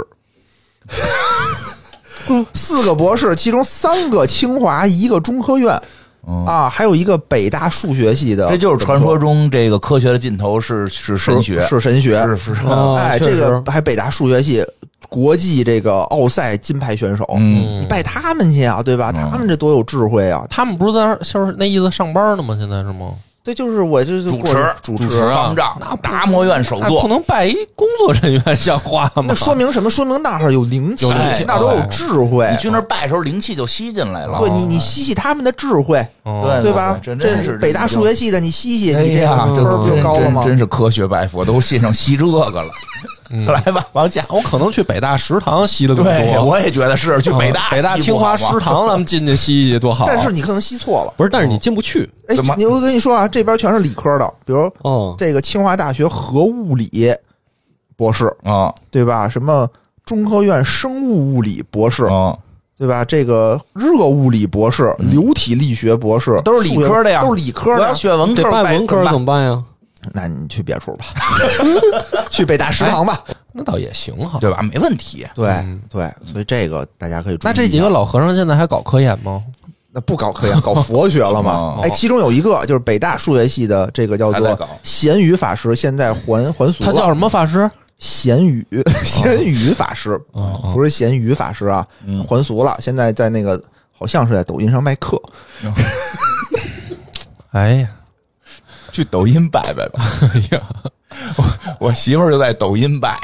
[SPEAKER 3] 四个博士，其中三个清华，一个中科院
[SPEAKER 2] 嗯
[SPEAKER 3] 啊，还有一个北大数学系的，
[SPEAKER 2] 这就是传说中这个科学的尽头是是神学，
[SPEAKER 3] 是神学，
[SPEAKER 2] 是是
[SPEAKER 4] 哦
[SPEAKER 3] 哎，
[SPEAKER 4] 确
[SPEAKER 3] 这
[SPEAKER 4] 实
[SPEAKER 3] 个还北大数学系国际这个奥赛金牌选手，
[SPEAKER 2] 嗯，哦
[SPEAKER 3] 你拜他们去啊，对吧？他们这多有智慧啊！
[SPEAKER 1] 他们不是在那儿就是那意思上班呢吗？现在是吗？
[SPEAKER 3] 对，就是我就是
[SPEAKER 2] 主
[SPEAKER 3] 过去
[SPEAKER 2] 持
[SPEAKER 3] 主
[SPEAKER 1] 主
[SPEAKER 3] 持
[SPEAKER 1] 持啊
[SPEAKER 2] 方丈达摩院首
[SPEAKER 1] 那不
[SPEAKER 2] 座，
[SPEAKER 1] 能拜一工作人员像话吗？
[SPEAKER 3] 那说明什么？说明那儿有灵气，
[SPEAKER 1] 有
[SPEAKER 2] 灵气
[SPEAKER 3] 那都有
[SPEAKER 1] 哎
[SPEAKER 3] 智慧
[SPEAKER 2] 你。去那儿拜的时候，灵气就吸进来了。
[SPEAKER 3] 对你，你吸吸他们的智慧，
[SPEAKER 1] 哦
[SPEAKER 3] 对吧？
[SPEAKER 2] 哎真
[SPEAKER 3] 这
[SPEAKER 2] 真是
[SPEAKER 3] 北大数学。系的，你吸吸，
[SPEAKER 2] 哎
[SPEAKER 3] 你这
[SPEAKER 2] 呀，
[SPEAKER 3] 个
[SPEAKER 2] 这
[SPEAKER 3] 分儿不就
[SPEAKER 2] 真
[SPEAKER 3] 高了
[SPEAKER 2] 真
[SPEAKER 3] 吗？
[SPEAKER 2] 真是科学拜佛，都信上吸这个了。
[SPEAKER 1] 嗯
[SPEAKER 2] 来吧，往下。
[SPEAKER 1] 我可能去北大食堂吸的更
[SPEAKER 2] 对，
[SPEAKER 1] 多。
[SPEAKER 2] 我也觉得是去北大、
[SPEAKER 1] 嗯北大清
[SPEAKER 2] 啊
[SPEAKER 1] 华食堂，咱们进去吸吸多好啊。
[SPEAKER 3] 但是你可能吸错了。
[SPEAKER 4] 不是，但是你进不去
[SPEAKER 3] 哎
[SPEAKER 2] 怎么，
[SPEAKER 3] 你我跟你说啊，这边全是理科的，比如
[SPEAKER 4] 哦。
[SPEAKER 3] 这个清华大学核物理博士，
[SPEAKER 2] 啊
[SPEAKER 3] 对吧？什么中科院生物物理博士，
[SPEAKER 2] 啊，嗯
[SPEAKER 3] 对吧？这个热物理博士、流体力学博士，
[SPEAKER 2] 都是理科的呀
[SPEAKER 3] 数学都是理科
[SPEAKER 2] 我要
[SPEAKER 3] 的。
[SPEAKER 2] 选文
[SPEAKER 4] 这
[SPEAKER 2] 科，
[SPEAKER 4] 办
[SPEAKER 2] 拜
[SPEAKER 4] 文科
[SPEAKER 2] 拜
[SPEAKER 4] 怎么办呀？
[SPEAKER 3] 那你去别处吧， 去北大食堂吧。
[SPEAKER 1] 那倒也行哈。
[SPEAKER 2] 对吧？没问题。
[SPEAKER 3] 对对，所以这个大家可以注意一下。
[SPEAKER 1] 那这几个老和尚现在还搞科研吗？
[SPEAKER 3] 那不搞科研，搞佛学了嘛
[SPEAKER 2] 哦？
[SPEAKER 3] 哎，其中有一个就是北大数学系的这个叫
[SPEAKER 2] 还在
[SPEAKER 3] 做
[SPEAKER 2] 搞
[SPEAKER 3] 咸鱼法师，现在还还俗
[SPEAKER 1] 他
[SPEAKER 3] 了。
[SPEAKER 1] 叫什么法师？
[SPEAKER 3] 咸鱼
[SPEAKER 2] 哦
[SPEAKER 3] 咸鱼法师，
[SPEAKER 1] 哦哦
[SPEAKER 3] 不是咸鱼法师啊，
[SPEAKER 2] 嗯
[SPEAKER 3] 还俗了。现在在那个好像是在抖音上卖课，
[SPEAKER 1] 哎呀，
[SPEAKER 2] 去抖音拜拜 吧。
[SPEAKER 1] 哎呀，哎
[SPEAKER 2] 我媳妇儿就在抖音拜，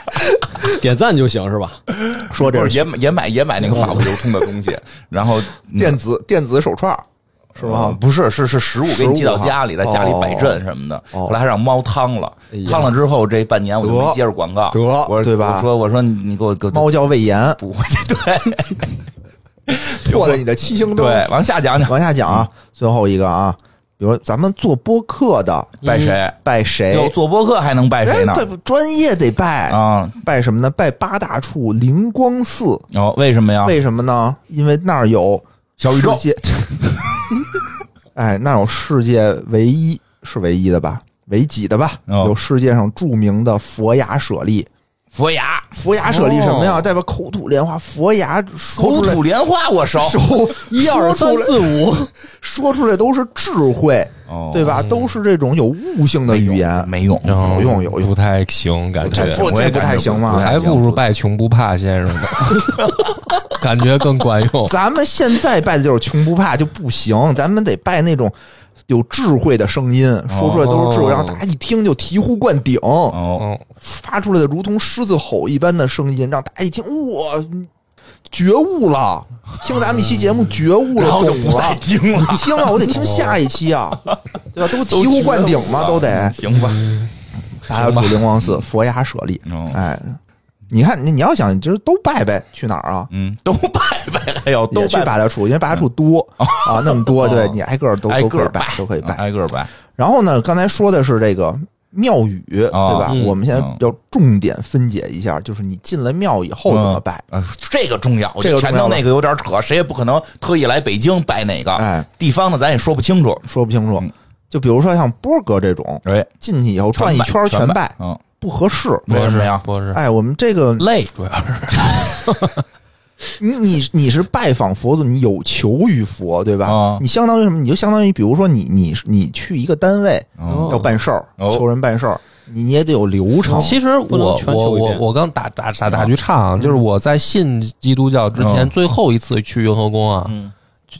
[SPEAKER 4] 点赞就行是吧？
[SPEAKER 3] 说
[SPEAKER 2] 不
[SPEAKER 3] 这
[SPEAKER 2] 是
[SPEAKER 3] 是
[SPEAKER 2] 也买也买也买那个法不流通的 东西，然后
[SPEAKER 3] 电子电子手串儿是
[SPEAKER 2] 啊
[SPEAKER 3] 吗？
[SPEAKER 2] 不是，是是食物给你寄到
[SPEAKER 3] 食物啊
[SPEAKER 2] 家里，在家里摆阵什么的。
[SPEAKER 3] 哦
[SPEAKER 2] 后来还让猫汤了
[SPEAKER 3] 哎，呀
[SPEAKER 2] 汤了之后这半年我就没
[SPEAKER 3] 得
[SPEAKER 2] 接着广告，
[SPEAKER 3] 得
[SPEAKER 2] 我
[SPEAKER 3] 对吧
[SPEAKER 2] 我说我说你你给我给我
[SPEAKER 3] 猫叫魏延，
[SPEAKER 2] 补回 去，对
[SPEAKER 3] 破了你的七星灯。
[SPEAKER 2] 对，往嗯下讲讲
[SPEAKER 3] 往下讲啊，最后一个啊，比如咱们做播客的
[SPEAKER 2] 拜谁？
[SPEAKER 3] 嗯拜
[SPEAKER 2] 有
[SPEAKER 3] 谁？
[SPEAKER 2] 做播客还能拜谁
[SPEAKER 3] 哎，
[SPEAKER 2] 呢？
[SPEAKER 3] 对，专业得拜，
[SPEAKER 2] 啊，
[SPEAKER 3] 拜什么呢？拜八大处灵光寺。
[SPEAKER 2] 哦，为什么呀？
[SPEAKER 3] 为什么呢？因为那儿有
[SPEAKER 2] 小宇宙
[SPEAKER 3] 世界， 哎，那有世界唯一是唯一的吧？唯几的吧？
[SPEAKER 2] 哦
[SPEAKER 3] 有世界上著名的佛牙舍利。
[SPEAKER 2] 佛牙
[SPEAKER 3] 佛牙舍利什么呀？代表口吐莲花，佛牙说
[SPEAKER 2] 哦口
[SPEAKER 3] 出来
[SPEAKER 2] 吐莲花，我熟。
[SPEAKER 3] 手
[SPEAKER 4] 一二
[SPEAKER 3] 说
[SPEAKER 4] 三
[SPEAKER 3] 出来
[SPEAKER 4] 四五，
[SPEAKER 3] 说出来都是智慧，
[SPEAKER 2] 哦哎
[SPEAKER 3] 对吧？都是这种有悟性的
[SPEAKER 2] 没用
[SPEAKER 3] 语言。
[SPEAKER 2] 没用，
[SPEAKER 1] 有
[SPEAKER 3] 用 有用
[SPEAKER 1] 不太行，感觉
[SPEAKER 3] 不
[SPEAKER 2] 我也
[SPEAKER 3] 这不
[SPEAKER 2] 感
[SPEAKER 3] 太
[SPEAKER 2] 觉
[SPEAKER 3] 行嘛
[SPEAKER 2] 太
[SPEAKER 1] 还
[SPEAKER 2] 行
[SPEAKER 1] 不如拜穷不怕先 生呢，感觉更管用。
[SPEAKER 3] 咱们现在拜的就是穷不怕就不行，咱们得拜那种有智慧的声音，说出来都是智
[SPEAKER 1] 哦
[SPEAKER 3] 慧，让大家一听就醍醐灌顶。
[SPEAKER 2] 哦，
[SPEAKER 1] 嗯，
[SPEAKER 3] 发出来的如同狮子吼一般的声音，让大家一听，哇，觉悟了！听咱们一期节目觉悟了
[SPEAKER 2] 嗯然，后就
[SPEAKER 3] 懂
[SPEAKER 2] 不再
[SPEAKER 3] 了。
[SPEAKER 2] 听了，哦
[SPEAKER 3] 你听啊，我得听下一期 啊，对吧？都醍醐灌顶嘛，都得。
[SPEAKER 2] 行吧？
[SPEAKER 3] 还有灵光寺、佛牙舍利
[SPEAKER 2] 哦，
[SPEAKER 3] 哎，你看，你你要想，就是都拜拜，去哪儿啊？
[SPEAKER 2] 嗯，都拜拜了，哎呦，都
[SPEAKER 3] 也去
[SPEAKER 2] 拜
[SPEAKER 3] 八大处，因为八大处多 啊，那么多，对
[SPEAKER 2] 哦
[SPEAKER 3] 你挨个儿都
[SPEAKER 2] 挨
[SPEAKER 3] 都
[SPEAKER 2] 个
[SPEAKER 3] 可以
[SPEAKER 2] 儿
[SPEAKER 3] 拜，都可以拜。
[SPEAKER 2] 挨个儿拜。嗯
[SPEAKER 3] 然后呢，刚才说的是这个庙宇，对吧？
[SPEAKER 4] 嗯
[SPEAKER 3] 我们现在
[SPEAKER 2] 嗯
[SPEAKER 3] 要重点分解一下，就是你进了庙以后怎么拜。
[SPEAKER 2] 啊，这个重要，我
[SPEAKER 3] 这
[SPEAKER 2] 觉得
[SPEAKER 3] 个重
[SPEAKER 2] 全
[SPEAKER 3] 要
[SPEAKER 2] 当
[SPEAKER 3] 吧
[SPEAKER 2] 那个有点扯，谁也不可能特意来北京拜哪个、
[SPEAKER 3] 哎，
[SPEAKER 2] 地方的，咱也说不清楚。
[SPEAKER 3] 说不清楚
[SPEAKER 2] 啊嗯。
[SPEAKER 3] 就比如说像波哥这种，
[SPEAKER 2] 哎，
[SPEAKER 3] 进去以后转一圈儿
[SPEAKER 2] 全嗯
[SPEAKER 3] 全
[SPEAKER 2] 拜
[SPEAKER 3] 拜，，
[SPEAKER 2] 嗯，
[SPEAKER 3] 不合适。
[SPEAKER 2] 为
[SPEAKER 1] 博
[SPEAKER 2] 什
[SPEAKER 1] 士
[SPEAKER 2] 么呀
[SPEAKER 1] 博士，
[SPEAKER 3] 哎，我们这个
[SPEAKER 1] 累主要是
[SPEAKER 3] 你你你是拜访佛祖，你有求于佛，对吧
[SPEAKER 2] 啊？
[SPEAKER 3] 你相当于什么？你就相当于，比如说你你你去一个单位
[SPEAKER 2] 哦
[SPEAKER 3] 要办事儿，
[SPEAKER 2] 哦
[SPEAKER 3] 求人办事儿，你你也得有流程。
[SPEAKER 1] 其实
[SPEAKER 4] 不能
[SPEAKER 1] 我
[SPEAKER 4] 全
[SPEAKER 1] 我
[SPEAKER 4] 求一
[SPEAKER 1] 我
[SPEAKER 4] 遍
[SPEAKER 1] 我刚打打打打句岔啊，就是我在信基督教之前
[SPEAKER 2] 嗯
[SPEAKER 1] 最后一次去雍和宫啊，
[SPEAKER 2] 嗯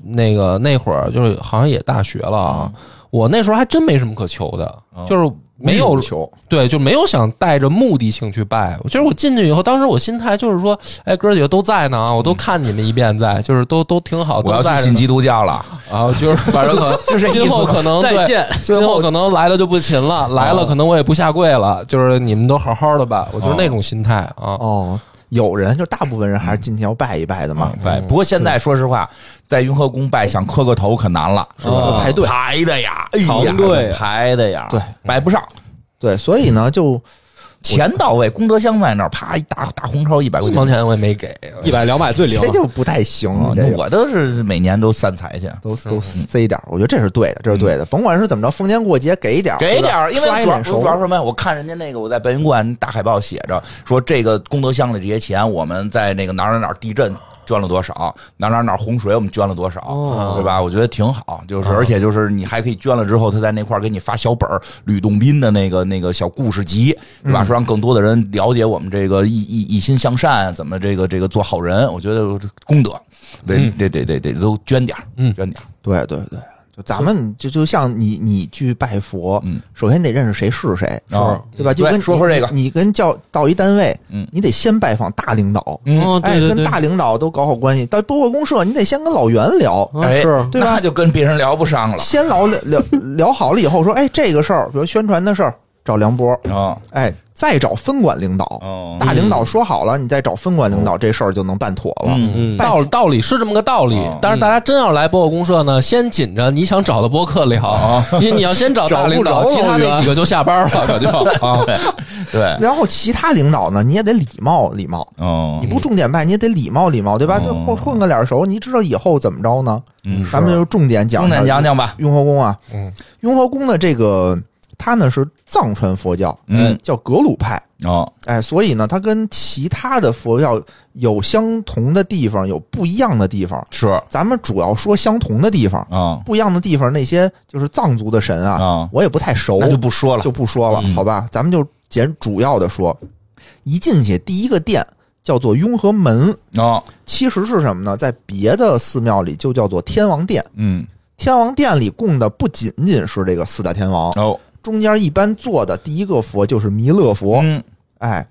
[SPEAKER 1] 那个那会儿就是好像也大学了啊，
[SPEAKER 2] 嗯
[SPEAKER 1] 我那时候还真没什么可求的，
[SPEAKER 2] 哦
[SPEAKER 1] 就是没有
[SPEAKER 3] 求，
[SPEAKER 1] 对，就没有想带着目的性去拜。就是我进去以后，当时我心态就是说，哎，哥几个都在呢啊，我都
[SPEAKER 2] 嗯
[SPEAKER 1] 看你们一遍在，就是都都挺好，
[SPEAKER 2] 我
[SPEAKER 1] 都
[SPEAKER 2] 要
[SPEAKER 1] 在
[SPEAKER 2] 去
[SPEAKER 1] 着
[SPEAKER 2] 信
[SPEAKER 1] 呢
[SPEAKER 2] 基督教了，
[SPEAKER 1] 啊，就是反 正可
[SPEAKER 2] 就这意思
[SPEAKER 1] 今后可能
[SPEAKER 4] 再
[SPEAKER 1] 对。
[SPEAKER 4] 见。
[SPEAKER 1] 今后可能来了就不勤了，来了可能我也不下跪了，就是你们都好好的吧，我就是那种心态啊。
[SPEAKER 3] 哦，有人就大部分人还是进去要拜一拜的嘛
[SPEAKER 2] 嗯。拜。不过现在说实话，在雍和宫拜想磕个头可难了，是
[SPEAKER 4] 吧
[SPEAKER 3] 排队啊
[SPEAKER 2] 排的呀，哎呀
[SPEAKER 4] 长队，
[SPEAKER 2] 排的呀，
[SPEAKER 3] 对，
[SPEAKER 2] 摆不上，
[SPEAKER 3] 对，所以呢，就
[SPEAKER 2] 钱到位，功德箱在那儿，啪一大大红超一百块
[SPEAKER 1] 一
[SPEAKER 2] 钱
[SPEAKER 1] 毛，钱我也没给，
[SPEAKER 4] 一百两百最灵
[SPEAKER 3] 这。就不太行了。这
[SPEAKER 2] 嗯
[SPEAKER 3] 个
[SPEAKER 2] 我嗯都是每年都散财去。
[SPEAKER 3] 都都塞一点儿，我觉得这是对的，这是对的。甭管是怎么着，逢年过节给一点儿，
[SPEAKER 2] 嗯给
[SPEAKER 3] 对吧
[SPEAKER 2] 点儿，因为
[SPEAKER 3] 刷一
[SPEAKER 2] 主要
[SPEAKER 3] 脸
[SPEAKER 2] 主
[SPEAKER 3] 熟
[SPEAKER 2] 要是什么呀？我看人家那个，我在白云观大海报写着说，这个功德箱的这些钱，我们在那个哪儿哪儿哪儿地震捐了多少，哪儿哪儿哪儿洪水我们捐了多少，
[SPEAKER 4] 哦
[SPEAKER 2] 对吧？我觉得挺好，就是而且就是你还可以捐了之后，他在那块儿给你发小本儿，吕洞宾的那个那个小故事集，对吧？说让更多的人了解我们这个一一一心向善，怎么这个这个做好人，我觉得功德，得得得得得都捐点儿，
[SPEAKER 1] 嗯
[SPEAKER 2] 捐点儿，
[SPEAKER 3] 对对对，就咱们就就像你你去拜佛，
[SPEAKER 2] 嗯
[SPEAKER 3] 首先得认识谁是谁，哦
[SPEAKER 2] 啊
[SPEAKER 3] 对吧？就
[SPEAKER 2] 对
[SPEAKER 3] 跟
[SPEAKER 2] 说说这个
[SPEAKER 3] 你你跟教到一单位，
[SPEAKER 2] 嗯
[SPEAKER 3] 你得先拜访大领导，
[SPEAKER 1] 哦，
[SPEAKER 3] 哎，
[SPEAKER 1] 对对
[SPEAKER 3] 跟
[SPEAKER 1] 对，
[SPEAKER 3] 大领导都搞好关系。到包括公社，你得先跟老袁聊，
[SPEAKER 4] 啊
[SPEAKER 2] 哎
[SPEAKER 4] 是，
[SPEAKER 3] 对吧
[SPEAKER 2] 那就跟别人聊不上了
[SPEAKER 3] 先老聊聊聊好了以后说，哎，这个事儿，比如宣传的事儿，找梁波，
[SPEAKER 2] 啊。
[SPEAKER 3] 哎，再找分管领导。
[SPEAKER 2] 哦，
[SPEAKER 3] 大领导说好了，你再找分管领导，这事儿就能办妥了。
[SPEAKER 4] 嗯，
[SPEAKER 1] 道道理是这么个道理
[SPEAKER 2] 哦，
[SPEAKER 1] 但是大家真要来播客公社呢，先紧着你想找的播客聊，因 为你要先找大领导，
[SPEAKER 4] 找不着
[SPEAKER 1] 其他
[SPEAKER 4] 老
[SPEAKER 1] 那
[SPEAKER 4] 袁
[SPEAKER 1] 几个就下班了，可就啊，
[SPEAKER 2] 对，
[SPEAKER 3] 然后其他领导呢，你也得礼貌礼貌，
[SPEAKER 2] 哦
[SPEAKER 3] 你，不重点派，你也得礼貌礼貌，对吧？
[SPEAKER 2] 嗯
[SPEAKER 3] 就混混个脸熟，你知道以后怎么着呢？
[SPEAKER 2] 嗯
[SPEAKER 3] 咱们就重点讲
[SPEAKER 2] 重
[SPEAKER 3] 一下
[SPEAKER 2] 点讲讲吧。
[SPEAKER 3] 雍和宫啊。
[SPEAKER 1] 嗯，
[SPEAKER 3] 雍和宫的这个它呢是藏传佛教，
[SPEAKER 2] 嗯，
[SPEAKER 3] 叫格鲁派。
[SPEAKER 2] 哦，
[SPEAKER 3] 哎，所以呢，它跟其他的佛教有相同的地方，有不一样的地方。
[SPEAKER 2] 是，
[SPEAKER 3] 咱们主要说相同的地方，
[SPEAKER 2] 哦，
[SPEAKER 3] 不一样的地方，那些就是藏族的神啊，
[SPEAKER 2] 啊
[SPEAKER 3] 我也不太熟，
[SPEAKER 2] 那就不说了
[SPEAKER 3] 就。不说了，
[SPEAKER 2] 嗯
[SPEAKER 3] 好吧？咱们就简主要的说。一进去，第一个殿叫做雍和门，
[SPEAKER 2] 哦，
[SPEAKER 3] 其实是什么呢？在别的寺庙里就叫做天王殿。
[SPEAKER 2] 嗯，
[SPEAKER 3] 天王殿里供的不仅仅是这个四大天王，
[SPEAKER 2] 哦，
[SPEAKER 3] 中间一般坐的第一个佛就是弥勒佛，
[SPEAKER 2] 嗯，
[SPEAKER 3] 哎，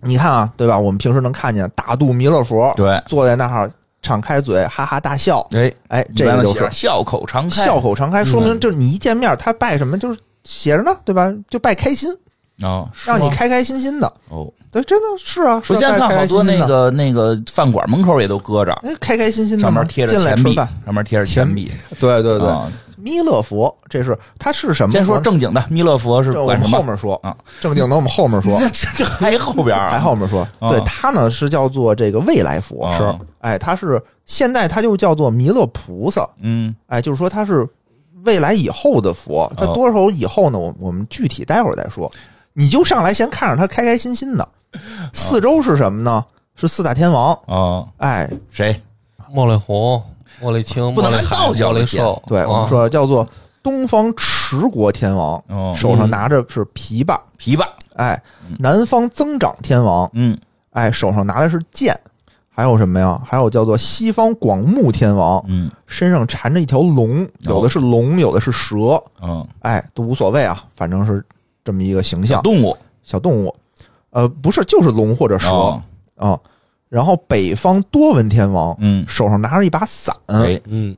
[SPEAKER 3] 你看啊，对吧？我们平时能看见大肚弥勒佛，
[SPEAKER 2] 对，
[SPEAKER 3] 坐在那儿敞开嘴哈哈大笑，
[SPEAKER 2] 哎，
[SPEAKER 3] 哎，这个就
[SPEAKER 2] 一般
[SPEAKER 3] 是
[SPEAKER 2] 的写笑口常开，
[SPEAKER 3] 笑口常开，说
[SPEAKER 2] 嗯
[SPEAKER 3] 明就是你一见面他拜什么就是写着呢，对吧？就拜开心，
[SPEAKER 2] 哦，是吗
[SPEAKER 3] 让你开开心心的。
[SPEAKER 2] 哦。
[SPEAKER 3] 对，真的是啊，是
[SPEAKER 2] 我
[SPEAKER 3] 啊
[SPEAKER 2] 现
[SPEAKER 3] 拜
[SPEAKER 2] 在看
[SPEAKER 3] 开
[SPEAKER 2] 好
[SPEAKER 3] 开
[SPEAKER 2] 多
[SPEAKER 3] 心心
[SPEAKER 2] 那
[SPEAKER 3] 的，
[SPEAKER 2] 个那个饭馆门口也都搁着，
[SPEAKER 3] 哎，开开心心的
[SPEAKER 2] 上
[SPEAKER 3] 嘛
[SPEAKER 2] 面贴着
[SPEAKER 3] 进来
[SPEAKER 2] 钱
[SPEAKER 3] 吃
[SPEAKER 2] 币
[SPEAKER 3] 饭，，
[SPEAKER 2] 上面贴着钱币。
[SPEAKER 3] 对对对，
[SPEAKER 2] 啊
[SPEAKER 3] 弥勒佛这是它是什么佛呢？
[SPEAKER 2] 先说正经的，弥勒佛是
[SPEAKER 3] 这我
[SPEAKER 2] 管
[SPEAKER 3] 们
[SPEAKER 2] 什
[SPEAKER 3] 后
[SPEAKER 2] 么？
[SPEAKER 3] 面说
[SPEAKER 2] 啊，
[SPEAKER 3] 正经的我们后面说。
[SPEAKER 2] 这 这 这还后边儿
[SPEAKER 3] 还后面说，
[SPEAKER 2] 啊
[SPEAKER 3] 对他呢是叫做这个未来佛，
[SPEAKER 2] 啊是，
[SPEAKER 3] 哎，他是现在他就叫做弥勒菩萨，
[SPEAKER 2] 嗯，
[SPEAKER 3] 哎，就是说他是未来以后的佛，他
[SPEAKER 2] 哦
[SPEAKER 3] 多少以后呢？我我们具体待会儿再说。你就上来先看着他开开心心的，
[SPEAKER 2] 啊
[SPEAKER 3] 四周是什么呢？是四大天王，
[SPEAKER 2] 哦，
[SPEAKER 3] 哎，
[SPEAKER 2] 谁？
[SPEAKER 1] 茉莉红、茉莉青、
[SPEAKER 2] 不
[SPEAKER 1] 茉
[SPEAKER 2] 能
[SPEAKER 1] 莉
[SPEAKER 2] 按
[SPEAKER 1] 海、
[SPEAKER 2] 道教
[SPEAKER 1] 茉
[SPEAKER 2] 来
[SPEAKER 1] 莉
[SPEAKER 2] 讲
[SPEAKER 1] 寿，
[SPEAKER 3] 对，我
[SPEAKER 1] 啊
[SPEAKER 3] 们说叫做东方持国天王，
[SPEAKER 2] 哦，
[SPEAKER 3] 手上拿着是琵琶，
[SPEAKER 2] 琵琶，
[SPEAKER 3] 哎，南方增长天王，
[SPEAKER 2] 嗯，
[SPEAKER 3] 哎，手上拿的是剑，还有什么呀？还有叫做西方广目天王，
[SPEAKER 2] 嗯，
[SPEAKER 3] 身上缠着一条龙，有的是龙，有的是蛇，
[SPEAKER 2] 嗯，
[SPEAKER 3] 哎，都无所谓啊，反正是这么一个形象，
[SPEAKER 2] 动物
[SPEAKER 3] 小动物，呃，不是，就是龙或者蛇啊、
[SPEAKER 2] 哦
[SPEAKER 3] 然后北方多闻天王，
[SPEAKER 2] 嗯，哎
[SPEAKER 3] 手上拿着一把伞，
[SPEAKER 2] 谁？
[SPEAKER 4] 嗯，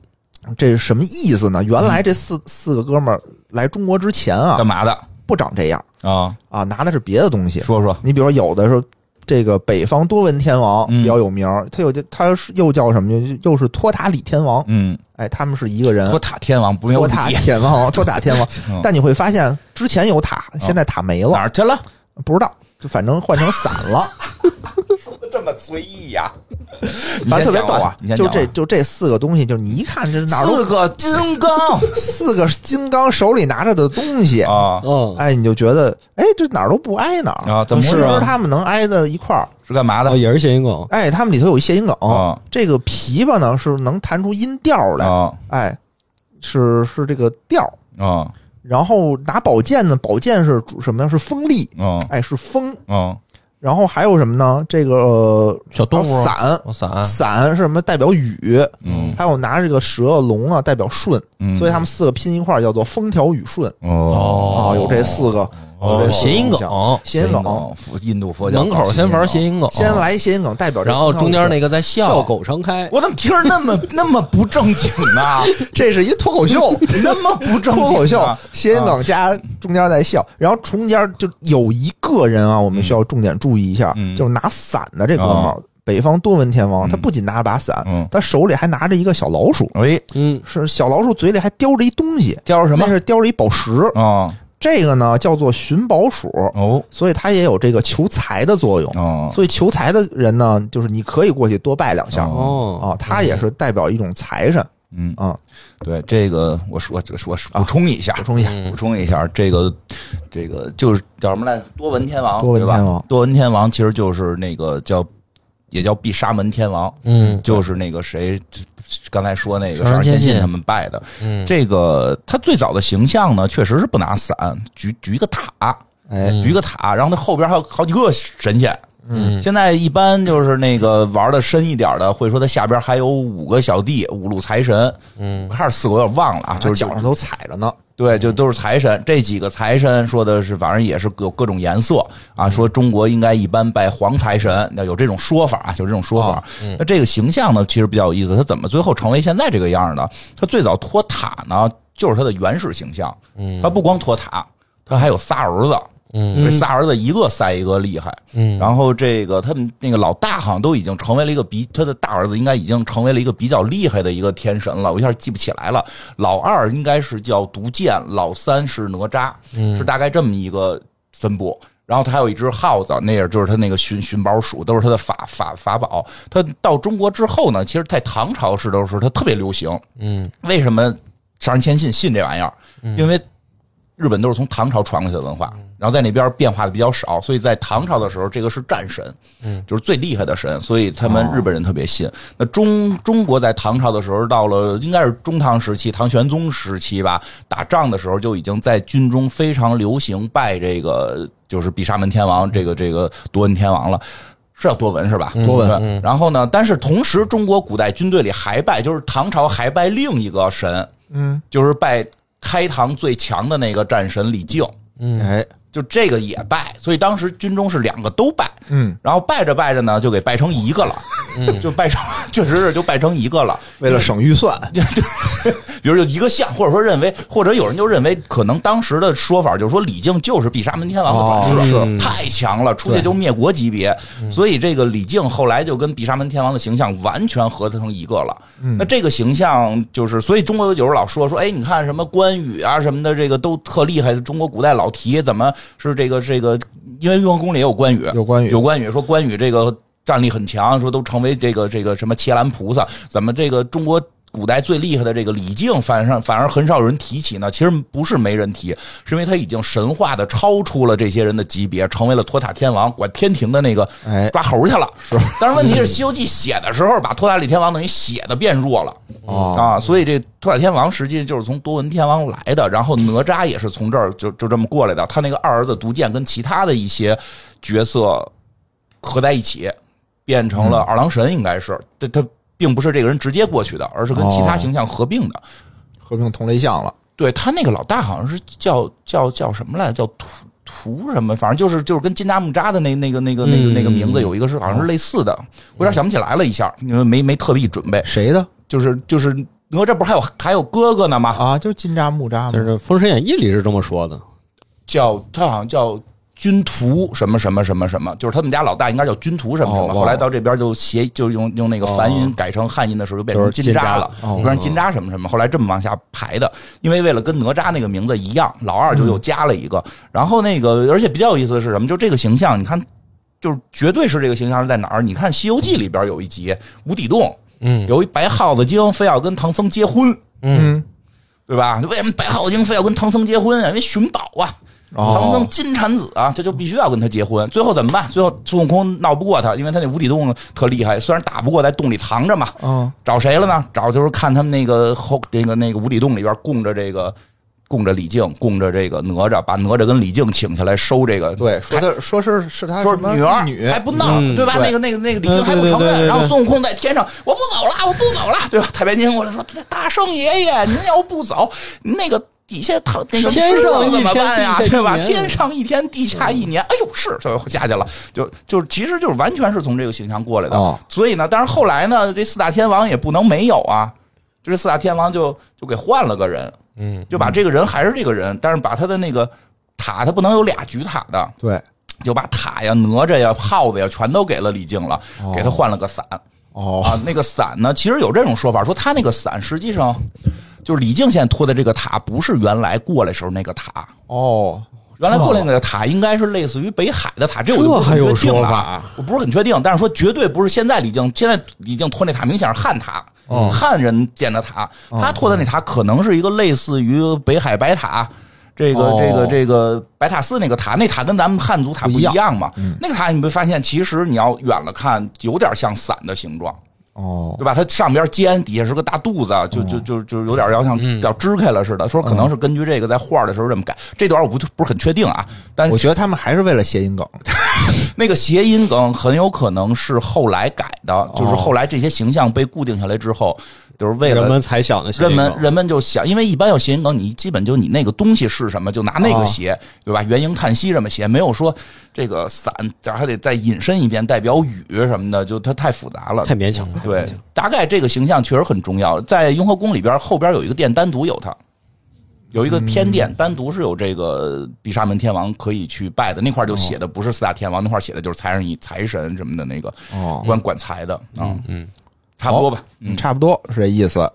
[SPEAKER 3] 这是什么意思呢？原来这四、四个哥们儿来中国之前啊
[SPEAKER 2] 干，嘛的？
[SPEAKER 3] 不长这样
[SPEAKER 2] 啊，
[SPEAKER 3] 啊，拿的是别的东西，
[SPEAKER 2] 说说，
[SPEAKER 3] 你比如说有的时候，这个北方多闻天王
[SPEAKER 2] 嗯
[SPEAKER 3] 比较有名儿，他有他是又叫什么呢？又是托塔李天王，
[SPEAKER 2] 嗯，
[SPEAKER 3] 哎，他们是一个人。
[SPEAKER 2] 托塔天王不用
[SPEAKER 3] 托塔
[SPEAKER 2] 理
[SPEAKER 3] 天王，托塔天王
[SPEAKER 2] 嗯，
[SPEAKER 3] 但你会发现之前有塔，现在塔没
[SPEAKER 2] 哪
[SPEAKER 3] 了，
[SPEAKER 2] 儿去了？
[SPEAKER 3] 不知道，就反正换成伞了，
[SPEAKER 2] 这么随意呀？
[SPEAKER 3] 反正特别逗啊
[SPEAKER 2] 你先！讲
[SPEAKER 3] 就
[SPEAKER 2] 吧
[SPEAKER 3] 这就这四个东西，就是你一看这哪儿
[SPEAKER 2] 四
[SPEAKER 3] 都
[SPEAKER 2] 个金 刚
[SPEAKER 3] 四个金刚手里拿着的东西，
[SPEAKER 2] 啊
[SPEAKER 4] 嗯，
[SPEAKER 3] 哎，你就觉得哎这哪儿都不挨哪儿，
[SPEAKER 2] 啊，怎么回
[SPEAKER 3] 其
[SPEAKER 2] 事
[SPEAKER 3] 实
[SPEAKER 2] 啊？
[SPEAKER 3] 他们能挨到一块儿，
[SPEAKER 2] 是干嘛的
[SPEAKER 4] 哦，？也是谐音梗，
[SPEAKER 3] 哎，他们里头有一谐音梗，
[SPEAKER 2] 啊
[SPEAKER 3] 这个琵琶呢是能弹出音调来，
[SPEAKER 2] 啊
[SPEAKER 3] 哎，是是这个调。
[SPEAKER 2] 啊
[SPEAKER 3] 然后拿宝剑呢，宝剑是主什么呀？是锋利，
[SPEAKER 2] 啊
[SPEAKER 3] 哎，是锋。
[SPEAKER 2] 啊！
[SPEAKER 3] 然后还有什么呢？这个、呃
[SPEAKER 1] 小动物
[SPEAKER 3] 伞，
[SPEAKER 1] 哦我伞，
[SPEAKER 3] 伞是什么？代表雨。
[SPEAKER 2] 嗯
[SPEAKER 3] 还有拿这个蛇龙啊，代表顺。
[SPEAKER 2] 嗯，
[SPEAKER 3] 所以他们四个拼一块儿叫做风调雨顺啊、
[SPEAKER 1] 哦
[SPEAKER 3] 有这四个，有
[SPEAKER 1] 哦
[SPEAKER 3] 这四个
[SPEAKER 1] 谐音梗，
[SPEAKER 3] 谐音梗。
[SPEAKER 2] 佛印度佛教
[SPEAKER 1] 门口先玩谐，音梗，
[SPEAKER 3] 先来谐音梗代表这
[SPEAKER 1] 然后中间那
[SPEAKER 3] 个，
[SPEAKER 1] 个在
[SPEAKER 4] 笑
[SPEAKER 1] 笑，
[SPEAKER 4] 口常开，
[SPEAKER 2] 我怎么听着那么那么不正经啊 呢？
[SPEAKER 3] 这是一脱口秀，
[SPEAKER 2] 那么不正经
[SPEAKER 3] 脱
[SPEAKER 2] 呢，
[SPEAKER 3] 口秀，谐音
[SPEAKER 2] 啊
[SPEAKER 3] 梗加中间在笑，然后中间就有一个人啊，我们需要重点注意一下，
[SPEAKER 2] 嗯啊
[SPEAKER 3] 就是拿伞的这哥们儿，北方多闻天王，
[SPEAKER 2] 嗯
[SPEAKER 3] 他不仅拿着把伞，
[SPEAKER 2] 嗯
[SPEAKER 3] 他手里还拿着一个小老鼠，
[SPEAKER 2] 喂，
[SPEAKER 4] 嗯，
[SPEAKER 3] 是小老鼠嘴里还叼着一东西，
[SPEAKER 2] 叼着什么
[SPEAKER 3] 那？是叼着一宝石，
[SPEAKER 2] 啊
[SPEAKER 3] 这个呢叫做寻宝鼠，
[SPEAKER 2] 哦
[SPEAKER 3] 所以它也有这个求财的作用。
[SPEAKER 2] 哦
[SPEAKER 3] 所以求财的人呢，就是你可以过去多拜两下
[SPEAKER 2] 哦
[SPEAKER 4] 哦，
[SPEAKER 3] 啊，他也是代表一种财神
[SPEAKER 2] 嗯，
[SPEAKER 3] 啊。
[SPEAKER 2] 对这个我说我我我补充一下，
[SPEAKER 3] 补
[SPEAKER 2] 嗯
[SPEAKER 3] 充一下，
[SPEAKER 2] 补充一下，这个这个就是叫什么来着？多闻天王，
[SPEAKER 3] 多闻
[SPEAKER 2] 对吧
[SPEAKER 3] 天王
[SPEAKER 2] 多闻天王其实就是那个叫也叫毗沙门天王，
[SPEAKER 1] 嗯
[SPEAKER 2] 就是那个谁刚才说那个
[SPEAKER 1] 上人
[SPEAKER 2] 上人
[SPEAKER 1] 谦
[SPEAKER 2] 谦
[SPEAKER 1] 信
[SPEAKER 2] 信他们拜的。
[SPEAKER 1] 嗯，
[SPEAKER 2] 这个他最早的形象呢，确实是不拿伞，举举一个塔，
[SPEAKER 3] 哎，
[SPEAKER 2] 举一个塔，然后他后边还有好几个神仙。
[SPEAKER 1] 嗯
[SPEAKER 2] 现在一般就是那个玩的深一点的，会说他下边还有五个小弟，五路财神，
[SPEAKER 1] 嗯
[SPEAKER 2] 还是四个，我有点忘了啊，就是
[SPEAKER 3] 脚上都嗯踩着呢。
[SPEAKER 2] 对，就都是财神。这几个财神说的是，反正也是各各种颜色
[SPEAKER 3] 嗯
[SPEAKER 2] 啊。说中国应该一般拜黄财神，那有这种说法，啊，有这种说
[SPEAKER 3] 哦
[SPEAKER 2] 法。
[SPEAKER 3] 嗯
[SPEAKER 2] 那这个形象呢，其实比较有意思。他怎么最后成为现在这个样儿呢？他最早
[SPEAKER 3] 嗯
[SPEAKER 2] 托塔呢，就是他的原始形象。他不光托塔，他还有仨儿子。
[SPEAKER 1] 嗯
[SPEAKER 2] 这仨儿子一个赛一个厉害。
[SPEAKER 1] 嗯，
[SPEAKER 2] 然后这个他们那个老大好像都已经成为了一个比他的大儿子应该已经成为了一个比较厉害的一个天神了，我一下记不起来了。老二应该是叫毒箭，老三是哪吒，
[SPEAKER 1] 嗯
[SPEAKER 2] 是大概这么一个分布。然后他还有一只耗子，那也就是他那个寻寻宝鼠，都是他的法法法宝。他到中国之后呢，其实在唐朝时的时候，他特别流行。
[SPEAKER 1] 嗯
[SPEAKER 2] 为什么上人谦信信这玩意儿？因为日本都是从唐朝传过去的文化，然后在那边变化的比较少，所以在唐朝的时候，这个是战神，
[SPEAKER 1] 嗯，
[SPEAKER 2] 就是最厉害的神，所以他们日本人特别信。那中中国在唐朝的时候，到了应该是中唐时期、唐玄宗时期吧，打仗的时候就已经在军中非常流行拜这个，就是比沙门天王，这个这个多闻天王了。是叫多闻是吧？多闻。然后呢？但是同时，中国古代军队里还拜，就是唐朝还拜另一个神，
[SPEAKER 3] 嗯，
[SPEAKER 2] 就是拜开唐最强的那个战神李靖，
[SPEAKER 3] 哎，
[SPEAKER 2] 就这个也拜，所以当时军中是两个都拜，
[SPEAKER 3] 嗯，
[SPEAKER 2] 然后拜着拜着呢，就给拜成一个了，就拜成， 确实是就拜成一个了。
[SPEAKER 3] 为了省预算，
[SPEAKER 2] 比如就一个像，或者说认为，或者有人就认为，可能当时的说法就是说李靖就是比沙门天王的转世，
[SPEAKER 1] 哦是
[SPEAKER 2] 太强了，出去就灭国级别，
[SPEAKER 3] 嗯
[SPEAKER 2] 所以这个李靖后来就跟比沙门天王的形象完全合成一个了。
[SPEAKER 3] 嗯
[SPEAKER 2] 那这个形象就是，所以中国有时候老说说，哎，你看什么关羽啊什么的，这个都特厉害，中国古代老提怎么是这个这个，因为雍和宫里也有关羽，
[SPEAKER 3] 有关羽
[SPEAKER 2] 有关羽说关羽这个战力很强，说都成为这个这个什么伽蓝菩萨，怎么这个中国。古代最厉害的这个李靖，反上反而很少有人提起呢。其实不是没人提，是因为他已经神话的超出了这些人的级别，成为了托塔天王，管天庭的那个
[SPEAKER 3] 哎
[SPEAKER 2] 抓猴去了。是，但是问题是，《西游记》写的时候把托塔李天王等于写的变弱了。
[SPEAKER 3] 哦，
[SPEAKER 2] 啊，所以这托塔天王实际就是从多闻天王来的，然后哪吒也是从这儿就就这么过来的。他那个二儿子毒箭跟其他的一些角色合在一起，变成了二郎神，应该是他他并不是这个人直接过去的，而是跟其他形象合并的。
[SPEAKER 3] 合并同类项了，
[SPEAKER 2] 对他那个老大好像是叫叫叫什么来，叫图图什么，反正就是就是跟金吒木吒的那那个那个那个那个名字有一个是好像是类似的，我有点想不起来了，一下因为没没特意准备，
[SPEAKER 3] 谁的
[SPEAKER 2] 就是就是哪吒不是还有还有哥哥呢吗？
[SPEAKER 3] 啊？就是金吒木吒
[SPEAKER 4] 就
[SPEAKER 3] 嘛，
[SPEAKER 4] 是《封神演义》里是这么说的。
[SPEAKER 2] 叫他好像叫军图什么什么什么什么，就是他们家老大应该叫军图什么什
[SPEAKER 4] 哦
[SPEAKER 2] 么。
[SPEAKER 4] 哦
[SPEAKER 2] 后来到这边就谐就用用那个梵音改成汉音的时候，就变成
[SPEAKER 4] 就是
[SPEAKER 2] 金吒了，
[SPEAKER 4] 金吒哦
[SPEAKER 2] 就变成金吒什么什么。后来这么往下排的，因为为了跟哪吒那个名字一样，老二就又加了一个。然后那个而且比较有意思的是什么？就这个形象，你看。就是绝对是这个形象是在哪儿？你看《西游记》里边有一集无底洞，
[SPEAKER 1] 嗯
[SPEAKER 2] 有一白耗子精非要跟唐僧结婚，
[SPEAKER 1] 嗯
[SPEAKER 3] 嗯，
[SPEAKER 2] 对吧？为什么白耗子精非要跟唐僧结婚啊？因为寻宝啊，
[SPEAKER 3] 哦
[SPEAKER 2] 唐僧金蝉子啊，这就必须要跟他结婚。最后怎么办？最后孙悟空闹不过他，因为他那无底洞特厉害，虽然打不过，在洞里藏着嘛。
[SPEAKER 3] 嗯，
[SPEAKER 2] 找谁了呢？找就是看他们那个后那个那个无底洞里边供着这个供着李靖，供着这个哪吒，把哪吒跟李靖请下来收这个
[SPEAKER 3] 对，说他说是是他
[SPEAKER 2] 说
[SPEAKER 3] 什么
[SPEAKER 2] 女儿哎
[SPEAKER 3] 女
[SPEAKER 2] 还不闹，
[SPEAKER 4] 嗯
[SPEAKER 2] 对吧？
[SPEAKER 3] 对
[SPEAKER 2] 那个那个那个李靖还不
[SPEAKER 4] 对对对
[SPEAKER 2] 承
[SPEAKER 4] 对
[SPEAKER 2] 认，
[SPEAKER 4] 对
[SPEAKER 2] 然后孙悟空在天上，我不走了，我不走了，对吧？太白金过来说，大圣爷爷，您要不走，那个。底下他那个
[SPEAKER 4] 天上
[SPEAKER 2] 师傅怎么
[SPEAKER 4] 一天
[SPEAKER 2] 办呀？
[SPEAKER 4] 地下一
[SPEAKER 2] 对吧？
[SPEAKER 4] 年
[SPEAKER 2] 天上一天，地下一年。哎呦，是，这就下去了。就就其实就是完全是从这个形象过来的。
[SPEAKER 3] 哦
[SPEAKER 2] 所以呢，但是后来呢，这四大天王也不能没有啊。就这四大天王就就给换了个人，
[SPEAKER 1] 嗯
[SPEAKER 2] 就把这个人还是这个人，但是把他的那个塔，他不能有俩举塔的，
[SPEAKER 3] 对，
[SPEAKER 2] 就把塔呀、哪吒呀、耗子呀，全都给了李靖了，给他换了个伞、
[SPEAKER 3] 哦，
[SPEAKER 2] 啊。那个伞呢，其实有这种说法，说他那个伞实际上就是李靖现在托的这个塔，不是原来过来时候那个塔。
[SPEAKER 3] 哦，
[SPEAKER 2] 原来过来那个塔应该是类似于北海的塔，这我就不
[SPEAKER 4] 这
[SPEAKER 2] 是
[SPEAKER 4] 还
[SPEAKER 2] 很
[SPEAKER 4] 有
[SPEAKER 2] 确定
[SPEAKER 4] 说
[SPEAKER 2] 了啊
[SPEAKER 4] 法
[SPEAKER 2] 我不是很确定，但是说绝对不是现在李靖，现在李靖托那塔明显是汉塔，
[SPEAKER 4] 哦
[SPEAKER 2] 汉人建的塔，他托的那塔可能是一个类似于北海白塔。这个
[SPEAKER 3] 哦
[SPEAKER 2] 这个这个白塔寺那个塔，那塔跟咱们汉族塔不一样嘛？
[SPEAKER 4] 嗯
[SPEAKER 2] 那个塔你会发现，其实你要远了看，有点像伞的形状，
[SPEAKER 3] 哦，
[SPEAKER 2] 对吧？它上边尖，底下是个大肚子，啊
[SPEAKER 4] 嗯
[SPEAKER 2] 就就就就有点要像要支开了似的。说可能是根据这个在画的时候这么改，这段我不不是很确定啊。但
[SPEAKER 3] 我觉得他们还是为了谐音梗，
[SPEAKER 2] 那个谐音梗很有可能是后来改
[SPEAKER 4] 哦
[SPEAKER 2] 的，就是后来这些形象被固定下来之后，就是为
[SPEAKER 4] 人
[SPEAKER 2] 了
[SPEAKER 4] 们猜想的谐
[SPEAKER 2] 人
[SPEAKER 4] 音梗
[SPEAKER 2] 们人们就想，因为一般有谐音梗，你基本就你那个东西是什么，就拿那
[SPEAKER 4] 哦
[SPEAKER 2] 个写，对吧？元婴叹息这么写，没有说这个伞，这还得再引申一遍，代表雨什么的，就它太复杂了
[SPEAKER 4] 太。勉强了。
[SPEAKER 2] 对，大概这个形象确实很重要，在雍和宫里边后边有一个殿单独有它，有一个天殿单独是有这个毗沙门天王可以去拜的，那块儿就写的不是四大天王，那块儿写的就是财神爷、财神什么的那个
[SPEAKER 3] 哦，
[SPEAKER 2] 管管财的啊，嗯，差不多吧，嗯，
[SPEAKER 3] 差不多是这意思。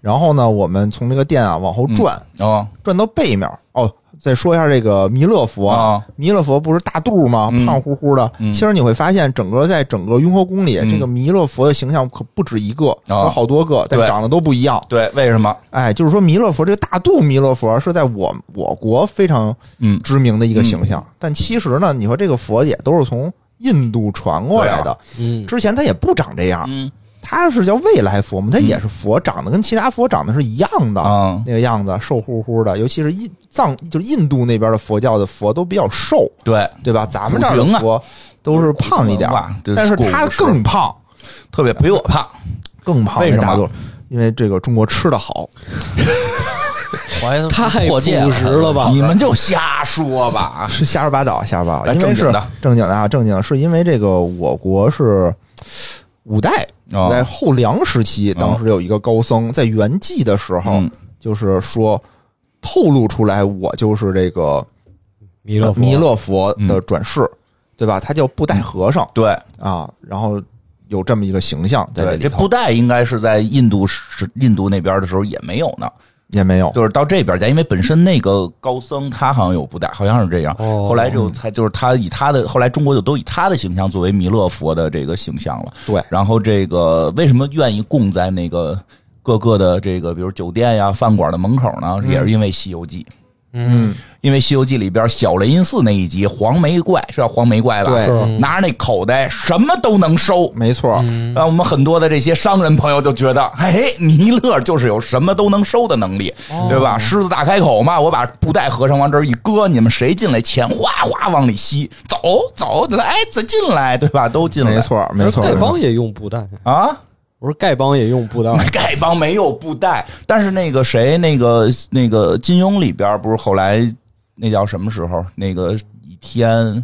[SPEAKER 3] 然后呢，我们从这个店啊往后转，
[SPEAKER 2] 哦
[SPEAKER 3] 转到背面哦。再说一下这个弥勒佛，
[SPEAKER 2] 啊
[SPEAKER 3] 弥勒佛不是大肚吗？
[SPEAKER 2] 嗯
[SPEAKER 3] 胖乎乎的。
[SPEAKER 2] 嗯
[SPEAKER 3] 其实你会发现，整个在整个雍和宫里，
[SPEAKER 2] 嗯啊
[SPEAKER 3] 这个弥勒佛的形象可不止一个，有好多个，但
[SPEAKER 2] 对
[SPEAKER 3] 长得都不一样。
[SPEAKER 2] 对，为什么？
[SPEAKER 3] 哎，就是说弥勒佛这个大肚弥勒佛是在我我国非常
[SPEAKER 2] 嗯，
[SPEAKER 3] 知名的一个形象，但其实呢，你说这个佛也都是从印度传过来的，
[SPEAKER 4] 嗯，
[SPEAKER 3] 之前他也不长这样，
[SPEAKER 2] 啊嗯
[SPEAKER 3] 他是叫未来佛嘛，他也是佛，长得跟其他佛长得是一样的。
[SPEAKER 2] 啊，
[SPEAKER 3] 那个样子，瘦乎乎的，尤其是印藏，就是印度那边的佛教的佛都比较瘦，
[SPEAKER 2] 对，
[SPEAKER 3] 对吧？咱们这儿的
[SPEAKER 2] 骨群啊
[SPEAKER 3] 佛都是胖一点
[SPEAKER 2] 骨群文化，这
[SPEAKER 3] 但是
[SPEAKER 2] 过
[SPEAKER 3] 他
[SPEAKER 2] 午时
[SPEAKER 3] 更胖，
[SPEAKER 2] 特别比我胖，
[SPEAKER 3] 更胖。
[SPEAKER 2] 为什么
[SPEAKER 3] 大肚因为这个中国吃的好，
[SPEAKER 1] 怀疑他
[SPEAKER 4] 太
[SPEAKER 1] 哎破戒
[SPEAKER 4] 朴实了吧？
[SPEAKER 2] 你们就瞎说吧，
[SPEAKER 3] 是瞎说八道，瞎说八道。
[SPEAKER 2] 来
[SPEAKER 3] 因为
[SPEAKER 2] 啊哎正经
[SPEAKER 3] 是
[SPEAKER 2] 的
[SPEAKER 3] 正经的啊，正经是因为这个我国是五代
[SPEAKER 2] 哦
[SPEAKER 3] 在后梁时期，
[SPEAKER 2] 哦
[SPEAKER 3] 当时有一个高僧在圆寂的时候
[SPEAKER 2] 嗯，
[SPEAKER 3] 就是说透露出来我就是这个呃
[SPEAKER 4] 弥勒佛
[SPEAKER 3] 弥勒佛
[SPEAKER 2] 嗯
[SPEAKER 3] 的转世，对吧？他叫布袋和尚
[SPEAKER 2] 对
[SPEAKER 3] 啊，然后有这么一个形象在
[SPEAKER 2] 嗯对，
[SPEAKER 3] 里
[SPEAKER 2] 这
[SPEAKER 3] 头
[SPEAKER 2] 布，袋应该是在印度是印度那边的时候也没有呢，
[SPEAKER 3] 也没有
[SPEAKER 2] 就是到这边家，因为本身那个高僧他好像有不带，好像是这样。
[SPEAKER 4] 哦
[SPEAKER 2] 后来就才就是他以他的后来中国就都以他的形象作为弥勒佛的这个形象了。
[SPEAKER 3] 对
[SPEAKER 2] 然后这个为什么愿意供在那个各个的这个比如酒店呀、饭馆的门口呢？也是因为《西游记》。
[SPEAKER 1] 嗯，
[SPEAKER 2] 因为《西游记》里边小雷音寺那一集，黄眉怪是叫黄眉怪吧？
[SPEAKER 3] 对
[SPEAKER 4] 是
[SPEAKER 2] 拿着那口袋什么都能收，
[SPEAKER 3] 嗯
[SPEAKER 2] 嗯
[SPEAKER 3] 没错，
[SPEAKER 2] 让我们很多的这些商人朋友就觉得，哎，弥勒就是有什么都能收的能力，
[SPEAKER 3] 哦
[SPEAKER 2] 对吧？狮子大开口嘛，我把布袋和尚往这儿一搁，你们谁进来，钱哗哗往里吸，走走，来，再进来，对吧？都进来，
[SPEAKER 3] 没错，没错。
[SPEAKER 4] 丐
[SPEAKER 3] 没错
[SPEAKER 4] 帮也用布袋，
[SPEAKER 2] 啊。
[SPEAKER 4] 我说丐帮也用布袋，
[SPEAKER 2] 丐帮没有布袋，但是那个谁，那个那个金庸里边不是后来那叫什么时候？那个倚天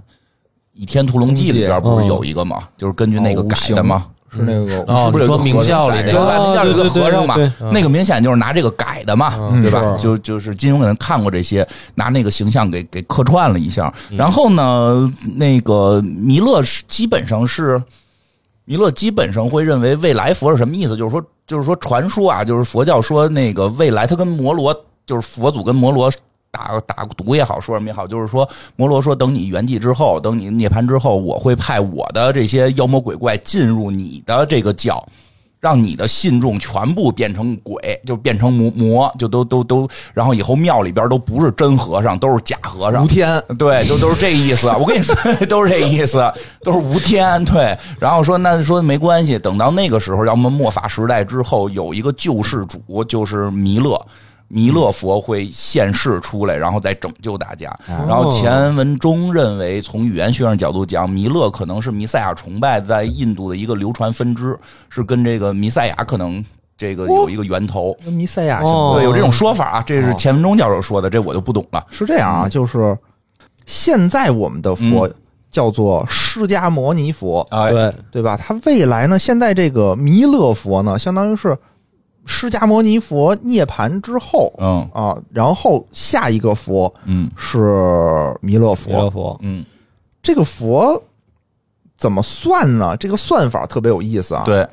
[SPEAKER 2] 倚天屠龙记里边不是有一个吗？就是根据那个
[SPEAKER 3] 嗯哦
[SPEAKER 2] 改的吗？嗯
[SPEAKER 3] 是那个
[SPEAKER 1] 哦
[SPEAKER 2] 是不是有
[SPEAKER 1] 你说
[SPEAKER 2] 一个和尚
[SPEAKER 1] 明教里那
[SPEAKER 2] 在那
[SPEAKER 1] 个
[SPEAKER 2] 个外面叫有一个和尚嘛
[SPEAKER 4] 哦对对？
[SPEAKER 2] 那个明显就是拿这个改的嘛，
[SPEAKER 3] 嗯
[SPEAKER 2] 对吧？
[SPEAKER 4] 是
[SPEAKER 2] 就就是金庸可能看过这些，拿那个形象给给客串了一下。
[SPEAKER 4] 嗯
[SPEAKER 2] 然后呢，那个弥勒是基本上是弥勒基本上会认为未来佛是什么意思？就是说，就是说传说啊，就是佛教说那个未来，他跟摩罗就是佛祖跟摩罗。打打赌也好，说什么也好，就是说，摩罗说，等你圆寂之后，等你涅槃之后，我会派我的这些妖魔鬼怪进入你的这个教，让你的信众全部变成鬼，就变成魔魔，就都都都，然后以后庙里边都不是真和尚，都是假和尚
[SPEAKER 3] 吴。天，
[SPEAKER 2] 对，都都是这意思。我跟你说， 都是这意思，都是无天。对，然后说那说没关系，等到那个时候，要么末法时代之后有一个救世主，就是弥勒。弥勒佛会现世出来，然后再拯救大家。然后钱文忠认为，从语言学上角度讲，弥勒可能是弥赛亚崇拜在印度的一个流传分支，是跟这个弥赛亚可能这个有一个源头。
[SPEAKER 3] 跟弥赛亚
[SPEAKER 4] 哦
[SPEAKER 2] 对，有这种说法啊，这是钱文忠教授说的，这我就不懂了。
[SPEAKER 3] 是这样
[SPEAKER 2] 嗯
[SPEAKER 3] 啊，就是现在我们的佛叫做释迦牟尼佛，
[SPEAKER 2] 啊
[SPEAKER 4] 对，
[SPEAKER 3] 对吧？它未来呢，现在这个弥勒佛呢，相当于是释迦牟尼佛涅槃之后
[SPEAKER 2] 嗯
[SPEAKER 3] 啊，然后下一个佛
[SPEAKER 2] 嗯
[SPEAKER 3] 是弥勒
[SPEAKER 4] 弥勒
[SPEAKER 3] 佛。
[SPEAKER 4] 佛，
[SPEAKER 2] 嗯，
[SPEAKER 3] 这个佛怎么算呢？这个算法特别有意思啊，
[SPEAKER 2] 对。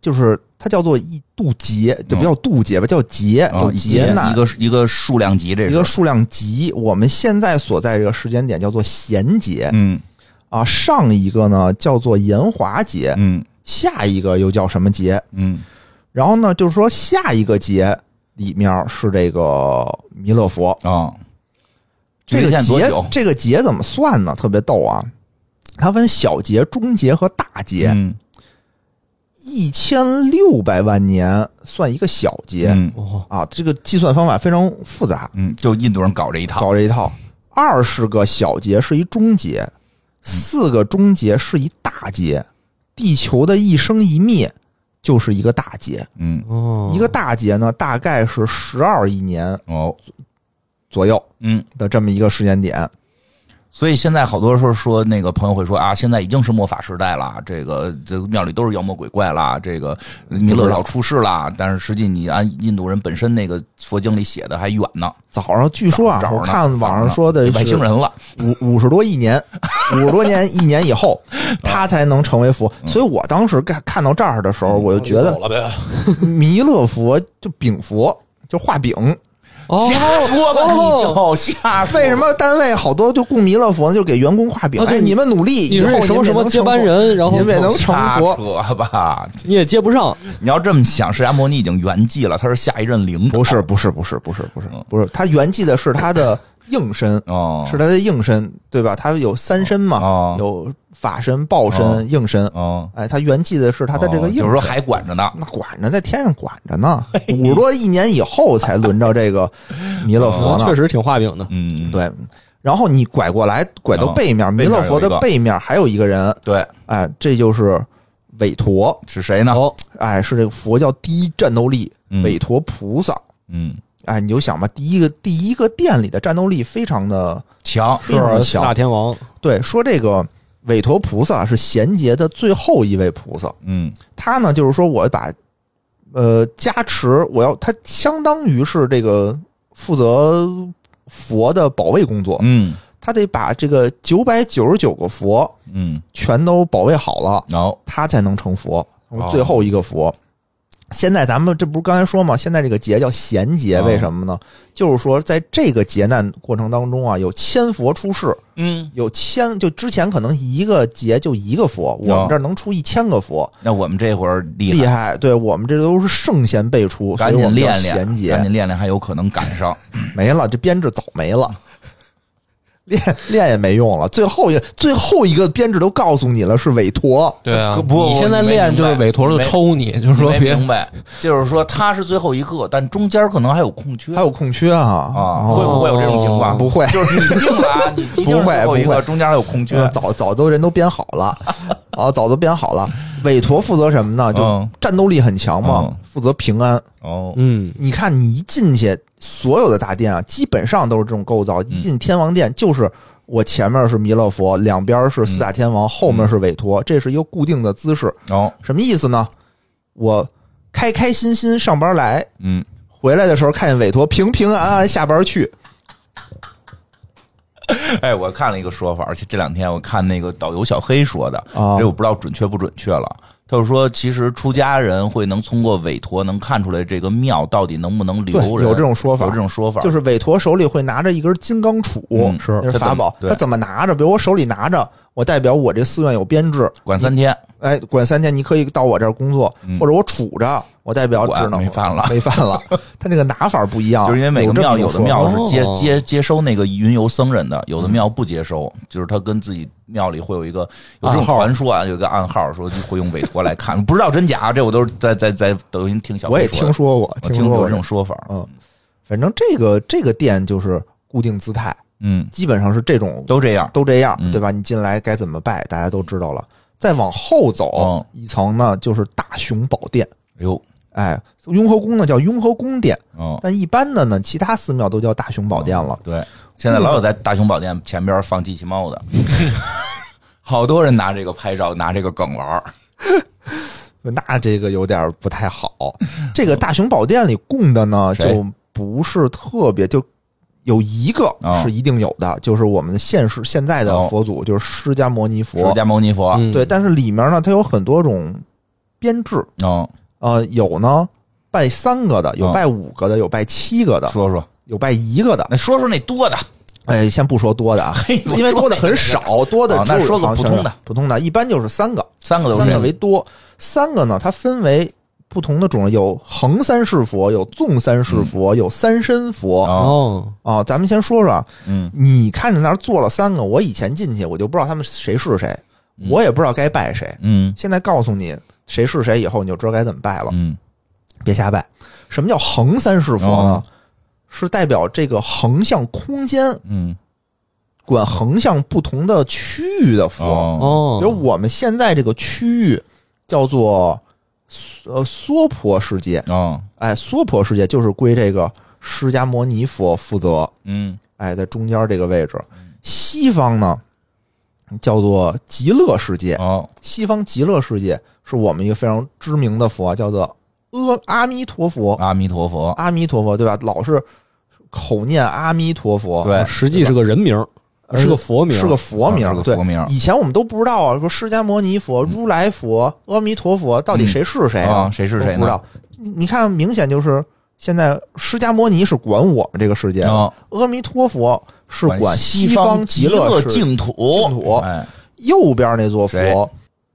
[SPEAKER 3] 就是它叫做一渡劫，就不叫渡劫吧，叫劫，
[SPEAKER 2] 啊
[SPEAKER 3] 有
[SPEAKER 2] 一
[SPEAKER 3] 劫难
[SPEAKER 2] 一。个一个数量级，这
[SPEAKER 3] 一
[SPEAKER 2] 是
[SPEAKER 3] 个数量级，我们现在所在这个时间点叫做弦节
[SPEAKER 2] 嗯
[SPEAKER 3] 啊，上一个呢叫做延华节，
[SPEAKER 2] 嗯
[SPEAKER 3] 下一个又叫什么节？
[SPEAKER 2] 嗯
[SPEAKER 3] 然后呢，就是说下一个节里面是这个弥勒佛，
[SPEAKER 2] 啊，
[SPEAKER 3] 这个
[SPEAKER 2] 见多
[SPEAKER 3] 节
[SPEAKER 2] 久？
[SPEAKER 3] 这个节怎么算呢？特别逗啊，它分小节、中节和大节，
[SPEAKER 2] 嗯
[SPEAKER 3] 一千六百万年算一个小节
[SPEAKER 2] 嗯
[SPEAKER 4] 哦，
[SPEAKER 3] 啊，这个计算方法非常复杂，
[SPEAKER 2] 嗯，就印度人搞这一套，
[SPEAKER 3] 搞这一套。二十个小节是一中节，
[SPEAKER 2] 嗯
[SPEAKER 3] 四个中节是一大节。地球的一生一灭就是一个大节，
[SPEAKER 2] 嗯
[SPEAKER 4] 哦
[SPEAKER 3] 一个大节呢大概是十二亿年
[SPEAKER 2] 哦
[SPEAKER 3] 左右
[SPEAKER 2] 嗯
[SPEAKER 3] 的这么一个时间点。
[SPEAKER 2] 所以现在好多时候说那个朋友会说啊，现在已经是末法时代了，这个这个庙里都是妖魔鬼怪啦，这个弥勒老出世啦。但是实际你按印度人本身那个佛经里写的还远呢，
[SPEAKER 3] 早上据说啊
[SPEAKER 2] 找，着
[SPEAKER 3] 我
[SPEAKER 2] 呢
[SPEAKER 3] 看网上说的
[SPEAKER 2] 外
[SPEAKER 3] 是
[SPEAKER 2] 星人了。
[SPEAKER 3] 五五十多亿年，五十多年一年以 后，
[SPEAKER 4] 嗯
[SPEAKER 3] 他才能成为佛。所以我当时看看到这儿的时
[SPEAKER 4] 嗯
[SPEAKER 3] 候，我就觉得
[SPEAKER 1] 走了呗，
[SPEAKER 3] 弥勒佛就饼佛，就画饼。
[SPEAKER 4] 哦，
[SPEAKER 2] 瞎说吧，你就瞎说。
[SPEAKER 3] 哦为什么单位好多就供弥勒佛，就给员工画饼？
[SPEAKER 4] 啊对
[SPEAKER 3] 哎，你们努力，
[SPEAKER 4] 你
[SPEAKER 3] 以
[SPEAKER 4] 是
[SPEAKER 3] 后
[SPEAKER 4] 什么什么接班，人，然后
[SPEAKER 3] 您为能成
[SPEAKER 2] 瞎
[SPEAKER 3] 佛，
[SPEAKER 2] 扯吧！
[SPEAKER 4] 你也接不上，
[SPEAKER 2] 你要这么想，释迦牟尼已经圆寂了，他是下一任领导。
[SPEAKER 3] 不是不是不是不是不是
[SPEAKER 2] 嗯
[SPEAKER 3] 不是，他圆寂的是他的应身，
[SPEAKER 4] 嗯
[SPEAKER 2] 哦，
[SPEAKER 3] 是他的应身，对吧？他有三身嘛
[SPEAKER 2] 哦，
[SPEAKER 3] 有法身、报
[SPEAKER 2] 哦
[SPEAKER 4] 嗯
[SPEAKER 3] 身、应身。
[SPEAKER 2] 哦，
[SPEAKER 3] 哎，他圆寂的是他的这个
[SPEAKER 2] 哦
[SPEAKER 3] 应
[SPEAKER 2] 就是说
[SPEAKER 3] 身。
[SPEAKER 2] 还管着呢。
[SPEAKER 3] 那管着，在天上管着 呢，五十多一年以后才轮着这个弥勒佛
[SPEAKER 2] 哦
[SPEAKER 3] 呢
[SPEAKER 4] 嗯确。实挺画饼的。
[SPEAKER 2] 嗯，
[SPEAKER 3] 对，然后你拐过来，拐到
[SPEAKER 2] 哦
[SPEAKER 3] 背面，弥
[SPEAKER 2] 背面
[SPEAKER 3] 勒
[SPEAKER 2] 有
[SPEAKER 3] 佛
[SPEAKER 2] 一
[SPEAKER 3] 的
[SPEAKER 2] 个
[SPEAKER 3] 背面还有一个人，
[SPEAKER 2] 对，
[SPEAKER 3] 哎，这就是韦陀，
[SPEAKER 2] 是谁呢？
[SPEAKER 4] 哦，
[SPEAKER 3] 哎，是这个佛教第一战斗力
[SPEAKER 2] 嗯
[SPEAKER 3] 韦陀菩萨。
[SPEAKER 2] 嗯，
[SPEAKER 3] 哎，你就想吧，第一个第一个殿里的战斗力非常的
[SPEAKER 2] 强
[SPEAKER 3] 非常的
[SPEAKER 4] 四大
[SPEAKER 3] 强。
[SPEAKER 4] 天王，
[SPEAKER 3] 对，说这个韦陀菩萨是贤劫的最后一位菩萨，
[SPEAKER 2] 嗯
[SPEAKER 3] 他呢就是说我把呃加持，我要他相当于是这个负责佛的保卫工作，
[SPEAKER 2] 嗯
[SPEAKER 3] 他得把这个九百九十九个佛
[SPEAKER 2] 嗯，
[SPEAKER 3] 全都保卫好了，
[SPEAKER 2] 然后
[SPEAKER 3] 他才能成佛
[SPEAKER 2] 哦，
[SPEAKER 3] 最后一个佛。现在咱们这不是刚才说吗？现在这个劫叫贤劫，
[SPEAKER 2] 哦
[SPEAKER 3] 为什么呢？就是说，在这个劫难过程当中啊，有千佛出世，
[SPEAKER 2] 嗯，
[SPEAKER 3] 有千就之前可能一个劫就一个佛，
[SPEAKER 2] 哦
[SPEAKER 3] 我们这儿能出一千个佛，
[SPEAKER 2] 那我们这会儿厉
[SPEAKER 3] 厉害！对我们这都是圣贤辈出，所
[SPEAKER 2] 赶
[SPEAKER 3] 以我
[SPEAKER 2] 紧
[SPEAKER 3] 们叫
[SPEAKER 2] 练
[SPEAKER 3] 贤
[SPEAKER 2] 练，赶
[SPEAKER 3] 劫
[SPEAKER 2] 紧练练，还有可能赶上。
[SPEAKER 3] 没了，这编制早没了。练练也没用了，最后一最后一个编制都告诉你了，是韦陀。
[SPEAKER 1] 对啊
[SPEAKER 2] 可，不
[SPEAKER 1] 你现在练就是委托就抽你，就是 说
[SPEAKER 2] 没
[SPEAKER 1] 别
[SPEAKER 2] 明白，就是说他是最后一个，但中间可能还有空缺
[SPEAKER 3] 还有空缺啊
[SPEAKER 2] 啊，
[SPEAKER 3] 哦
[SPEAKER 2] 会不会有这种情况？
[SPEAKER 3] 不会，
[SPEAKER 2] 就是你一定了啊，你一定是最后
[SPEAKER 3] 不会
[SPEAKER 2] 一
[SPEAKER 3] 不
[SPEAKER 2] 个，
[SPEAKER 3] 会
[SPEAKER 2] 中间还有空缺
[SPEAKER 3] 呃，早早都人都编好 了，啊，早都编好了。韦陀负责什么呢？就
[SPEAKER 2] 嗯
[SPEAKER 3] 战斗力很强嘛，
[SPEAKER 2] 嗯
[SPEAKER 3] 负责平安。
[SPEAKER 2] 哦，
[SPEAKER 4] 嗯，
[SPEAKER 3] 你看，你一进去，所有的大殿啊，基本上都是这种构
[SPEAKER 2] 嗯
[SPEAKER 3] 造。一进天王殿，就是我前面是弥勒佛，两边是四大天王，后面是韦
[SPEAKER 2] 嗯
[SPEAKER 3] 陀，这是一个固定的姿势。
[SPEAKER 2] 哦，
[SPEAKER 3] 什么意思呢？我开开心心上班来，
[SPEAKER 2] 嗯，
[SPEAKER 3] 回来的时候看见韦陀平平安安下班去。
[SPEAKER 2] 哎，我看了一个说法，而且这两天我看那个导游小黑说的，
[SPEAKER 3] 啊
[SPEAKER 2] 这我不知道准确不准确了。他就说，其实出家人会能通过委托能看出来这个庙到底能不能留
[SPEAKER 3] 对
[SPEAKER 2] 人，
[SPEAKER 3] 有这种说法
[SPEAKER 2] 有这种说法，
[SPEAKER 3] 就是韦陀手里会拿着一根金刚杵，
[SPEAKER 2] 嗯是
[SPEAKER 3] 那是
[SPEAKER 2] 他怎么
[SPEAKER 3] 法宝。
[SPEAKER 2] 对
[SPEAKER 3] 他怎么拿着？比如我手里拿着，我代表我这寺院有编制，
[SPEAKER 2] 管三天，
[SPEAKER 3] 哎，管三天，你可以到我这儿工作，
[SPEAKER 2] 嗯
[SPEAKER 3] 或者我杵着，我代表只
[SPEAKER 2] 管
[SPEAKER 3] 能
[SPEAKER 2] 没饭了
[SPEAKER 3] 没饭 了。他那个拿法不一样，
[SPEAKER 2] 就是因为每个
[SPEAKER 3] 啊这
[SPEAKER 2] 庙
[SPEAKER 3] 么
[SPEAKER 2] 有的
[SPEAKER 3] 说
[SPEAKER 2] 庙
[SPEAKER 4] 哦
[SPEAKER 2] 是接接接收那个云游僧人的，有的庙不接收，就是他跟自己庙里会有一个有这种
[SPEAKER 4] 暗号
[SPEAKER 2] 传说啊，有一个暗号说会用委托来看，不知道真假，啊这我都是在在在抖音听小
[SPEAKER 3] 我也
[SPEAKER 2] 黑说
[SPEAKER 3] 听
[SPEAKER 2] 的
[SPEAKER 3] 说过，
[SPEAKER 2] 我
[SPEAKER 3] 说
[SPEAKER 2] 听
[SPEAKER 3] 过
[SPEAKER 2] 有这种说法，
[SPEAKER 3] 嗯，反正这个这个店就是固定姿态，
[SPEAKER 2] 嗯，
[SPEAKER 3] 基本上是这种
[SPEAKER 2] 都这样，
[SPEAKER 3] 都这样
[SPEAKER 2] 嗯，
[SPEAKER 3] 对吧？你进来该怎么拜，大家都知道了。再往后走
[SPEAKER 2] 哦
[SPEAKER 3] 一层呢，就是大雄宝殿。
[SPEAKER 2] 哎呦，
[SPEAKER 3] 哎，雍和宫呢叫雍和宫殿，
[SPEAKER 2] 哦，
[SPEAKER 3] 但一般的呢，其他寺庙都叫大雄宝殿了。
[SPEAKER 2] 对，现在老有在大雄宝殿前边放机器 猫的，好多人拿这个拍照，拿这个梗玩儿，
[SPEAKER 3] 那这个有点不太好。这个大雄宝殿里供的呢，
[SPEAKER 2] 谁
[SPEAKER 3] 就不是特别，就有一个
[SPEAKER 2] 哦
[SPEAKER 3] 是一定有的，就是我们现世现在的佛祖，就是释迦牟尼
[SPEAKER 2] 释
[SPEAKER 3] 佛。
[SPEAKER 2] 迦牟尼佛，
[SPEAKER 4] 嗯
[SPEAKER 3] 啊对，但是里面呢，它有很多种编制，
[SPEAKER 2] 嗯，
[SPEAKER 3] 呃，有呢拜三个的，有
[SPEAKER 2] 哦
[SPEAKER 3] 拜五个的，有拜七个的，
[SPEAKER 2] 说说，
[SPEAKER 3] 有拜一个的。
[SPEAKER 2] 那说说那多的，
[SPEAKER 3] 哎，先不说多的啊，
[SPEAKER 2] 我
[SPEAKER 3] 因为
[SPEAKER 2] 说
[SPEAKER 3] 多的
[SPEAKER 2] 那个
[SPEAKER 3] 很少，多的
[SPEAKER 2] 哦
[SPEAKER 3] 只
[SPEAKER 2] 那
[SPEAKER 3] 有
[SPEAKER 2] 说个
[SPEAKER 3] 好像
[SPEAKER 2] 普通的
[SPEAKER 3] 是，普通的一般就是三个，
[SPEAKER 2] 三个都
[SPEAKER 3] 三
[SPEAKER 2] 是
[SPEAKER 3] 个为多，三个呢，它分为不同的种类，有横三世佛，有纵三世
[SPEAKER 2] 嗯
[SPEAKER 3] 佛，有三身佛
[SPEAKER 2] 哦，
[SPEAKER 4] 哦，
[SPEAKER 3] 啊。咱们先说说啊，
[SPEAKER 2] 嗯
[SPEAKER 3] 你看着那儿坐了三个，我以前进去我就不知道他们谁是谁，我也不知道该拜谁。
[SPEAKER 2] 嗯
[SPEAKER 3] 现在告诉你谁是谁以后，你就知道该怎么拜了，
[SPEAKER 2] 嗯，
[SPEAKER 3] 别瞎拜。什么叫横三世佛呢
[SPEAKER 2] 哦？
[SPEAKER 3] 是代表这个横向空间
[SPEAKER 2] 嗯，
[SPEAKER 3] 管横向不同的区域的佛。
[SPEAKER 2] 哦，
[SPEAKER 4] 哦，
[SPEAKER 3] 比如我们现在这个区域叫做呃娑婆世界，
[SPEAKER 2] 哦，
[SPEAKER 3] 哎，娑婆世界就是归这个释迦牟尼佛负责，
[SPEAKER 2] 嗯
[SPEAKER 3] 哎，在中间这个位置。西方呢叫做极乐世界，
[SPEAKER 2] 哦，
[SPEAKER 3] 西方极乐世界是我们一个非常知名的佛，啊叫做阿阿弥陀佛，啊
[SPEAKER 2] 阿弥陀佛，哦
[SPEAKER 3] 阿弥陀佛，对吧？老是口念阿弥陀佛，
[SPEAKER 2] 对，
[SPEAKER 4] 实际是个人名，
[SPEAKER 3] 呃
[SPEAKER 4] 是个佛名，
[SPEAKER 3] 是个佛名，
[SPEAKER 2] 啊是个
[SPEAKER 3] 对
[SPEAKER 2] 佛名嗯
[SPEAKER 3] 以前我们都不知道啊，说释迦摩尼佛、如来佛、阿弥陀佛，到底谁是谁
[SPEAKER 2] 啊、
[SPEAKER 3] 啊？
[SPEAKER 2] 谁是
[SPEAKER 3] 都
[SPEAKER 2] 谁
[SPEAKER 3] 不知
[SPEAKER 2] 呢？
[SPEAKER 3] 道。你你看，明显就是现在释迦摩尼是管我们这个世界，
[SPEAKER 2] 啊，
[SPEAKER 3] 阿弥陀佛是管
[SPEAKER 2] 西
[SPEAKER 3] 方
[SPEAKER 2] 极
[SPEAKER 3] 乐
[SPEAKER 2] 乐
[SPEAKER 3] 世界
[SPEAKER 2] 净土，
[SPEAKER 3] 净土
[SPEAKER 2] 哎，
[SPEAKER 3] 右边那座佛
[SPEAKER 2] 谁，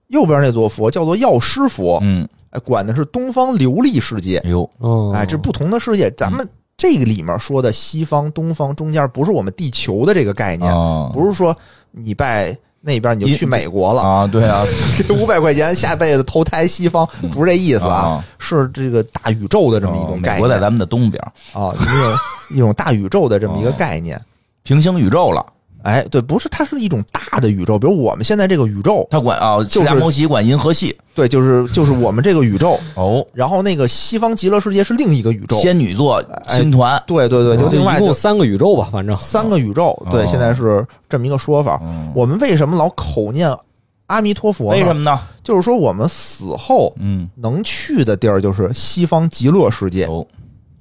[SPEAKER 3] 右边那座佛叫做药师佛，
[SPEAKER 2] 嗯，
[SPEAKER 3] 哎，管的是东方琉璃世界。
[SPEAKER 2] 哎呦，
[SPEAKER 4] 嗯，
[SPEAKER 3] 哎，这不同的世界，咱
[SPEAKER 2] 嗯
[SPEAKER 3] 们这个里面说的西方、东方中间，不是我们地球的这个概念，
[SPEAKER 2] 啊，
[SPEAKER 3] 哎不是说你拜那边你就
[SPEAKER 2] 一
[SPEAKER 3] 去美国了，
[SPEAKER 2] 啊，对啊，
[SPEAKER 3] 给五百块钱下辈子投胎西方，不是这意思啊，
[SPEAKER 2] 啊
[SPEAKER 3] 是这个大宇宙的这么一
[SPEAKER 2] 哦
[SPEAKER 3] 种
[SPEAKER 2] 美
[SPEAKER 3] 概
[SPEAKER 2] 国在
[SPEAKER 3] 念
[SPEAKER 2] 咱们的东边，
[SPEAKER 3] 啊，一种一种大宇宙的这么一个概念。
[SPEAKER 2] 平行宇宙了。
[SPEAKER 3] 哦哎，对，不是，它是一种大的宇宙，比如我们现在这个宇宙，
[SPEAKER 2] 他管啊，释
[SPEAKER 3] 就是
[SPEAKER 2] 迦摩西管银河系
[SPEAKER 3] 对，就是就是我们这个宇宙，
[SPEAKER 2] 哦，
[SPEAKER 3] 然后那个西方极乐世界是另一个宇宙，
[SPEAKER 2] 仙女座
[SPEAKER 3] 哎
[SPEAKER 2] 星团，
[SPEAKER 3] 对对对，就
[SPEAKER 4] 就
[SPEAKER 3] 另外
[SPEAKER 4] 一
[SPEAKER 3] 就
[SPEAKER 4] 共三个宇宙吧，反正
[SPEAKER 3] 三个宇宙，
[SPEAKER 2] 哦
[SPEAKER 3] 对，现在是这么一个说法。
[SPEAKER 2] 嗯
[SPEAKER 3] 我们为什么老口念阿弥陀佛呢？
[SPEAKER 2] 为什么呢？
[SPEAKER 3] 就是说我们死后
[SPEAKER 2] 嗯，
[SPEAKER 3] 能去的地儿就是西方极乐世界。
[SPEAKER 2] 哦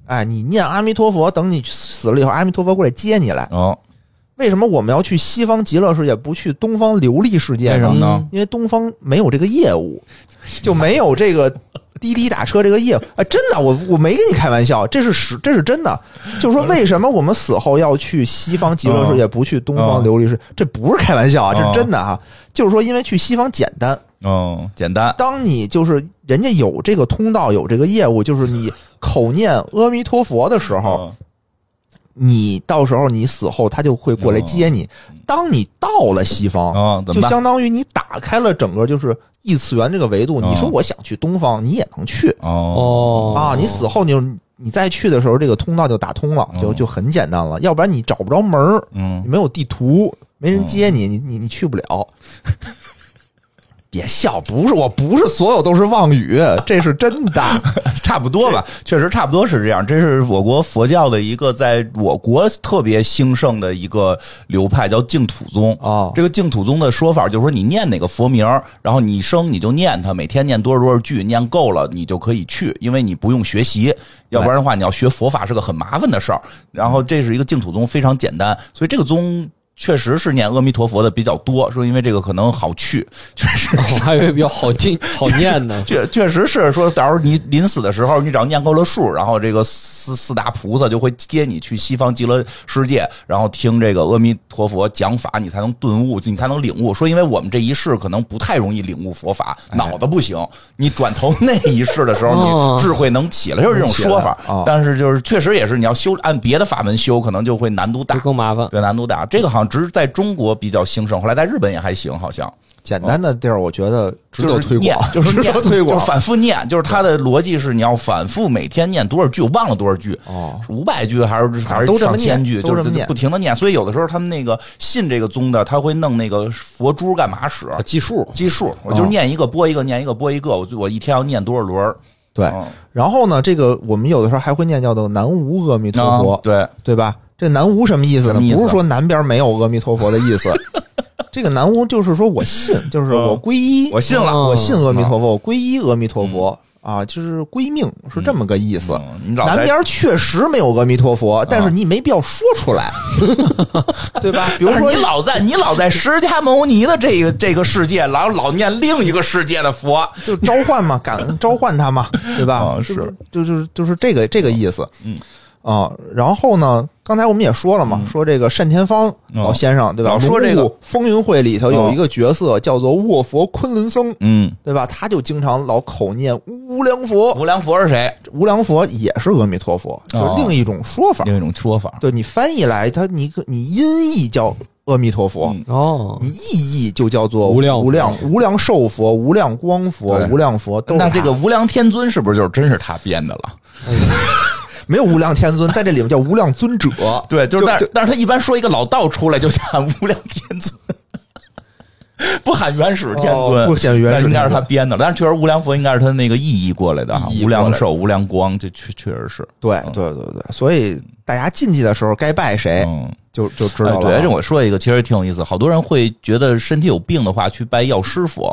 [SPEAKER 3] 哎，你念阿弥陀佛，等你死了以后，阿弥陀佛过来接你来。
[SPEAKER 2] 哦，
[SPEAKER 3] 为什么我们要去西方极乐世界，不去东方琉璃世界
[SPEAKER 2] 为什
[SPEAKER 3] 呢
[SPEAKER 2] 么？呢？
[SPEAKER 3] 因为东方没有这个业务， 就没有这个滴滴打车这个业务。哎，真的，我我没跟你开玩笑，这是实，这是真的。就是说，为什么我们死后要去西方极乐世
[SPEAKER 2] 嗯
[SPEAKER 3] 界，不去东方琉璃世界？这不是开玩笑啊，这
[SPEAKER 2] 哦
[SPEAKER 3] 是真的啊。就是说，因为去西方简单，
[SPEAKER 2] 哦，简单，
[SPEAKER 3] 当你就是人家有这个通道，有这个业务，就是你口念阿弥陀佛的时候，
[SPEAKER 2] 哦
[SPEAKER 3] 你到时候你死后，他就会过来接你。当你到了西方，
[SPEAKER 2] 哦，嗯怎
[SPEAKER 3] 就
[SPEAKER 2] 么办？
[SPEAKER 3] 相当于你打开了整个就是异次元这个维度。
[SPEAKER 2] 哦
[SPEAKER 3] 你说我想去东方，你也能去
[SPEAKER 4] 哦
[SPEAKER 2] 哦
[SPEAKER 3] 啊。你死后你就你再去的时候，这个通道就打通了，
[SPEAKER 2] 哦
[SPEAKER 3] 就就很简单了。要不然你找不着门儿，
[SPEAKER 2] 嗯
[SPEAKER 3] 你没有地图，没人接你，你你你去不了。 别笑，不是，我不是所有都是妄 语，这是真的。
[SPEAKER 2] 差不多吧，确实差不多是这样。这是我国佛教的一个在我国特别兴盛的一个流派，叫净土宗。
[SPEAKER 3] 哦
[SPEAKER 2] 这个净土宗的说法就是说，你念哪个佛名儿，然后你生你就念它，每天念多少多少句，念够了你就可以去，因为你不用学习，要不然的话你要学佛法是个很麻烦的事儿。然后这是一个净土宗，非常简单，所以这个宗。确实是念阿弥陀佛的比较多，说因为这个可能好去，确实
[SPEAKER 4] 哦我还以为比较 好听好念呢。
[SPEAKER 2] 确确实是说，到时候你临死的时候，你只要念够了数，然后这个四四大菩萨就会接你去西方极乐世界，然后听这个阿弥陀佛讲法，你才能顿悟，你才能领悟。说，因为我们这一世可能不太容易领悟佛法，
[SPEAKER 3] 哎
[SPEAKER 2] 脑子不行，你转头那一世的时候，
[SPEAKER 4] 哦
[SPEAKER 2] 你智慧能起来，就是这种说法
[SPEAKER 3] 能起来哦。
[SPEAKER 2] 但是就是确实也是，你要修按别的法门修，可能就会难度大
[SPEAKER 4] 就，更麻烦，
[SPEAKER 2] 对，难度大。这个好像只是在中国比较兴盛，后来在日本也还行，好像。
[SPEAKER 3] 简单的地儿，我觉得值
[SPEAKER 2] 就
[SPEAKER 3] 得
[SPEAKER 2] 是
[SPEAKER 3] 推
[SPEAKER 2] 念
[SPEAKER 3] 广，
[SPEAKER 2] 就是
[SPEAKER 3] 值
[SPEAKER 2] 念
[SPEAKER 3] 得推广
[SPEAKER 2] 就是。反复念，就是它的逻辑是你要反复每天念多少句，我忘了多少句，
[SPEAKER 3] 哦，啊
[SPEAKER 2] 五百句还是还是
[SPEAKER 3] 都这
[SPEAKER 2] 上
[SPEAKER 3] 么念
[SPEAKER 2] 千句，
[SPEAKER 3] 都
[SPEAKER 2] 就是
[SPEAKER 3] 这么念
[SPEAKER 2] 不停的念。所以有的时候他们那个信这个宗的，他会弄那个佛珠干嘛
[SPEAKER 3] 啊
[SPEAKER 2] 使？
[SPEAKER 4] 计数
[SPEAKER 2] 计数，我就是念一个播一个，念一个播一个，我就我一天要念多少轮儿？
[SPEAKER 3] 对，
[SPEAKER 2] 嗯
[SPEAKER 3] 然后呢，这个我们有的时候还会念叫做南无阿弥陀佛，
[SPEAKER 2] 啊对，
[SPEAKER 3] 对吧？这南无什么意思
[SPEAKER 2] 什
[SPEAKER 3] 呢？
[SPEAKER 2] 么意思
[SPEAKER 3] 不是说南边没有阿弥陀佛的 意思，这个南无就是说我信，就是我皈依，
[SPEAKER 2] 我信了，
[SPEAKER 4] 嗯
[SPEAKER 3] 我信阿弥陀佛，我皈依阿弥陀佛啊，就是归命是这么个意思。
[SPEAKER 2] 嗯你老
[SPEAKER 3] 南
[SPEAKER 2] 在啊
[SPEAKER 3] 边确实没有阿弥陀佛，但是你没必要说出 来，对吧？比如
[SPEAKER 2] 但是
[SPEAKER 3] 说
[SPEAKER 2] 你老在你老在释迦牟尼的这个这个世界，老老念另一个世界的佛，
[SPEAKER 3] 就召唤嘛，敢召唤他嘛，对吧？
[SPEAKER 2] 啊
[SPEAKER 3] 不就就是就是这个这个意思。
[SPEAKER 2] 嗯
[SPEAKER 3] 啊，然后呢，刚才我们也说了嘛，说这个单田芳老先生对吧？
[SPEAKER 2] 哦老说这个哦
[SPEAKER 3] 龙武风云会里头有一个角色叫做卧佛昆仑僧。
[SPEAKER 2] 嗯，
[SPEAKER 3] 对吧？他就经常老口念无量佛，
[SPEAKER 2] 无哦量佛是谁？
[SPEAKER 3] 无量佛也是阿弥陀佛，就是另一种说法。
[SPEAKER 2] 另一种说法，
[SPEAKER 3] 对你翻译来，它你可你音译叫阿弥陀佛，
[SPEAKER 2] 嗯
[SPEAKER 4] 哦，
[SPEAKER 3] 你意译就叫做
[SPEAKER 4] 无量佛
[SPEAKER 3] 无量无量寿佛、无量光佛
[SPEAKER 2] 对、
[SPEAKER 3] 无量佛都是
[SPEAKER 2] 那
[SPEAKER 3] 他。
[SPEAKER 2] 这个无量天尊是不是就是真是他编的了？
[SPEAKER 3] 没有无量天尊，在这里面叫无量尊者。
[SPEAKER 2] 对，就是
[SPEAKER 3] 就
[SPEAKER 2] 但是
[SPEAKER 3] 就
[SPEAKER 2] 但是他一般说一个老道出来就喊无量天尊，不喊元始天尊，
[SPEAKER 3] 哦不喊元始天尊
[SPEAKER 2] 但应该是他编的。但是确实无量佛应该是他那个意译过来的啊，
[SPEAKER 3] 意译
[SPEAKER 2] 无
[SPEAKER 3] 过来的
[SPEAKER 2] 量寿、无量光，这确确实是
[SPEAKER 3] 对对对对，所以大家进去的时候该拜谁，
[SPEAKER 2] 嗯嗯，
[SPEAKER 3] 就就知道
[SPEAKER 2] 哎
[SPEAKER 3] 了。啊
[SPEAKER 2] 对，而且我说一个，其实挺有意思。好多人会觉得身体有病的话，去拜药师傅。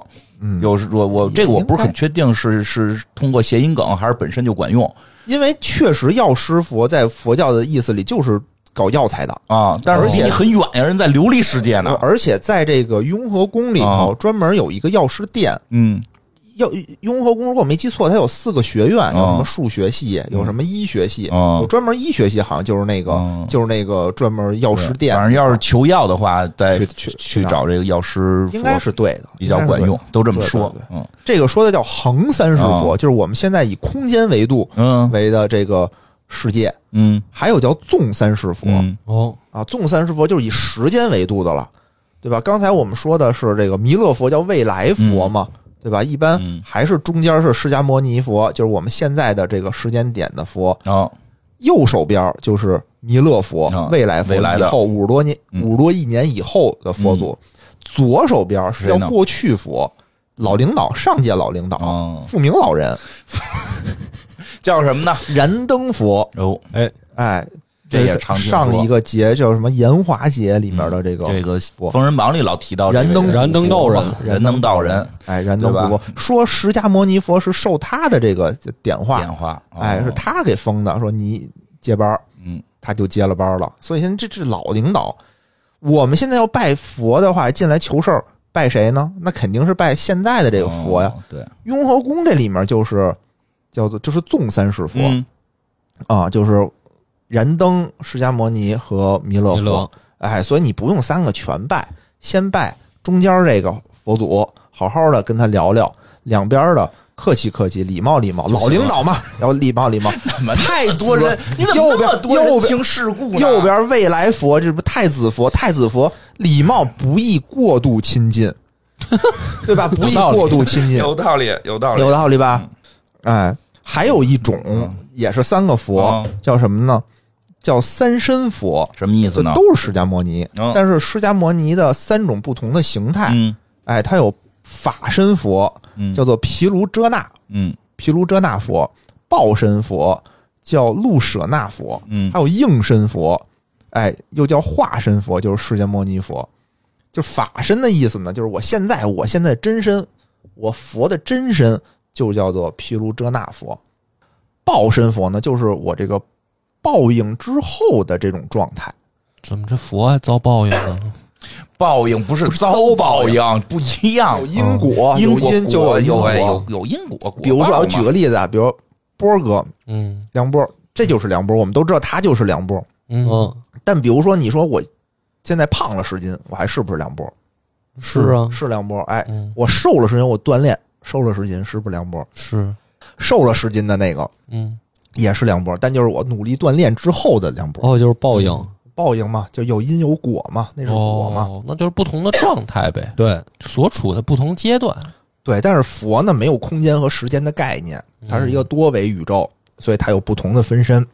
[SPEAKER 3] 嗯
[SPEAKER 2] 有时我我这个我不是
[SPEAKER 3] 应
[SPEAKER 2] 很
[SPEAKER 3] 该
[SPEAKER 2] 确定是是通过谐音梗还是本身就管用
[SPEAKER 3] 因为确实药师佛在佛教的意思里就是搞药材的，
[SPEAKER 2] 啊，但是
[SPEAKER 3] 而且
[SPEAKER 2] 离你很远呀，人在琉璃世界呢。
[SPEAKER 3] 而且在这个雍和宫里头
[SPEAKER 2] 啊
[SPEAKER 3] 专门有一个药师殿。
[SPEAKER 2] 嗯
[SPEAKER 3] 药雍和宫如果没记错，它有四个学院，有什么
[SPEAKER 2] 嗯
[SPEAKER 3] 数学系，有什么医学系，
[SPEAKER 2] 嗯
[SPEAKER 3] 有专门医学系，好像就是那个
[SPEAKER 2] 嗯
[SPEAKER 3] 就是那个专门药师殿。
[SPEAKER 2] 反正要是求药的话，再
[SPEAKER 3] 去去
[SPEAKER 2] 去
[SPEAKER 3] 去哪儿
[SPEAKER 2] 找这个药师傅
[SPEAKER 3] 应该是对的，
[SPEAKER 2] 比较管
[SPEAKER 3] 应该是对
[SPEAKER 2] 用
[SPEAKER 3] 的。，
[SPEAKER 2] 都这么
[SPEAKER 3] 对对
[SPEAKER 2] 说
[SPEAKER 3] 对。
[SPEAKER 2] 嗯
[SPEAKER 3] 这个说的叫横三世佛，
[SPEAKER 2] 哦
[SPEAKER 3] 就是我们现在以空间维度
[SPEAKER 2] 嗯
[SPEAKER 3] 为的这个世界，
[SPEAKER 2] 嗯
[SPEAKER 3] 还有叫纵三世佛、
[SPEAKER 2] 嗯
[SPEAKER 1] 哦，
[SPEAKER 3] 啊，纵三世佛就是以时间维度的了，对吧？刚才我们说的是这个弥勒佛叫未来佛嘛，对吧？一般
[SPEAKER 2] 嗯
[SPEAKER 3] 还是中间是释迦摩尼佛，就是我们现在的这个时间点的佛，
[SPEAKER 2] 哦
[SPEAKER 3] 右手边就是弥勒佛、
[SPEAKER 2] 啊
[SPEAKER 3] 未来佛
[SPEAKER 2] 未来
[SPEAKER 3] 以
[SPEAKER 2] 的
[SPEAKER 3] 后五十多年、
[SPEAKER 2] 嗯
[SPEAKER 3] 五十多亿年以后的佛祖，左手边是
[SPEAKER 2] 谁
[SPEAKER 3] 叫
[SPEAKER 2] 呢
[SPEAKER 3] 过去佛，老领导、上届老领导、
[SPEAKER 2] 哦，
[SPEAKER 3] 富明老人、
[SPEAKER 2] 叫什么呢？
[SPEAKER 3] 燃灯佛，
[SPEAKER 2] 哦，
[SPEAKER 3] 哎，
[SPEAKER 2] 这也常听说
[SPEAKER 3] 上一个节叫什么延华节里面的这个。
[SPEAKER 2] 嗯这个
[SPEAKER 3] 佛
[SPEAKER 2] 《封神榜》里老提到这个
[SPEAKER 3] 燃灯
[SPEAKER 2] 人
[SPEAKER 4] 燃灯道人
[SPEAKER 2] 燃灯道人，
[SPEAKER 3] 哎，燃灯
[SPEAKER 2] 对
[SPEAKER 3] 佛
[SPEAKER 2] 吧
[SPEAKER 3] 说释迦摩尼佛是受他的这个点化，
[SPEAKER 2] 变化，哦
[SPEAKER 3] 哎，是他给封的，说你接班儿，
[SPEAKER 2] 嗯，
[SPEAKER 3] 他就接了班儿了。所以现在这这老领导，我们现在要拜佛的话，进来求事儿，拜谁呢？那肯定是拜现在的这个佛呀。
[SPEAKER 2] 哦，对，
[SPEAKER 3] 雍和宫这里面就是叫做就是纵三世佛、
[SPEAKER 2] 嗯
[SPEAKER 3] 啊，就是燃灯、释迦摩尼和弥勒
[SPEAKER 4] 弥
[SPEAKER 3] 佛。
[SPEAKER 4] 勒
[SPEAKER 3] 哎，所以你不用三个全拜，先拜中间这个佛祖，好好的跟他聊聊，两边的客气客气，礼貌礼貌，老领导嘛，要礼貌礼 貌。太多人，
[SPEAKER 2] 你怎么
[SPEAKER 3] 右
[SPEAKER 2] 那么
[SPEAKER 3] 边
[SPEAKER 2] 多人
[SPEAKER 3] 右边
[SPEAKER 2] 听事故呢？
[SPEAKER 3] 右边未来佛，这不太子佛，太子佛礼貌不宜过度亲近， 对吧？不宜过度亲近，
[SPEAKER 2] 有道理，有道理，
[SPEAKER 3] 有道理吧？哎，还有一种也是三个佛
[SPEAKER 2] 嗯，
[SPEAKER 3] 叫什么呢？叫三身佛。
[SPEAKER 2] 什么意思
[SPEAKER 3] 这
[SPEAKER 2] 呢？
[SPEAKER 3] 都是释迦摩尼，
[SPEAKER 2] 嗯
[SPEAKER 3] 但是释迦摩尼的三种不同的形态，
[SPEAKER 2] 嗯
[SPEAKER 3] 哎，它有法身佛，
[SPEAKER 2] 嗯
[SPEAKER 3] 叫做毗卢遮那，
[SPEAKER 2] 嗯
[SPEAKER 3] 毗卢遮那佛；报身佛叫鹿舍那佛，
[SPEAKER 2] 嗯
[SPEAKER 3] 还有应身佛，哎，又叫化身佛，就是释迦摩尼佛。就法身的意思呢，就是我现在我现在真身，我佛的真身就叫做毗卢遮那佛。报身佛呢，就是我这个报应之后的这种状态。
[SPEAKER 1] 怎么这佛还遭报应呢？
[SPEAKER 2] 报应不是遭报应，不一样
[SPEAKER 3] 有。哦因果，
[SPEAKER 2] 因
[SPEAKER 3] 有
[SPEAKER 2] 果
[SPEAKER 3] 嗯因就
[SPEAKER 2] 果
[SPEAKER 3] 因
[SPEAKER 2] 有哎
[SPEAKER 3] 果
[SPEAKER 2] 有。有因果果报嘛。
[SPEAKER 3] 比如说，我举个例子啊，比如波哥
[SPEAKER 1] 嗯
[SPEAKER 3] 梁波，这就是梁波，我们都知道他就是梁波。
[SPEAKER 1] 嗯，
[SPEAKER 4] 嗯，
[SPEAKER 3] 但比如说，你说我现在胖了十斤，我还是不是梁波？
[SPEAKER 4] 是
[SPEAKER 1] 啊
[SPEAKER 4] 啊，
[SPEAKER 3] 是梁波。哎
[SPEAKER 1] 嗯，
[SPEAKER 3] 我瘦了十斤，我锻炼瘦了十斤，是不是梁波？
[SPEAKER 1] 是，
[SPEAKER 3] 瘦了十斤的那个
[SPEAKER 1] 嗯
[SPEAKER 3] 也是梁波，但就是我努力锻炼之后的梁波。
[SPEAKER 4] 哦，就是报应，
[SPEAKER 3] 报应嘛，就有因有果嘛，那是果嘛。
[SPEAKER 1] 哦，那就是不同的状态呗，
[SPEAKER 4] 对，
[SPEAKER 1] 所处的不同阶段。
[SPEAKER 3] 对，但是佛呢没有空间和时间的概念，它是一个多维宇宙，所以它有不同的分身。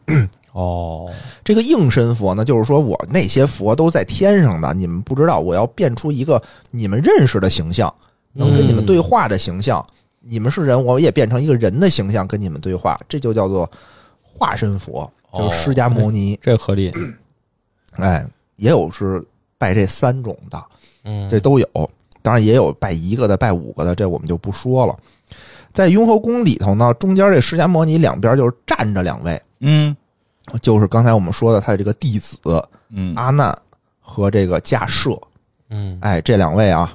[SPEAKER 1] 哦，
[SPEAKER 3] 这个应身佛呢，就是说我那些佛都在天上的，你们不知道，我要变出一个你们认识的形象，能跟你们对话的形象。你们是人，我也变成一个人的形象跟你们对话，这就叫做化身佛，
[SPEAKER 1] 哦
[SPEAKER 3] 就是释迦牟尼。
[SPEAKER 4] 这合理。
[SPEAKER 3] 哎，也有是拜这三种的，
[SPEAKER 1] 嗯，
[SPEAKER 3] 这都有。当然也有拜一个的、拜五个的，这我们就不说了。在雍和宫里头呢，中间这释迦牟尼两边就是站着两位，
[SPEAKER 2] 嗯
[SPEAKER 3] 就是刚才我们说的他的这个弟子，
[SPEAKER 2] 嗯
[SPEAKER 3] 阿难和这个迦摄，
[SPEAKER 1] 嗯
[SPEAKER 3] 哎，这两位啊，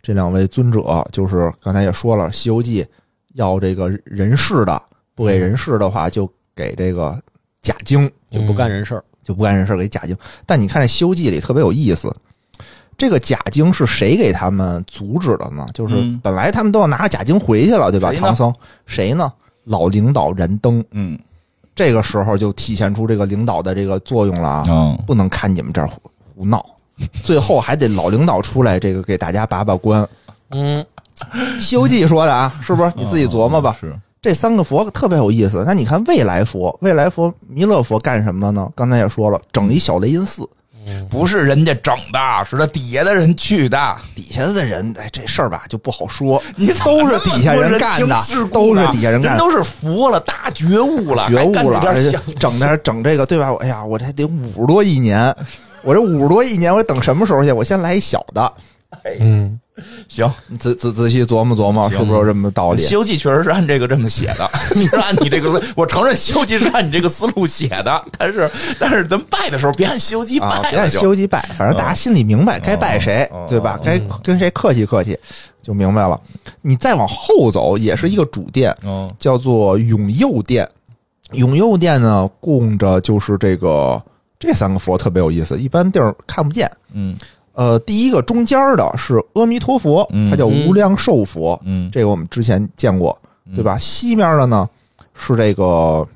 [SPEAKER 3] 这两位尊者，就是刚才也说了，《西游记》要这个人事的，不给人事的话，就给这个假经，
[SPEAKER 4] 就不干人事儿，
[SPEAKER 3] 就不干人事给假经。但你看这《西游记》里特别有意思，这个假经是谁给他们阻止的呢？就是
[SPEAKER 2] 嗯
[SPEAKER 3] 本来他们都要拿着假经回去了，对吧？
[SPEAKER 2] 谁呢
[SPEAKER 3] 唐僧谁呢？老领导燃灯，
[SPEAKER 2] 嗯
[SPEAKER 3] 这个时候就体现出这个领导的这个作用了啊。
[SPEAKER 2] 嗯
[SPEAKER 3] 不能看你们这儿胡胡闹，最后还得老领导出来，这个给大家把把关。
[SPEAKER 1] 嗯，
[SPEAKER 3] 《西游记》说的啊，是不是？你自己琢磨吧。
[SPEAKER 2] 嗯哦是
[SPEAKER 3] 这三个佛特别有意思。那你看未来佛、未来佛、弥勒佛干什么了呢？刚才也说了，整一小雷音寺，
[SPEAKER 2] 不是人家整的，是他底下的人去的。
[SPEAKER 3] 底下的人，哎，这事儿吧就不好说，
[SPEAKER 2] 你
[SPEAKER 3] 都是底下
[SPEAKER 2] 人
[SPEAKER 3] 干的
[SPEAKER 2] 情世，故
[SPEAKER 3] 都
[SPEAKER 2] 呢
[SPEAKER 3] 是底下人干
[SPEAKER 2] 人
[SPEAKER 3] 的，
[SPEAKER 2] 都是服了，大觉悟了，
[SPEAKER 3] 觉
[SPEAKER 2] 还干
[SPEAKER 3] 悟
[SPEAKER 2] 这
[SPEAKER 3] 了，
[SPEAKER 2] 点
[SPEAKER 3] 哎
[SPEAKER 2] 小
[SPEAKER 3] 整 点整这个对吧？我哎呀，我这得五十多一年，我这五十多一年，我等什么时候去？我先来一小的，
[SPEAKER 1] 嗯，
[SPEAKER 2] 行。
[SPEAKER 3] 你哎仔仔仔细琢磨琢磨，是不是有这么道理
[SPEAKER 2] 《西？游记》确实是按这个这么写 的，是按你这个思，我承认《西游记》是按你这个思路写的，但是但是咱们拜的时候别按《西游记》
[SPEAKER 3] 啊，
[SPEAKER 2] 拜
[SPEAKER 3] 别按
[SPEAKER 2] 了
[SPEAKER 3] 《
[SPEAKER 2] 就，
[SPEAKER 3] 西游记》拜，反正大家心里明白该拜谁
[SPEAKER 2] 嗯嗯，
[SPEAKER 3] 对吧？该跟谁客气客气，就明白了。你再往后走，也是一个主殿，
[SPEAKER 2] 嗯
[SPEAKER 3] 叫做永佑殿。永佑殿呢，供着就是这个这三个佛特别有意思，一般地儿看不见。
[SPEAKER 2] 嗯
[SPEAKER 3] 呃，第一个中间儿的是阿弥陀佛
[SPEAKER 2] 嗯，
[SPEAKER 3] 它叫无量寿佛，
[SPEAKER 2] 嗯，
[SPEAKER 3] 这个我们之前见过，
[SPEAKER 2] 嗯
[SPEAKER 3] 对吧？西面的呢是这个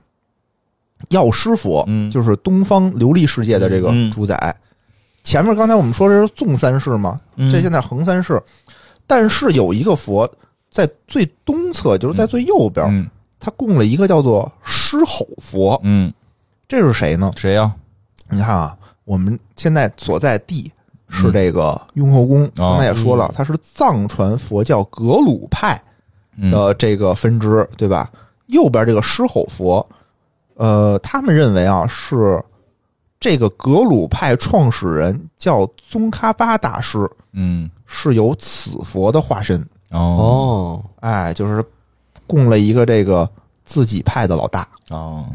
[SPEAKER 3] 药师佛，
[SPEAKER 2] 嗯
[SPEAKER 3] 就是东方琉璃世界的这个
[SPEAKER 2] 嗯
[SPEAKER 3] 主宰。前面刚才我们说这是纵三世嘛，
[SPEAKER 2] 嗯
[SPEAKER 3] 这现在横三世，但是有一个佛在最东侧，就是在最右边，
[SPEAKER 2] 嗯
[SPEAKER 3] 他供了一个叫做狮吼佛，
[SPEAKER 2] 嗯，
[SPEAKER 3] 这是谁呢？
[SPEAKER 2] 谁呀？
[SPEAKER 3] 你看啊，我们现在所在地
[SPEAKER 1] 嗯
[SPEAKER 3] 是这个雍和宫，
[SPEAKER 1] 哦
[SPEAKER 3] 刚才也说了，它是藏传佛教格鲁派
[SPEAKER 1] 嗯
[SPEAKER 3] 的这个分支，对吧？右边这个狮吼佛，呃，他们认为啊是这个格鲁派创始人叫宗喀巴大师，
[SPEAKER 2] 嗯
[SPEAKER 3] 是由此佛的化身，
[SPEAKER 4] 哦，
[SPEAKER 3] 哎，就是供了一个这个自己派的老大。
[SPEAKER 2] 哦，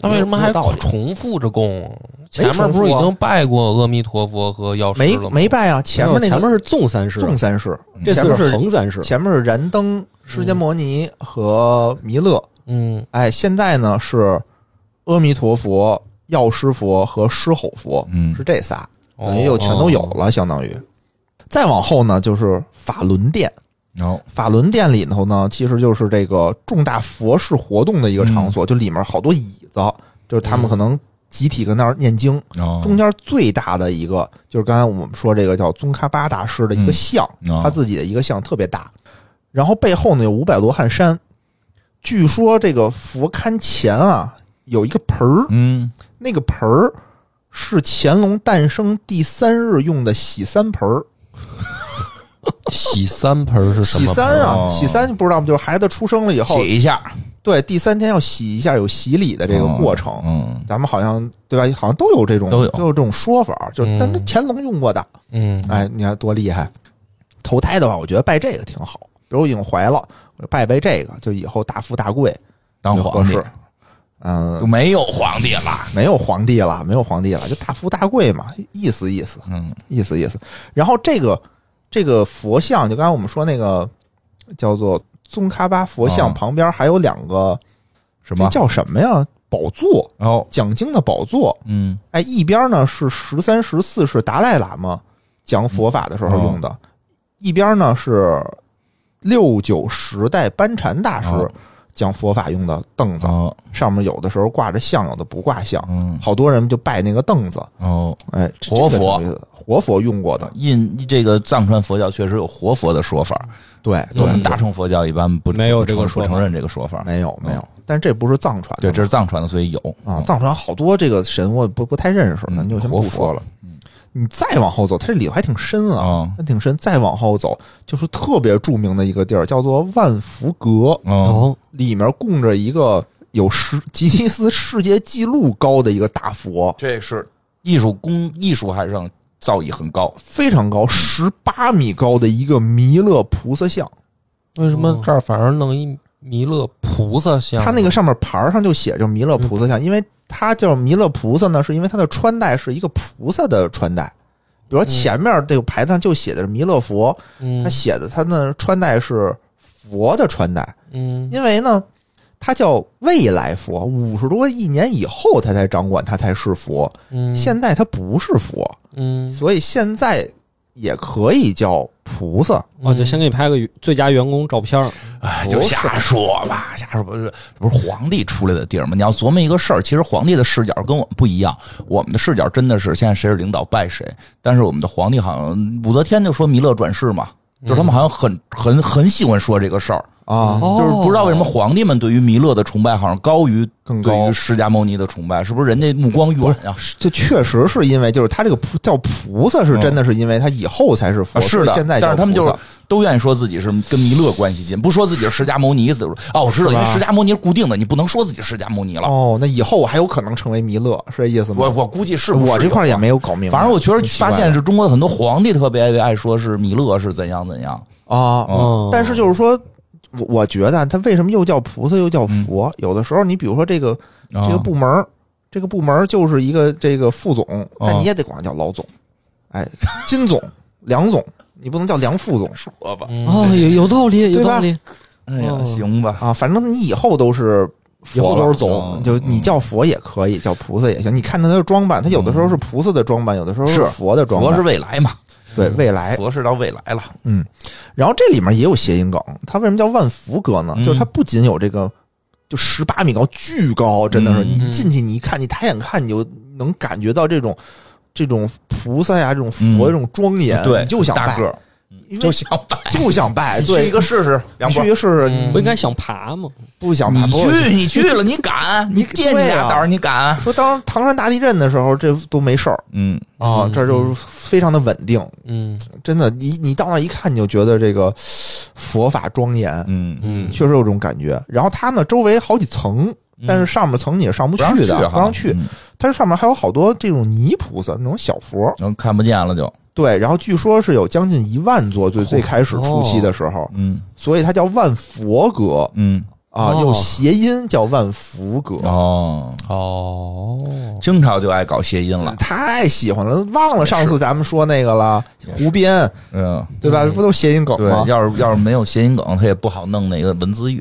[SPEAKER 1] 那为什么
[SPEAKER 3] 有
[SPEAKER 1] 还
[SPEAKER 3] 道理
[SPEAKER 1] 重复着供？前面不是已经拜过阿弥陀佛和药师
[SPEAKER 3] 啊没
[SPEAKER 1] 了吗？
[SPEAKER 3] 没拜啊，前面那
[SPEAKER 4] 前
[SPEAKER 3] 个
[SPEAKER 4] 面是纵三世，
[SPEAKER 3] 纵三世，
[SPEAKER 4] 这
[SPEAKER 3] 前
[SPEAKER 4] 次
[SPEAKER 3] 面是
[SPEAKER 4] 横三世。
[SPEAKER 3] 前面是燃灯、释迦摩尼和弥勒，
[SPEAKER 1] 嗯，
[SPEAKER 3] 哎，现在呢是阿弥陀佛、药师佛和狮吼佛，
[SPEAKER 2] 嗯
[SPEAKER 3] 是这仨，
[SPEAKER 1] 哦
[SPEAKER 3] 等于又全都有了，相当于。再往后呢，就是法轮殿。
[SPEAKER 2] 然后
[SPEAKER 3] 法轮殿里头呢，其实就是这个重大佛事活动的一个场所，就里面好多椅子，就是他们可能集体跟那儿念经。
[SPEAKER 2] 哦嗯
[SPEAKER 3] 中间最大的一个就是刚才我们说这个叫宗喀巴大师的一个像，
[SPEAKER 2] 嗯哦
[SPEAKER 3] 他自己的一个像特别大，然后背后呢有五百罗汉山。据说这个佛龛前啊有一个盆儿，
[SPEAKER 2] 嗯
[SPEAKER 3] 那个盆儿是乾隆诞生第三日用的洗三盆儿。
[SPEAKER 1] 洗三盆是什
[SPEAKER 3] 洗
[SPEAKER 1] 么盆儿？
[SPEAKER 3] 三啊，
[SPEAKER 2] 哦
[SPEAKER 3] 洗三不知道吗？就是孩子出生了以后
[SPEAKER 2] 写，一下
[SPEAKER 3] 对，第三天要洗一下，有洗礼的这个过程。
[SPEAKER 2] 嗯
[SPEAKER 3] 咱们好像对吧？好像都有这种
[SPEAKER 2] 都有
[SPEAKER 3] 这种说法，就
[SPEAKER 1] 嗯
[SPEAKER 3] 但是乾隆用过的，
[SPEAKER 1] 嗯，
[SPEAKER 3] 哎，你看多厉害！投胎的话，我觉得拜这个挺好。比如我已经怀了，我拜拜这个，就以后大富大贵，
[SPEAKER 2] 当皇帝
[SPEAKER 3] 合适嗯、
[SPEAKER 2] 就没有皇帝了，
[SPEAKER 3] 没有皇帝了，没有皇帝了，就大富大贵嘛，意思意思，
[SPEAKER 2] 嗯
[SPEAKER 3] 意思意思。然后这个这个佛像，就刚才我们说那个叫做宗喀巴佛
[SPEAKER 2] 啊
[SPEAKER 3] 像旁边还有两个，
[SPEAKER 2] 什
[SPEAKER 3] 这
[SPEAKER 2] 么？
[SPEAKER 3] 叫什么呀？宝座，
[SPEAKER 2] 哦
[SPEAKER 3] 讲经的宝座。
[SPEAKER 2] 嗯
[SPEAKER 3] 哎，一边呢是十三、十四世达赖喇嘛讲佛法的
[SPEAKER 2] 嗯
[SPEAKER 3] 时候
[SPEAKER 2] 哦
[SPEAKER 3] 用的，一边呢是六九十代班禅大师
[SPEAKER 2] 哦
[SPEAKER 3] 讲佛法用的凳子，
[SPEAKER 2] 哦
[SPEAKER 3] 上面有的时候挂着像，有的不挂像，
[SPEAKER 2] 嗯
[SPEAKER 3] 好多人就拜那个凳子。
[SPEAKER 2] 哦，
[SPEAKER 3] 哎，这
[SPEAKER 2] 活佛，
[SPEAKER 3] 这个挺有意思活佛用过的，
[SPEAKER 2] 印这个藏传佛教确实有活佛的说法，
[SPEAKER 3] 对
[SPEAKER 2] 我
[SPEAKER 3] 对，
[SPEAKER 2] 们大乘佛教一般不
[SPEAKER 4] 没有这个
[SPEAKER 2] 不承
[SPEAKER 4] 说法
[SPEAKER 2] 不承认这个说法。
[SPEAKER 3] 没有没有，但这不是藏传
[SPEAKER 2] 哦对，
[SPEAKER 3] 的
[SPEAKER 2] 这是藏传的，所以有
[SPEAKER 3] 啊，藏传好多这个神我不不太认识，咱
[SPEAKER 2] 嗯
[SPEAKER 3] 就先
[SPEAKER 2] 活
[SPEAKER 3] 不
[SPEAKER 2] 佛
[SPEAKER 3] 说了。嗯你再往后走，它这里头还挺深啊，
[SPEAKER 2] 啊，
[SPEAKER 3] 那挺深。再往后走，就是特别著名的一个地儿，叫做万福阁，
[SPEAKER 2] 哦，
[SPEAKER 4] 哦，
[SPEAKER 3] 里面供着一个有世吉尼斯世界纪录高的一个大佛，
[SPEAKER 2] 这是艺术工艺术还上造诣很高，
[SPEAKER 3] 非常高，十八米高的一个弥勒菩萨像。
[SPEAKER 1] 为什
[SPEAKER 2] 哦
[SPEAKER 1] 么这儿反而弄一弥勒菩萨像？
[SPEAKER 3] 它那个上面牌儿上就写着弥勒菩萨像，因为它叫弥勒菩萨呢，是因为它的穿戴是一个菩萨的穿戴。比如说前面这个牌子上就写的是弥勒佛，
[SPEAKER 1] 嗯
[SPEAKER 3] 它写的它的穿戴是佛的穿戴，
[SPEAKER 1] 嗯
[SPEAKER 3] 因为呢，它叫未来佛，五十多亿年以后他才掌管，他才是佛，
[SPEAKER 1] 嗯，
[SPEAKER 3] 现在他不是佛，
[SPEAKER 1] 嗯
[SPEAKER 3] 所以现在也可以叫菩萨。
[SPEAKER 4] 哦，就先给你拍个最佳员工照片儿，
[SPEAKER 2] 哎，就瞎说吧， 瞎说不是不是皇帝出来的地儿吗？你要琢磨一个事儿，其实皇帝的视角跟我们不一样，我们的视角真的是现在谁是领导拜谁，但是我们的皇帝好像武则天就说弥勒转世嘛，就是他们好像很很很喜欢说这个事儿，
[SPEAKER 3] 啊，
[SPEAKER 4] 哦
[SPEAKER 2] 就是不知道为什么皇帝们对于弥勒的崇拜好像高于
[SPEAKER 3] 更高
[SPEAKER 2] 对于释迦牟尼的崇拜，是不是人家目光远啊？
[SPEAKER 3] 这确实是因为就是他这个菩叫菩萨是真的是因为他以后才是佛，
[SPEAKER 2] 哦啊是的
[SPEAKER 3] 所以现在叫
[SPEAKER 2] 但是他们
[SPEAKER 3] 菩
[SPEAKER 2] 就是
[SPEAKER 3] 萨
[SPEAKER 2] 都愿意说自己是跟弥勒关系近，不说自己是释迦牟尼，就是哦，我知道，
[SPEAKER 3] 是
[SPEAKER 2] 因
[SPEAKER 3] 吧
[SPEAKER 2] 为释迦牟尼是固定的，你不能说自己是释迦牟尼了。
[SPEAKER 3] 哦，那以后我还有可能成为弥勒，是这意思吗？
[SPEAKER 2] 我我估计是不是
[SPEAKER 3] 我这
[SPEAKER 2] 有
[SPEAKER 3] 块儿也
[SPEAKER 2] 啊
[SPEAKER 3] 没有搞明白，
[SPEAKER 2] 反正我觉得
[SPEAKER 3] 挺奇怪
[SPEAKER 2] 发
[SPEAKER 3] 的
[SPEAKER 2] 现是中国的很多皇帝特别爱说是弥勒是怎样怎样，
[SPEAKER 3] 啊，
[SPEAKER 4] 嗯，
[SPEAKER 2] 哦
[SPEAKER 3] 但是就是说。我我觉得啊他为什么又叫菩萨又叫
[SPEAKER 2] 嗯
[SPEAKER 3] 佛？有的时候，你比如说这个这
[SPEAKER 4] 啊
[SPEAKER 3] 个部门儿，这个部门儿就是一个这个副总，
[SPEAKER 4] 啊
[SPEAKER 3] 但你也得管他叫老总，哎，金总、梁总，你不能叫梁副总
[SPEAKER 2] 说吧，
[SPEAKER 4] 哦，有有道理，有
[SPEAKER 3] 对吧
[SPEAKER 4] 道理，
[SPEAKER 2] 哎呀，
[SPEAKER 4] 哦
[SPEAKER 2] 行吧，
[SPEAKER 3] 啊。反正你以后都是
[SPEAKER 4] 以后
[SPEAKER 3] 佛了
[SPEAKER 4] 都是总。
[SPEAKER 2] 嗯
[SPEAKER 3] 就你叫佛也可以，叫菩萨也行。你看他的装扮，他有的时
[SPEAKER 4] 嗯
[SPEAKER 3] 候是菩萨的装扮，有的时候
[SPEAKER 2] 是
[SPEAKER 3] 佛的装扮。
[SPEAKER 2] 佛是未来嘛，
[SPEAKER 3] 对未来，
[SPEAKER 2] 佛是到未来了，
[SPEAKER 3] 然后这里面也有谐音梗，它为什么叫万福阁呢？
[SPEAKER 2] 嗯
[SPEAKER 3] 就是它不仅有这个，就十八米高，巨高，真的是
[SPEAKER 2] 嗯
[SPEAKER 3] 你一进去你一看，你抬眼看你就能感觉到这种这种菩萨呀、这种佛、这种庄严，
[SPEAKER 2] 嗯对，
[SPEAKER 3] 哎你就想
[SPEAKER 2] 大
[SPEAKER 3] 拜
[SPEAKER 2] 个，儿，
[SPEAKER 3] 因为
[SPEAKER 2] 就想拜，
[SPEAKER 3] 就想拜，
[SPEAKER 2] 你去
[SPEAKER 3] 对
[SPEAKER 2] 一，个试试，
[SPEAKER 3] 你
[SPEAKER 2] 杨
[SPEAKER 3] 去
[SPEAKER 2] 波
[SPEAKER 3] 一，个试试，
[SPEAKER 1] 嗯
[SPEAKER 3] 你
[SPEAKER 4] 不应该想爬吗？
[SPEAKER 3] 不想拜，
[SPEAKER 2] 你
[SPEAKER 3] 不会
[SPEAKER 2] 去你去了，你敢，你见你
[SPEAKER 3] 对啊
[SPEAKER 2] 俩胆儿，你敢，
[SPEAKER 3] 说当唐山大地震的时候，这都没事儿
[SPEAKER 2] 嗯，
[SPEAKER 3] 啊，
[SPEAKER 1] 嗯
[SPEAKER 3] 这就是非常的稳定，
[SPEAKER 1] 嗯
[SPEAKER 3] 真的，你你到那一看，你就觉得这个佛法庄严，
[SPEAKER 2] 嗯，
[SPEAKER 1] 嗯，
[SPEAKER 3] 确实有这种感觉。然后它呢，周围好几层，但是上面层你也上不
[SPEAKER 2] 嗯不让
[SPEAKER 3] 去的，
[SPEAKER 2] 哈
[SPEAKER 3] 不让去。，
[SPEAKER 2] 嗯
[SPEAKER 3] 它这上面还有好多这种泥菩萨那种小佛，
[SPEAKER 2] 然后嗯看不见了就，
[SPEAKER 3] 对。然后据说是有将近一万座，最
[SPEAKER 2] 嚯
[SPEAKER 3] 最开始初期的时候，
[SPEAKER 2] 嗯
[SPEAKER 3] 所以它叫万佛阁
[SPEAKER 2] 嗯，
[SPEAKER 3] 啊，
[SPEAKER 1] 哦
[SPEAKER 3] 用谐音叫万福阁。
[SPEAKER 2] 哦，
[SPEAKER 1] 哦，
[SPEAKER 2] 清朝就爱搞谐音了，
[SPEAKER 3] 太喜欢了，忘了上次咱们说那个了，湖边
[SPEAKER 2] 嗯。
[SPEAKER 3] 对吧？
[SPEAKER 1] 嗯
[SPEAKER 3] 不都谐音梗
[SPEAKER 2] 对
[SPEAKER 3] 吗，？
[SPEAKER 2] 要是要是没有谐音梗，他也不好弄那个文字狱。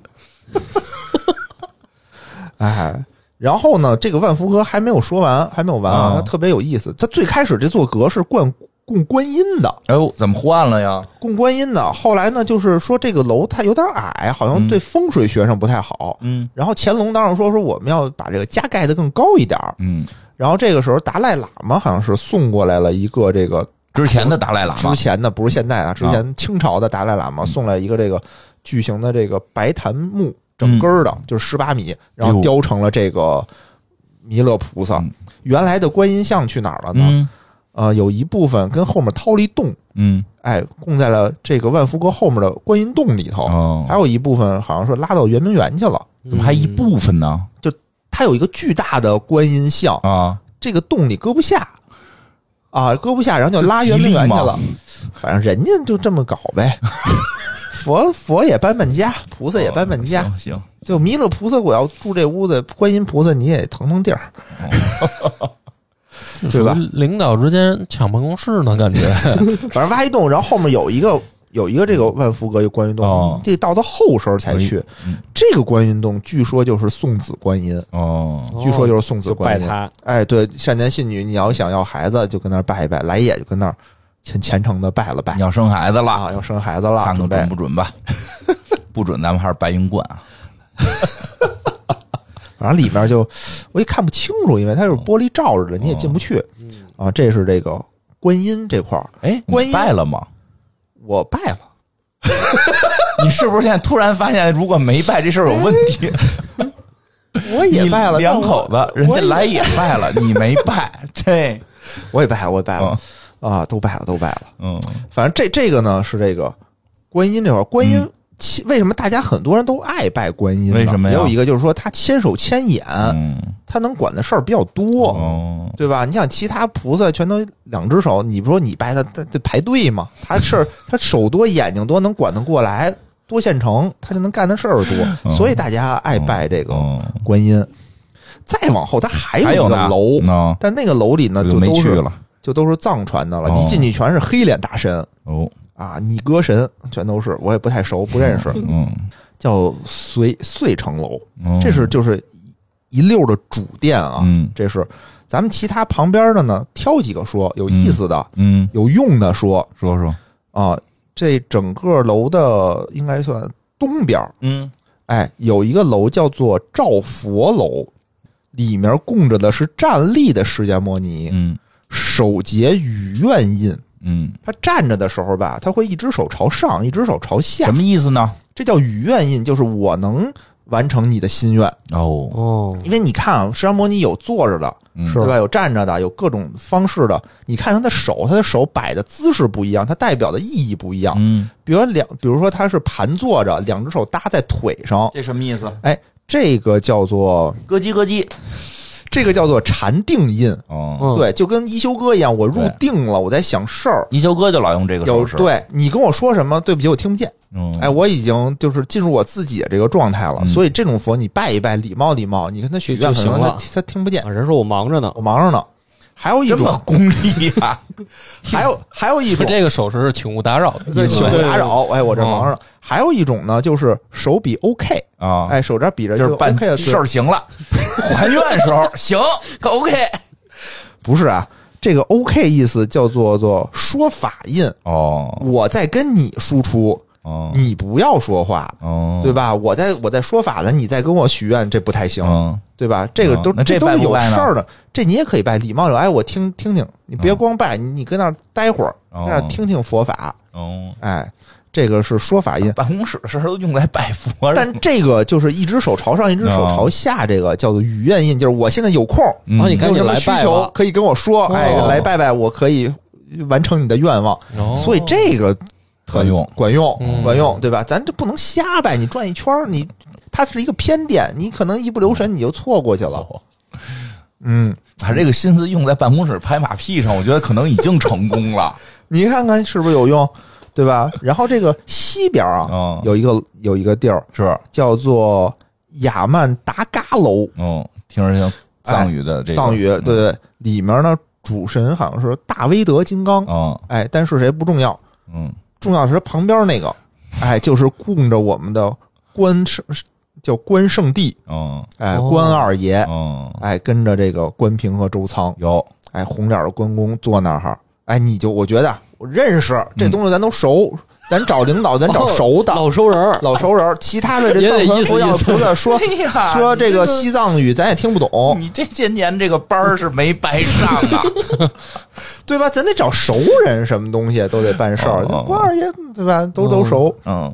[SPEAKER 3] 哎，然后呢，这个万福阁还没有说完，还没有完啊，
[SPEAKER 2] 啊
[SPEAKER 3] 它特别有意思。它最开始这座阁是供供观音的，
[SPEAKER 2] 哎呦，怎么换了呀？
[SPEAKER 3] 供观音的。后来呢，就是说这个楼它有点矮，好像
[SPEAKER 2] 嗯
[SPEAKER 3] 对风水学上不太好。
[SPEAKER 2] 嗯
[SPEAKER 3] 然后乾隆当时说说我们要把这个加盖的更高一点儿。
[SPEAKER 2] 嗯，
[SPEAKER 3] 然后这个时候达赖喇嘛好像是送过来了一个这个
[SPEAKER 2] 之前的达赖喇嘛
[SPEAKER 3] 之，前的不是现代啊，之前清朝的达赖
[SPEAKER 2] 嗯
[SPEAKER 3] 喇嘛送来一个这个巨型的这个白檀木整根儿的，就是十八米，然后
[SPEAKER 2] 嗯哟
[SPEAKER 3] 雕成了这个弥勒菩萨
[SPEAKER 2] 嗯。
[SPEAKER 3] 原来的观音像去哪儿了呢？
[SPEAKER 2] 嗯
[SPEAKER 3] 呃，有一部分跟后面掏了一洞，
[SPEAKER 2] 嗯
[SPEAKER 3] 哎，供在了这个万福阁后面的观音洞里头。
[SPEAKER 2] 哦
[SPEAKER 3] 还有一部分好像是拉到圆明园去了。
[SPEAKER 2] 怎
[SPEAKER 4] 嗯
[SPEAKER 2] 么还一部分呢？
[SPEAKER 3] 它有一个巨大的观音像，
[SPEAKER 2] 啊，
[SPEAKER 3] 这个洞里搁不下啊，搁不下，然后就拉圆明园去了。反正人家就这么搞呗， 佛佛也搬搬家，菩萨也搬搬家，
[SPEAKER 2] 行行，
[SPEAKER 3] 就弥勒菩萨我要住这屋子，观音菩萨你也腾腾地儿，对吧？
[SPEAKER 1] 领导之间抢办公室呢，感觉
[SPEAKER 3] 反正挖一洞，然后后面有一个。有一个这个万福阁有观音洞，
[SPEAKER 2] 哦
[SPEAKER 3] 你得到到后身儿才去。
[SPEAKER 2] 嗯
[SPEAKER 3] 这个观音洞据说就是送子观音，
[SPEAKER 4] 嗯
[SPEAKER 2] 哦，
[SPEAKER 3] 据说就是送子
[SPEAKER 4] 就拜
[SPEAKER 3] 观音。
[SPEAKER 4] 他，
[SPEAKER 3] 哎，对，善男信女，你要想要孩子，就跟那儿拜一拜；来也就跟那儿虔虔诚的拜了拜
[SPEAKER 2] 哎你。要生孩子了，
[SPEAKER 3] 啊，要生孩子了，
[SPEAKER 2] 看看
[SPEAKER 3] 准备
[SPEAKER 2] 准不准吧？ 不准，咱们还是白云观啊。
[SPEAKER 3] 反正里面就我也看不清楚，因为它
[SPEAKER 2] 哦
[SPEAKER 3] 是玻璃罩着的，你也进不去啊。这是这个观音这块儿，
[SPEAKER 2] 哎，
[SPEAKER 3] 观
[SPEAKER 2] 你
[SPEAKER 3] 音
[SPEAKER 2] 拜了吗？
[SPEAKER 3] 我拜了，
[SPEAKER 2] 你是不是现在突然发现，如果没拜这事儿有问题？
[SPEAKER 3] 我 也拜了，
[SPEAKER 2] 你两口子，
[SPEAKER 3] 但
[SPEAKER 2] 人
[SPEAKER 3] 我
[SPEAKER 2] 家来也拜了，你没拜， 这，
[SPEAKER 3] 我也我也拜了，我也拜了
[SPEAKER 2] 哦
[SPEAKER 3] 啊，都拜了，都拜了。
[SPEAKER 2] 嗯
[SPEAKER 3] 反正这这个呢是这个观音这块儿，观音
[SPEAKER 2] 嗯
[SPEAKER 3] 其为什么大家很多人都爱拜观音呢？
[SPEAKER 2] 为什么呀
[SPEAKER 3] 也有一个就是说他千手千眼，
[SPEAKER 2] 嗯，
[SPEAKER 3] 他能管的事儿比较多。
[SPEAKER 2] 哦，
[SPEAKER 3] 对吧？你想其他菩萨全都两只手，你不说你拜他，他得排队嘛。他事儿他手多眼睛多，能管得过来，多现成，他就能干的事儿多，
[SPEAKER 2] 嗯
[SPEAKER 3] 所以大家爱拜这个
[SPEAKER 2] 哦
[SPEAKER 3] 观音。再往后，他还有
[SPEAKER 2] 还
[SPEAKER 3] 一
[SPEAKER 2] 有
[SPEAKER 3] 个
[SPEAKER 2] 呢
[SPEAKER 3] 楼，
[SPEAKER 2] 嗯
[SPEAKER 3] 但那个楼里呢，
[SPEAKER 2] 这
[SPEAKER 3] 就
[SPEAKER 2] 没
[SPEAKER 3] 都
[SPEAKER 2] 去
[SPEAKER 3] 是
[SPEAKER 2] 了。
[SPEAKER 3] 就都是藏传的了，
[SPEAKER 2] 哦
[SPEAKER 3] 一进去全是黑脸大神
[SPEAKER 2] 哦，
[SPEAKER 3] 啊，你哥神全都是，我也不太熟，不认识，
[SPEAKER 2] 嗯，
[SPEAKER 3] 叫绥绥城楼，
[SPEAKER 2] 哦
[SPEAKER 3] 这是就是一一溜的主殿啊，
[SPEAKER 2] 嗯
[SPEAKER 3] 这是咱们其他旁边的呢，挑几个说有意思的、
[SPEAKER 2] 嗯，
[SPEAKER 3] 有用的说
[SPEAKER 2] 说说，
[SPEAKER 3] 啊。这整个楼的应该算东边儿，
[SPEAKER 2] 嗯，
[SPEAKER 3] 哎，有一个楼叫做照佛楼，里面供着的是站立的释迦摩尼，
[SPEAKER 2] 嗯
[SPEAKER 3] 手结雨愿印，
[SPEAKER 2] 嗯，
[SPEAKER 3] 他站着的时候吧，他会一只手朝上，一只手朝下
[SPEAKER 2] 什，么意思呢？
[SPEAKER 3] 这叫与愿印，就是我能完成你的心愿。
[SPEAKER 2] 哦，
[SPEAKER 4] 哦，
[SPEAKER 3] 因为你看啊，释迦摩尼有坐着的，
[SPEAKER 2] 嗯
[SPEAKER 4] 是
[SPEAKER 3] 对吧？有站着的，有各种方式的。你看他的手，他的手摆的姿势不一样，它代表的意义不一样。
[SPEAKER 2] 嗯，
[SPEAKER 3] 比如两，比如说他是盘坐着，两只手搭在腿上，
[SPEAKER 2] 这什么意思？
[SPEAKER 3] 哎，这个叫做
[SPEAKER 2] 咯叽咯叽。
[SPEAKER 3] 这个叫做禅定印。
[SPEAKER 2] 哦，
[SPEAKER 4] 嗯
[SPEAKER 3] 对，就跟一休哥一样，我入
[SPEAKER 2] 对
[SPEAKER 3] 定了，我在想事儿。
[SPEAKER 2] 一休哥就老用这个
[SPEAKER 3] 有
[SPEAKER 2] 手势。，
[SPEAKER 3] 对你跟我说什么，对不起，我听不见。
[SPEAKER 2] 嗯，
[SPEAKER 3] 哎，我已经就是进入我自己的这个状态了，
[SPEAKER 2] 嗯
[SPEAKER 3] 所以这种佛你拜一拜，礼貌礼貌，你跟他许愿，
[SPEAKER 4] 就
[SPEAKER 3] 可能
[SPEAKER 4] 就行
[SPEAKER 3] 他
[SPEAKER 4] 了
[SPEAKER 3] 他听不见
[SPEAKER 4] 啊，人说我忙着呢，
[SPEAKER 3] 我忙着呢。还有一
[SPEAKER 2] 这
[SPEAKER 3] 种
[SPEAKER 2] 么，功利 啊！
[SPEAKER 3] 还有还有一
[SPEAKER 1] 不
[SPEAKER 3] 种
[SPEAKER 1] 是，这个手势是请勿打扰的
[SPEAKER 3] 对，
[SPEAKER 1] 意思
[SPEAKER 3] 请
[SPEAKER 1] 吗
[SPEAKER 3] 勿
[SPEAKER 4] 对
[SPEAKER 3] 打扰。哎，我这忙着呢。还有一种呢，就是手比 OK，
[SPEAKER 2] 啊，
[SPEAKER 3] 哎，手这比着
[SPEAKER 2] 就是啊办
[SPEAKER 3] OK 的
[SPEAKER 2] 事儿行 了，还愿时候行，OK。
[SPEAKER 3] 不是啊，这个 OK 意思叫做做说法印，
[SPEAKER 2] 哦，
[SPEAKER 3] 我在跟你输出，
[SPEAKER 2] 哦，
[SPEAKER 3] 你不要说话，
[SPEAKER 2] 哦，
[SPEAKER 3] 对吧？我在我在说法了，你再跟我许愿，这不太行。
[SPEAKER 2] 嗯，
[SPEAKER 3] 对吧？这个
[SPEAKER 2] 嗯
[SPEAKER 3] 都、
[SPEAKER 2] 那这
[SPEAKER 3] 都
[SPEAKER 2] 拜
[SPEAKER 3] 是
[SPEAKER 2] 不
[SPEAKER 3] 有
[SPEAKER 2] 拜呢
[SPEAKER 3] 事儿的，这你也可以拜，礼貌有哎，我听听听，你别光拜，你你跟那儿待会儿，
[SPEAKER 2] 嗯哦
[SPEAKER 3] 跟那儿听听佛法，
[SPEAKER 2] 哦，
[SPEAKER 3] 哎，这个是说法印。
[SPEAKER 2] 办公室的事儿都用来拜佛上
[SPEAKER 3] 但这个就是一只手朝上，一只手
[SPEAKER 2] 哦
[SPEAKER 3] 朝下，这个叫做语愿印，就是我现在有空，
[SPEAKER 2] 嗯
[SPEAKER 4] 啊你赶
[SPEAKER 3] 有
[SPEAKER 4] 紧
[SPEAKER 3] 什么
[SPEAKER 4] 来
[SPEAKER 3] 需
[SPEAKER 4] 拜
[SPEAKER 3] 求
[SPEAKER 4] 吧。
[SPEAKER 3] 可以跟我说，哎，
[SPEAKER 2] 哦
[SPEAKER 3] 来拜拜，我可以完成你的愿望。
[SPEAKER 1] 哦
[SPEAKER 3] 所以这个
[SPEAKER 2] 管用
[SPEAKER 3] 管用，
[SPEAKER 1] 嗯
[SPEAKER 3] 管用，对吧？咱这不能瞎拜，你转一圈儿，你它是一个偏点，你可能一不留神你就错过去了。
[SPEAKER 2] 哦
[SPEAKER 3] 嗯，
[SPEAKER 2] 把这个心思用在办公室拍马屁上，我觉得可能已经成功 了。
[SPEAKER 3] 你看看是不是有用，对吧？然后这个西边啊，
[SPEAKER 2] 嗯
[SPEAKER 3] 有一个有一个地儿
[SPEAKER 2] 是，
[SPEAKER 3] 叫做雅曼达嘎楼，
[SPEAKER 2] 嗯，听着像藏语的这个
[SPEAKER 3] 哎
[SPEAKER 2] 嗯
[SPEAKER 3] 藏语，对，对，里面呢主神好像是大威德金刚，
[SPEAKER 2] 嗯
[SPEAKER 3] 哎，但是谁不重要，
[SPEAKER 2] 嗯
[SPEAKER 3] 重要的是旁边那个，哎，就是供着我们的关圣叫关圣帝，
[SPEAKER 2] 嗯
[SPEAKER 3] 哎，
[SPEAKER 4] 哦
[SPEAKER 3] 关二爷。
[SPEAKER 2] 嗯，
[SPEAKER 3] 哎，跟着这个关平和周仓，
[SPEAKER 2] 有
[SPEAKER 3] 哎，红脸的关公坐那儿哈，哎，你就我觉得我认识这东西，咱都熟，咱找领导，咱找熟的，
[SPEAKER 4] 哦老熟人儿，
[SPEAKER 3] 老熟人儿。其他的这
[SPEAKER 4] 也
[SPEAKER 3] 藏
[SPEAKER 4] 得
[SPEAKER 3] 传
[SPEAKER 4] 意思
[SPEAKER 3] 佛教
[SPEAKER 4] 意思
[SPEAKER 3] 菩萨说
[SPEAKER 2] 哎呀
[SPEAKER 3] 说这个
[SPEAKER 2] 你这个嗯
[SPEAKER 3] 西藏语，咱也听不懂，
[SPEAKER 2] 你这些年这个班儿是没白上 啊，
[SPEAKER 3] 对吧？咱得找熟人，什么东西都得办事儿。
[SPEAKER 2] 哦
[SPEAKER 3] 关二爷对吧？都都熟。
[SPEAKER 2] 嗯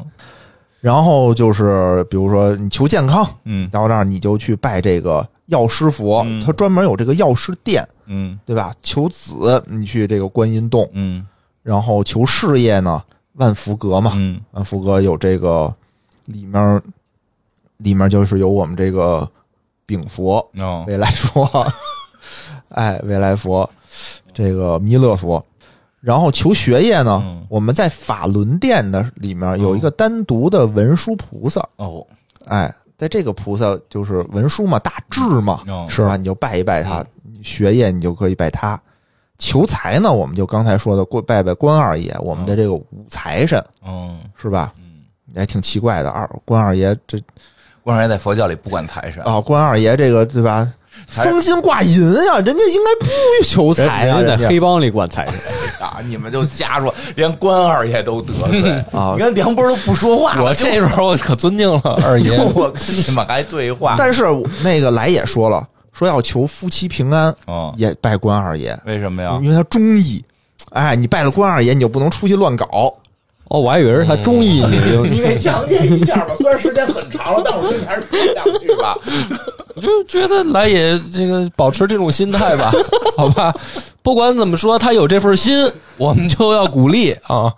[SPEAKER 3] 然后就是比如说你求健康，
[SPEAKER 2] 嗯
[SPEAKER 3] 到那儿你就去拜这个药师佛
[SPEAKER 2] 嗯，
[SPEAKER 3] 他专门有这个药师殿，
[SPEAKER 2] 嗯
[SPEAKER 3] 对吧？求子你去这个观音洞，
[SPEAKER 2] 嗯
[SPEAKER 3] 然后求事业呢，万福阁嘛，
[SPEAKER 2] 嗯
[SPEAKER 3] 万福阁有这个里面，里面就是有我们这个丙佛、
[SPEAKER 2] 哦
[SPEAKER 3] 未来佛， 哎，未来佛，这个弥勒佛。然后求学业呢，
[SPEAKER 2] 嗯
[SPEAKER 3] 我们在法轮殿的里面有一个单独的文殊菩萨，
[SPEAKER 2] 哦
[SPEAKER 3] 哎，在这个菩萨就是文殊嘛，大智嘛，
[SPEAKER 2] 嗯
[SPEAKER 3] 是吧？你就拜一拜他，学业你就可以拜他。求财呢，我们就刚才说的过拜拜关二爷，我们的这个五财神
[SPEAKER 2] 嗯
[SPEAKER 3] 是吧？
[SPEAKER 2] 嗯，
[SPEAKER 3] 也挺奇怪的。二关二爷这
[SPEAKER 2] 关二爷在佛教里不管财神，
[SPEAKER 3] 啊，关二爷这个对吧？
[SPEAKER 2] 财神
[SPEAKER 3] 封金挂银啊，人家应该不求
[SPEAKER 2] 哎
[SPEAKER 3] 财啊，
[SPEAKER 4] 人家
[SPEAKER 3] 人
[SPEAKER 4] 在
[SPEAKER 3] 家
[SPEAKER 4] 黑帮里管财神，
[SPEAKER 2] 啊，你们就瞎说，连关二爷都得罪
[SPEAKER 3] 啊
[SPEAKER 2] 你看梁波都不说话了，
[SPEAKER 1] 我啊这时候我可尊敬了二
[SPEAKER 2] 就
[SPEAKER 1] 爷，
[SPEAKER 2] 我跟你们还对话，
[SPEAKER 3] 但是那个来也说了，说要求夫妻平安，
[SPEAKER 2] 哦啊
[SPEAKER 3] 也拜关二爷，
[SPEAKER 2] 为什么呀？
[SPEAKER 3] 因为他忠义。哎，你拜了关二爷，你就不能出去乱搞。
[SPEAKER 4] 哦，我还以为是他中意你，
[SPEAKER 2] 你
[SPEAKER 4] 就
[SPEAKER 2] 给讲解一下吧，虽然时间很长了，但我觉得你还是说两句吧。
[SPEAKER 1] 我就觉得来也这个保持这种心态吧，好吧。不管怎么说，他有这份心，我们就要鼓励啊。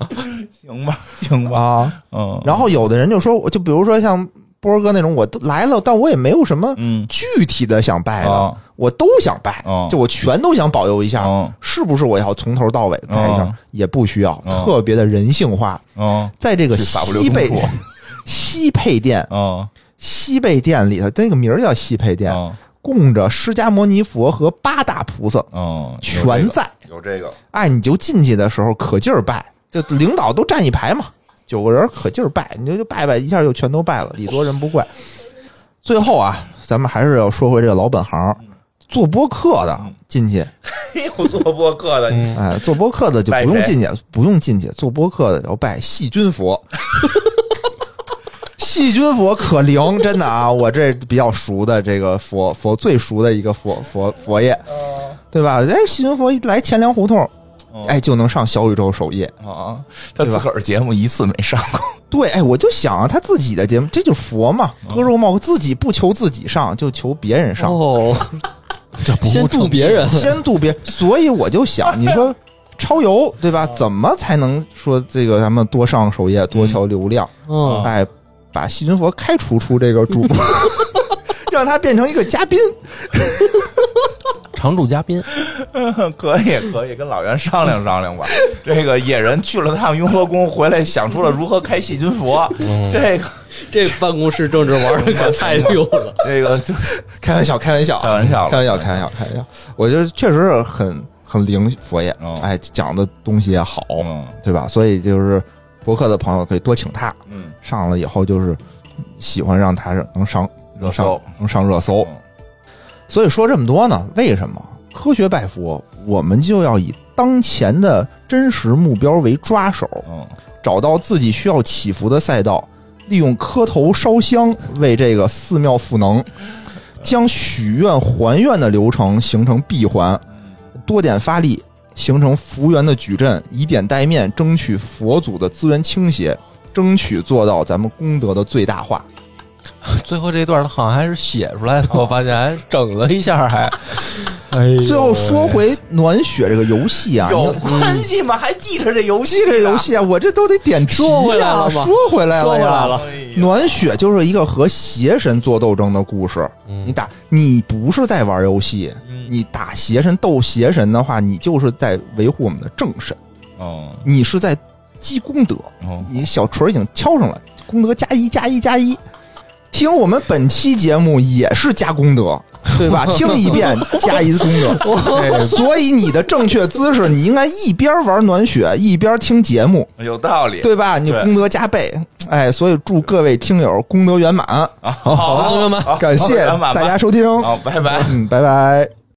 [SPEAKER 2] 行吧，行吧，
[SPEAKER 3] 啊，
[SPEAKER 2] 嗯，
[SPEAKER 3] 然后有的人就说，我就比如说像波哥那种，我都来了，但我也没有什么
[SPEAKER 2] 嗯
[SPEAKER 3] 具体的想拜的，
[SPEAKER 2] 哦
[SPEAKER 3] 我都想拜，
[SPEAKER 2] 哦
[SPEAKER 3] 就我全都想保佑一下，
[SPEAKER 2] 哦
[SPEAKER 3] 是不是？我要从头到尾拜一下、
[SPEAKER 2] 哦
[SPEAKER 3] 也不需要，
[SPEAKER 2] 哦
[SPEAKER 3] 特别的人性化。
[SPEAKER 2] 嗯
[SPEAKER 3] 在这个
[SPEAKER 2] 去法不留
[SPEAKER 3] 西贝
[SPEAKER 2] 中国
[SPEAKER 3] 西配殿
[SPEAKER 2] 嗯
[SPEAKER 3] 西贝殿里头，那个名儿叫西配殿，
[SPEAKER 2] 嗯
[SPEAKER 3] 供着释迦牟尼佛和八大菩萨
[SPEAKER 2] 嗯，
[SPEAKER 3] 全在。
[SPEAKER 2] 有这 个，
[SPEAKER 3] 哎，你就进去的时候可劲儿拜，就领导都站一排嘛，九个人可劲儿拜，你就就拜拜，一下就全都拜了，礼多人不怪。最后啊，咱们还是要说回这个老本行，做播客的
[SPEAKER 2] 嗯
[SPEAKER 3] 进去，
[SPEAKER 2] 嘿，我哎做播客的，
[SPEAKER 1] 嗯
[SPEAKER 3] 哎，做播客的就不用进去，不用进去，做播客的要拜细菌佛。 细菌佛可灵，真的啊！我这比较熟的这个佛佛最熟的一个佛佛佛爷，对吧？哎，细菌佛一来钱粮胡同，
[SPEAKER 2] 嗯
[SPEAKER 3] 哎，就能上小宇宙首页。
[SPEAKER 2] 啊，他自个儿节目一次没上过，
[SPEAKER 3] 对，哎，我就想啊，他自己的节目，这就是佛嘛，割肉帽自己不求自己上，就求别人上，
[SPEAKER 4] 哦，
[SPEAKER 1] 这不
[SPEAKER 4] 先助别人，
[SPEAKER 3] 先渡别。所以我就 想，你说超游对吧？怎么才能说这个咱们多上首页，多瞧流量？
[SPEAKER 4] 嗯，
[SPEAKER 3] 哎，把细菌佛开除出这个主 播，让他变成一个嘉宾。
[SPEAKER 1] 常驻嘉宾，
[SPEAKER 2] 可以可以，跟老袁商量商量吧。这个野人去了趟雍和宫，回来想出了如何开细菌佛，
[SPEAKER 3] 嗯
[SPEAKER 2] 这个
[SPEAKER 4] 这办公室政治玩的可太溜了。
[SPEAKER 2] 这个就是
[SPEAKER 3] 开玩笑，开玩笑，
[SPEAKER 2] 开玩笑了
[SPEAKER 3] 开玩笑，开玩笑，开玩笑。我觉得确实是很很灵佛爷
[SPEAKER 2] 哦，
[SPEAKER 3] 哎，讲的东西也好，
[SPEAKER 2] 嗯
[SPEAKER 3] 对吧？所以就是博客的朋友可以多请他
[SPEAKER 2] 嗯，
[SPEAKER 3] 上了以后，就是喜欢让他能上
[SPEAKER 2] 热搜，
[SPEAKER 3] 能上热搜。所以说这么多呢，为什么科学拜佛？我们就要以当前的真实目标为抓手，
[SPEAKER 2] 嗯
[SPEAKER 3] 找到自己需要祈福的赛道，利用磕头烧香为这个寺庙赋能，将许愿还愿的流程形成闭环，多点发力，形成福缘的矩阵，以点带面，争取佛祖的资源倾斜，争取做到咱们功德的最大化。
[SPEAKER 1] 最后这段好像还是写出来的，我发现还整了一下，还，哎，
[SPEAKER 3] 最后说，回暖雪这个游戏啊，
[SPEAKER 2] 有
[SPEAKER 3] 你
[SPEAKER 2] 关系吗？还记着这游戏？
[SPEAKER 3] 记这游？戏啊，我这都得点题
[SPEAKER 4] 说回来
[SPEAKER 3] 呀
[SPEAKER 4] 了吗
[SPEAKER 3] 说回来了
[SPEAKER 4] 说回
[SPEAKER 3] 呀，
[SPEAKER 4] 来了，
[SPEAKER 2] 哎
[SPEAKER 3] 暖雪就是一个和邪神做斗争的故事。
[SPEAKER 4] 嗯
[SPEAKER 3] 你打，你不是在玩游戏，你打邪神斗邪神的话，你就是在维护我们的正神，
[SPEAKER 2] 嗯
[SPEAKER 3] 你是在积功德。
[SPEAKER 2] 嗯，
[SPEAKER 3] 你小锤已经敲上了，功德加一加一加一。听我们本期节目也是加功德，对 吧？听一遍加一功德，哎所以你的正确姿势，你应该一边玩暖雪一边听节目，
[SPEAKER 2] 有道理。
[SPEAKER 3] 对吧？你
[SPEAKER 2] 对
[SPEAKER 3] 功德加倍，哎，所以祝各位听友功德圆满，
[SPEAKER 2] 啊好，
[SPEAKER 1] 同学们。
[SPEAKER 2] 好
[SPEAKER 3] 感谢大家收听，
[SPEAKER 2] 好，拜拜。
[SPEAKER 3] 嗯，拜拜。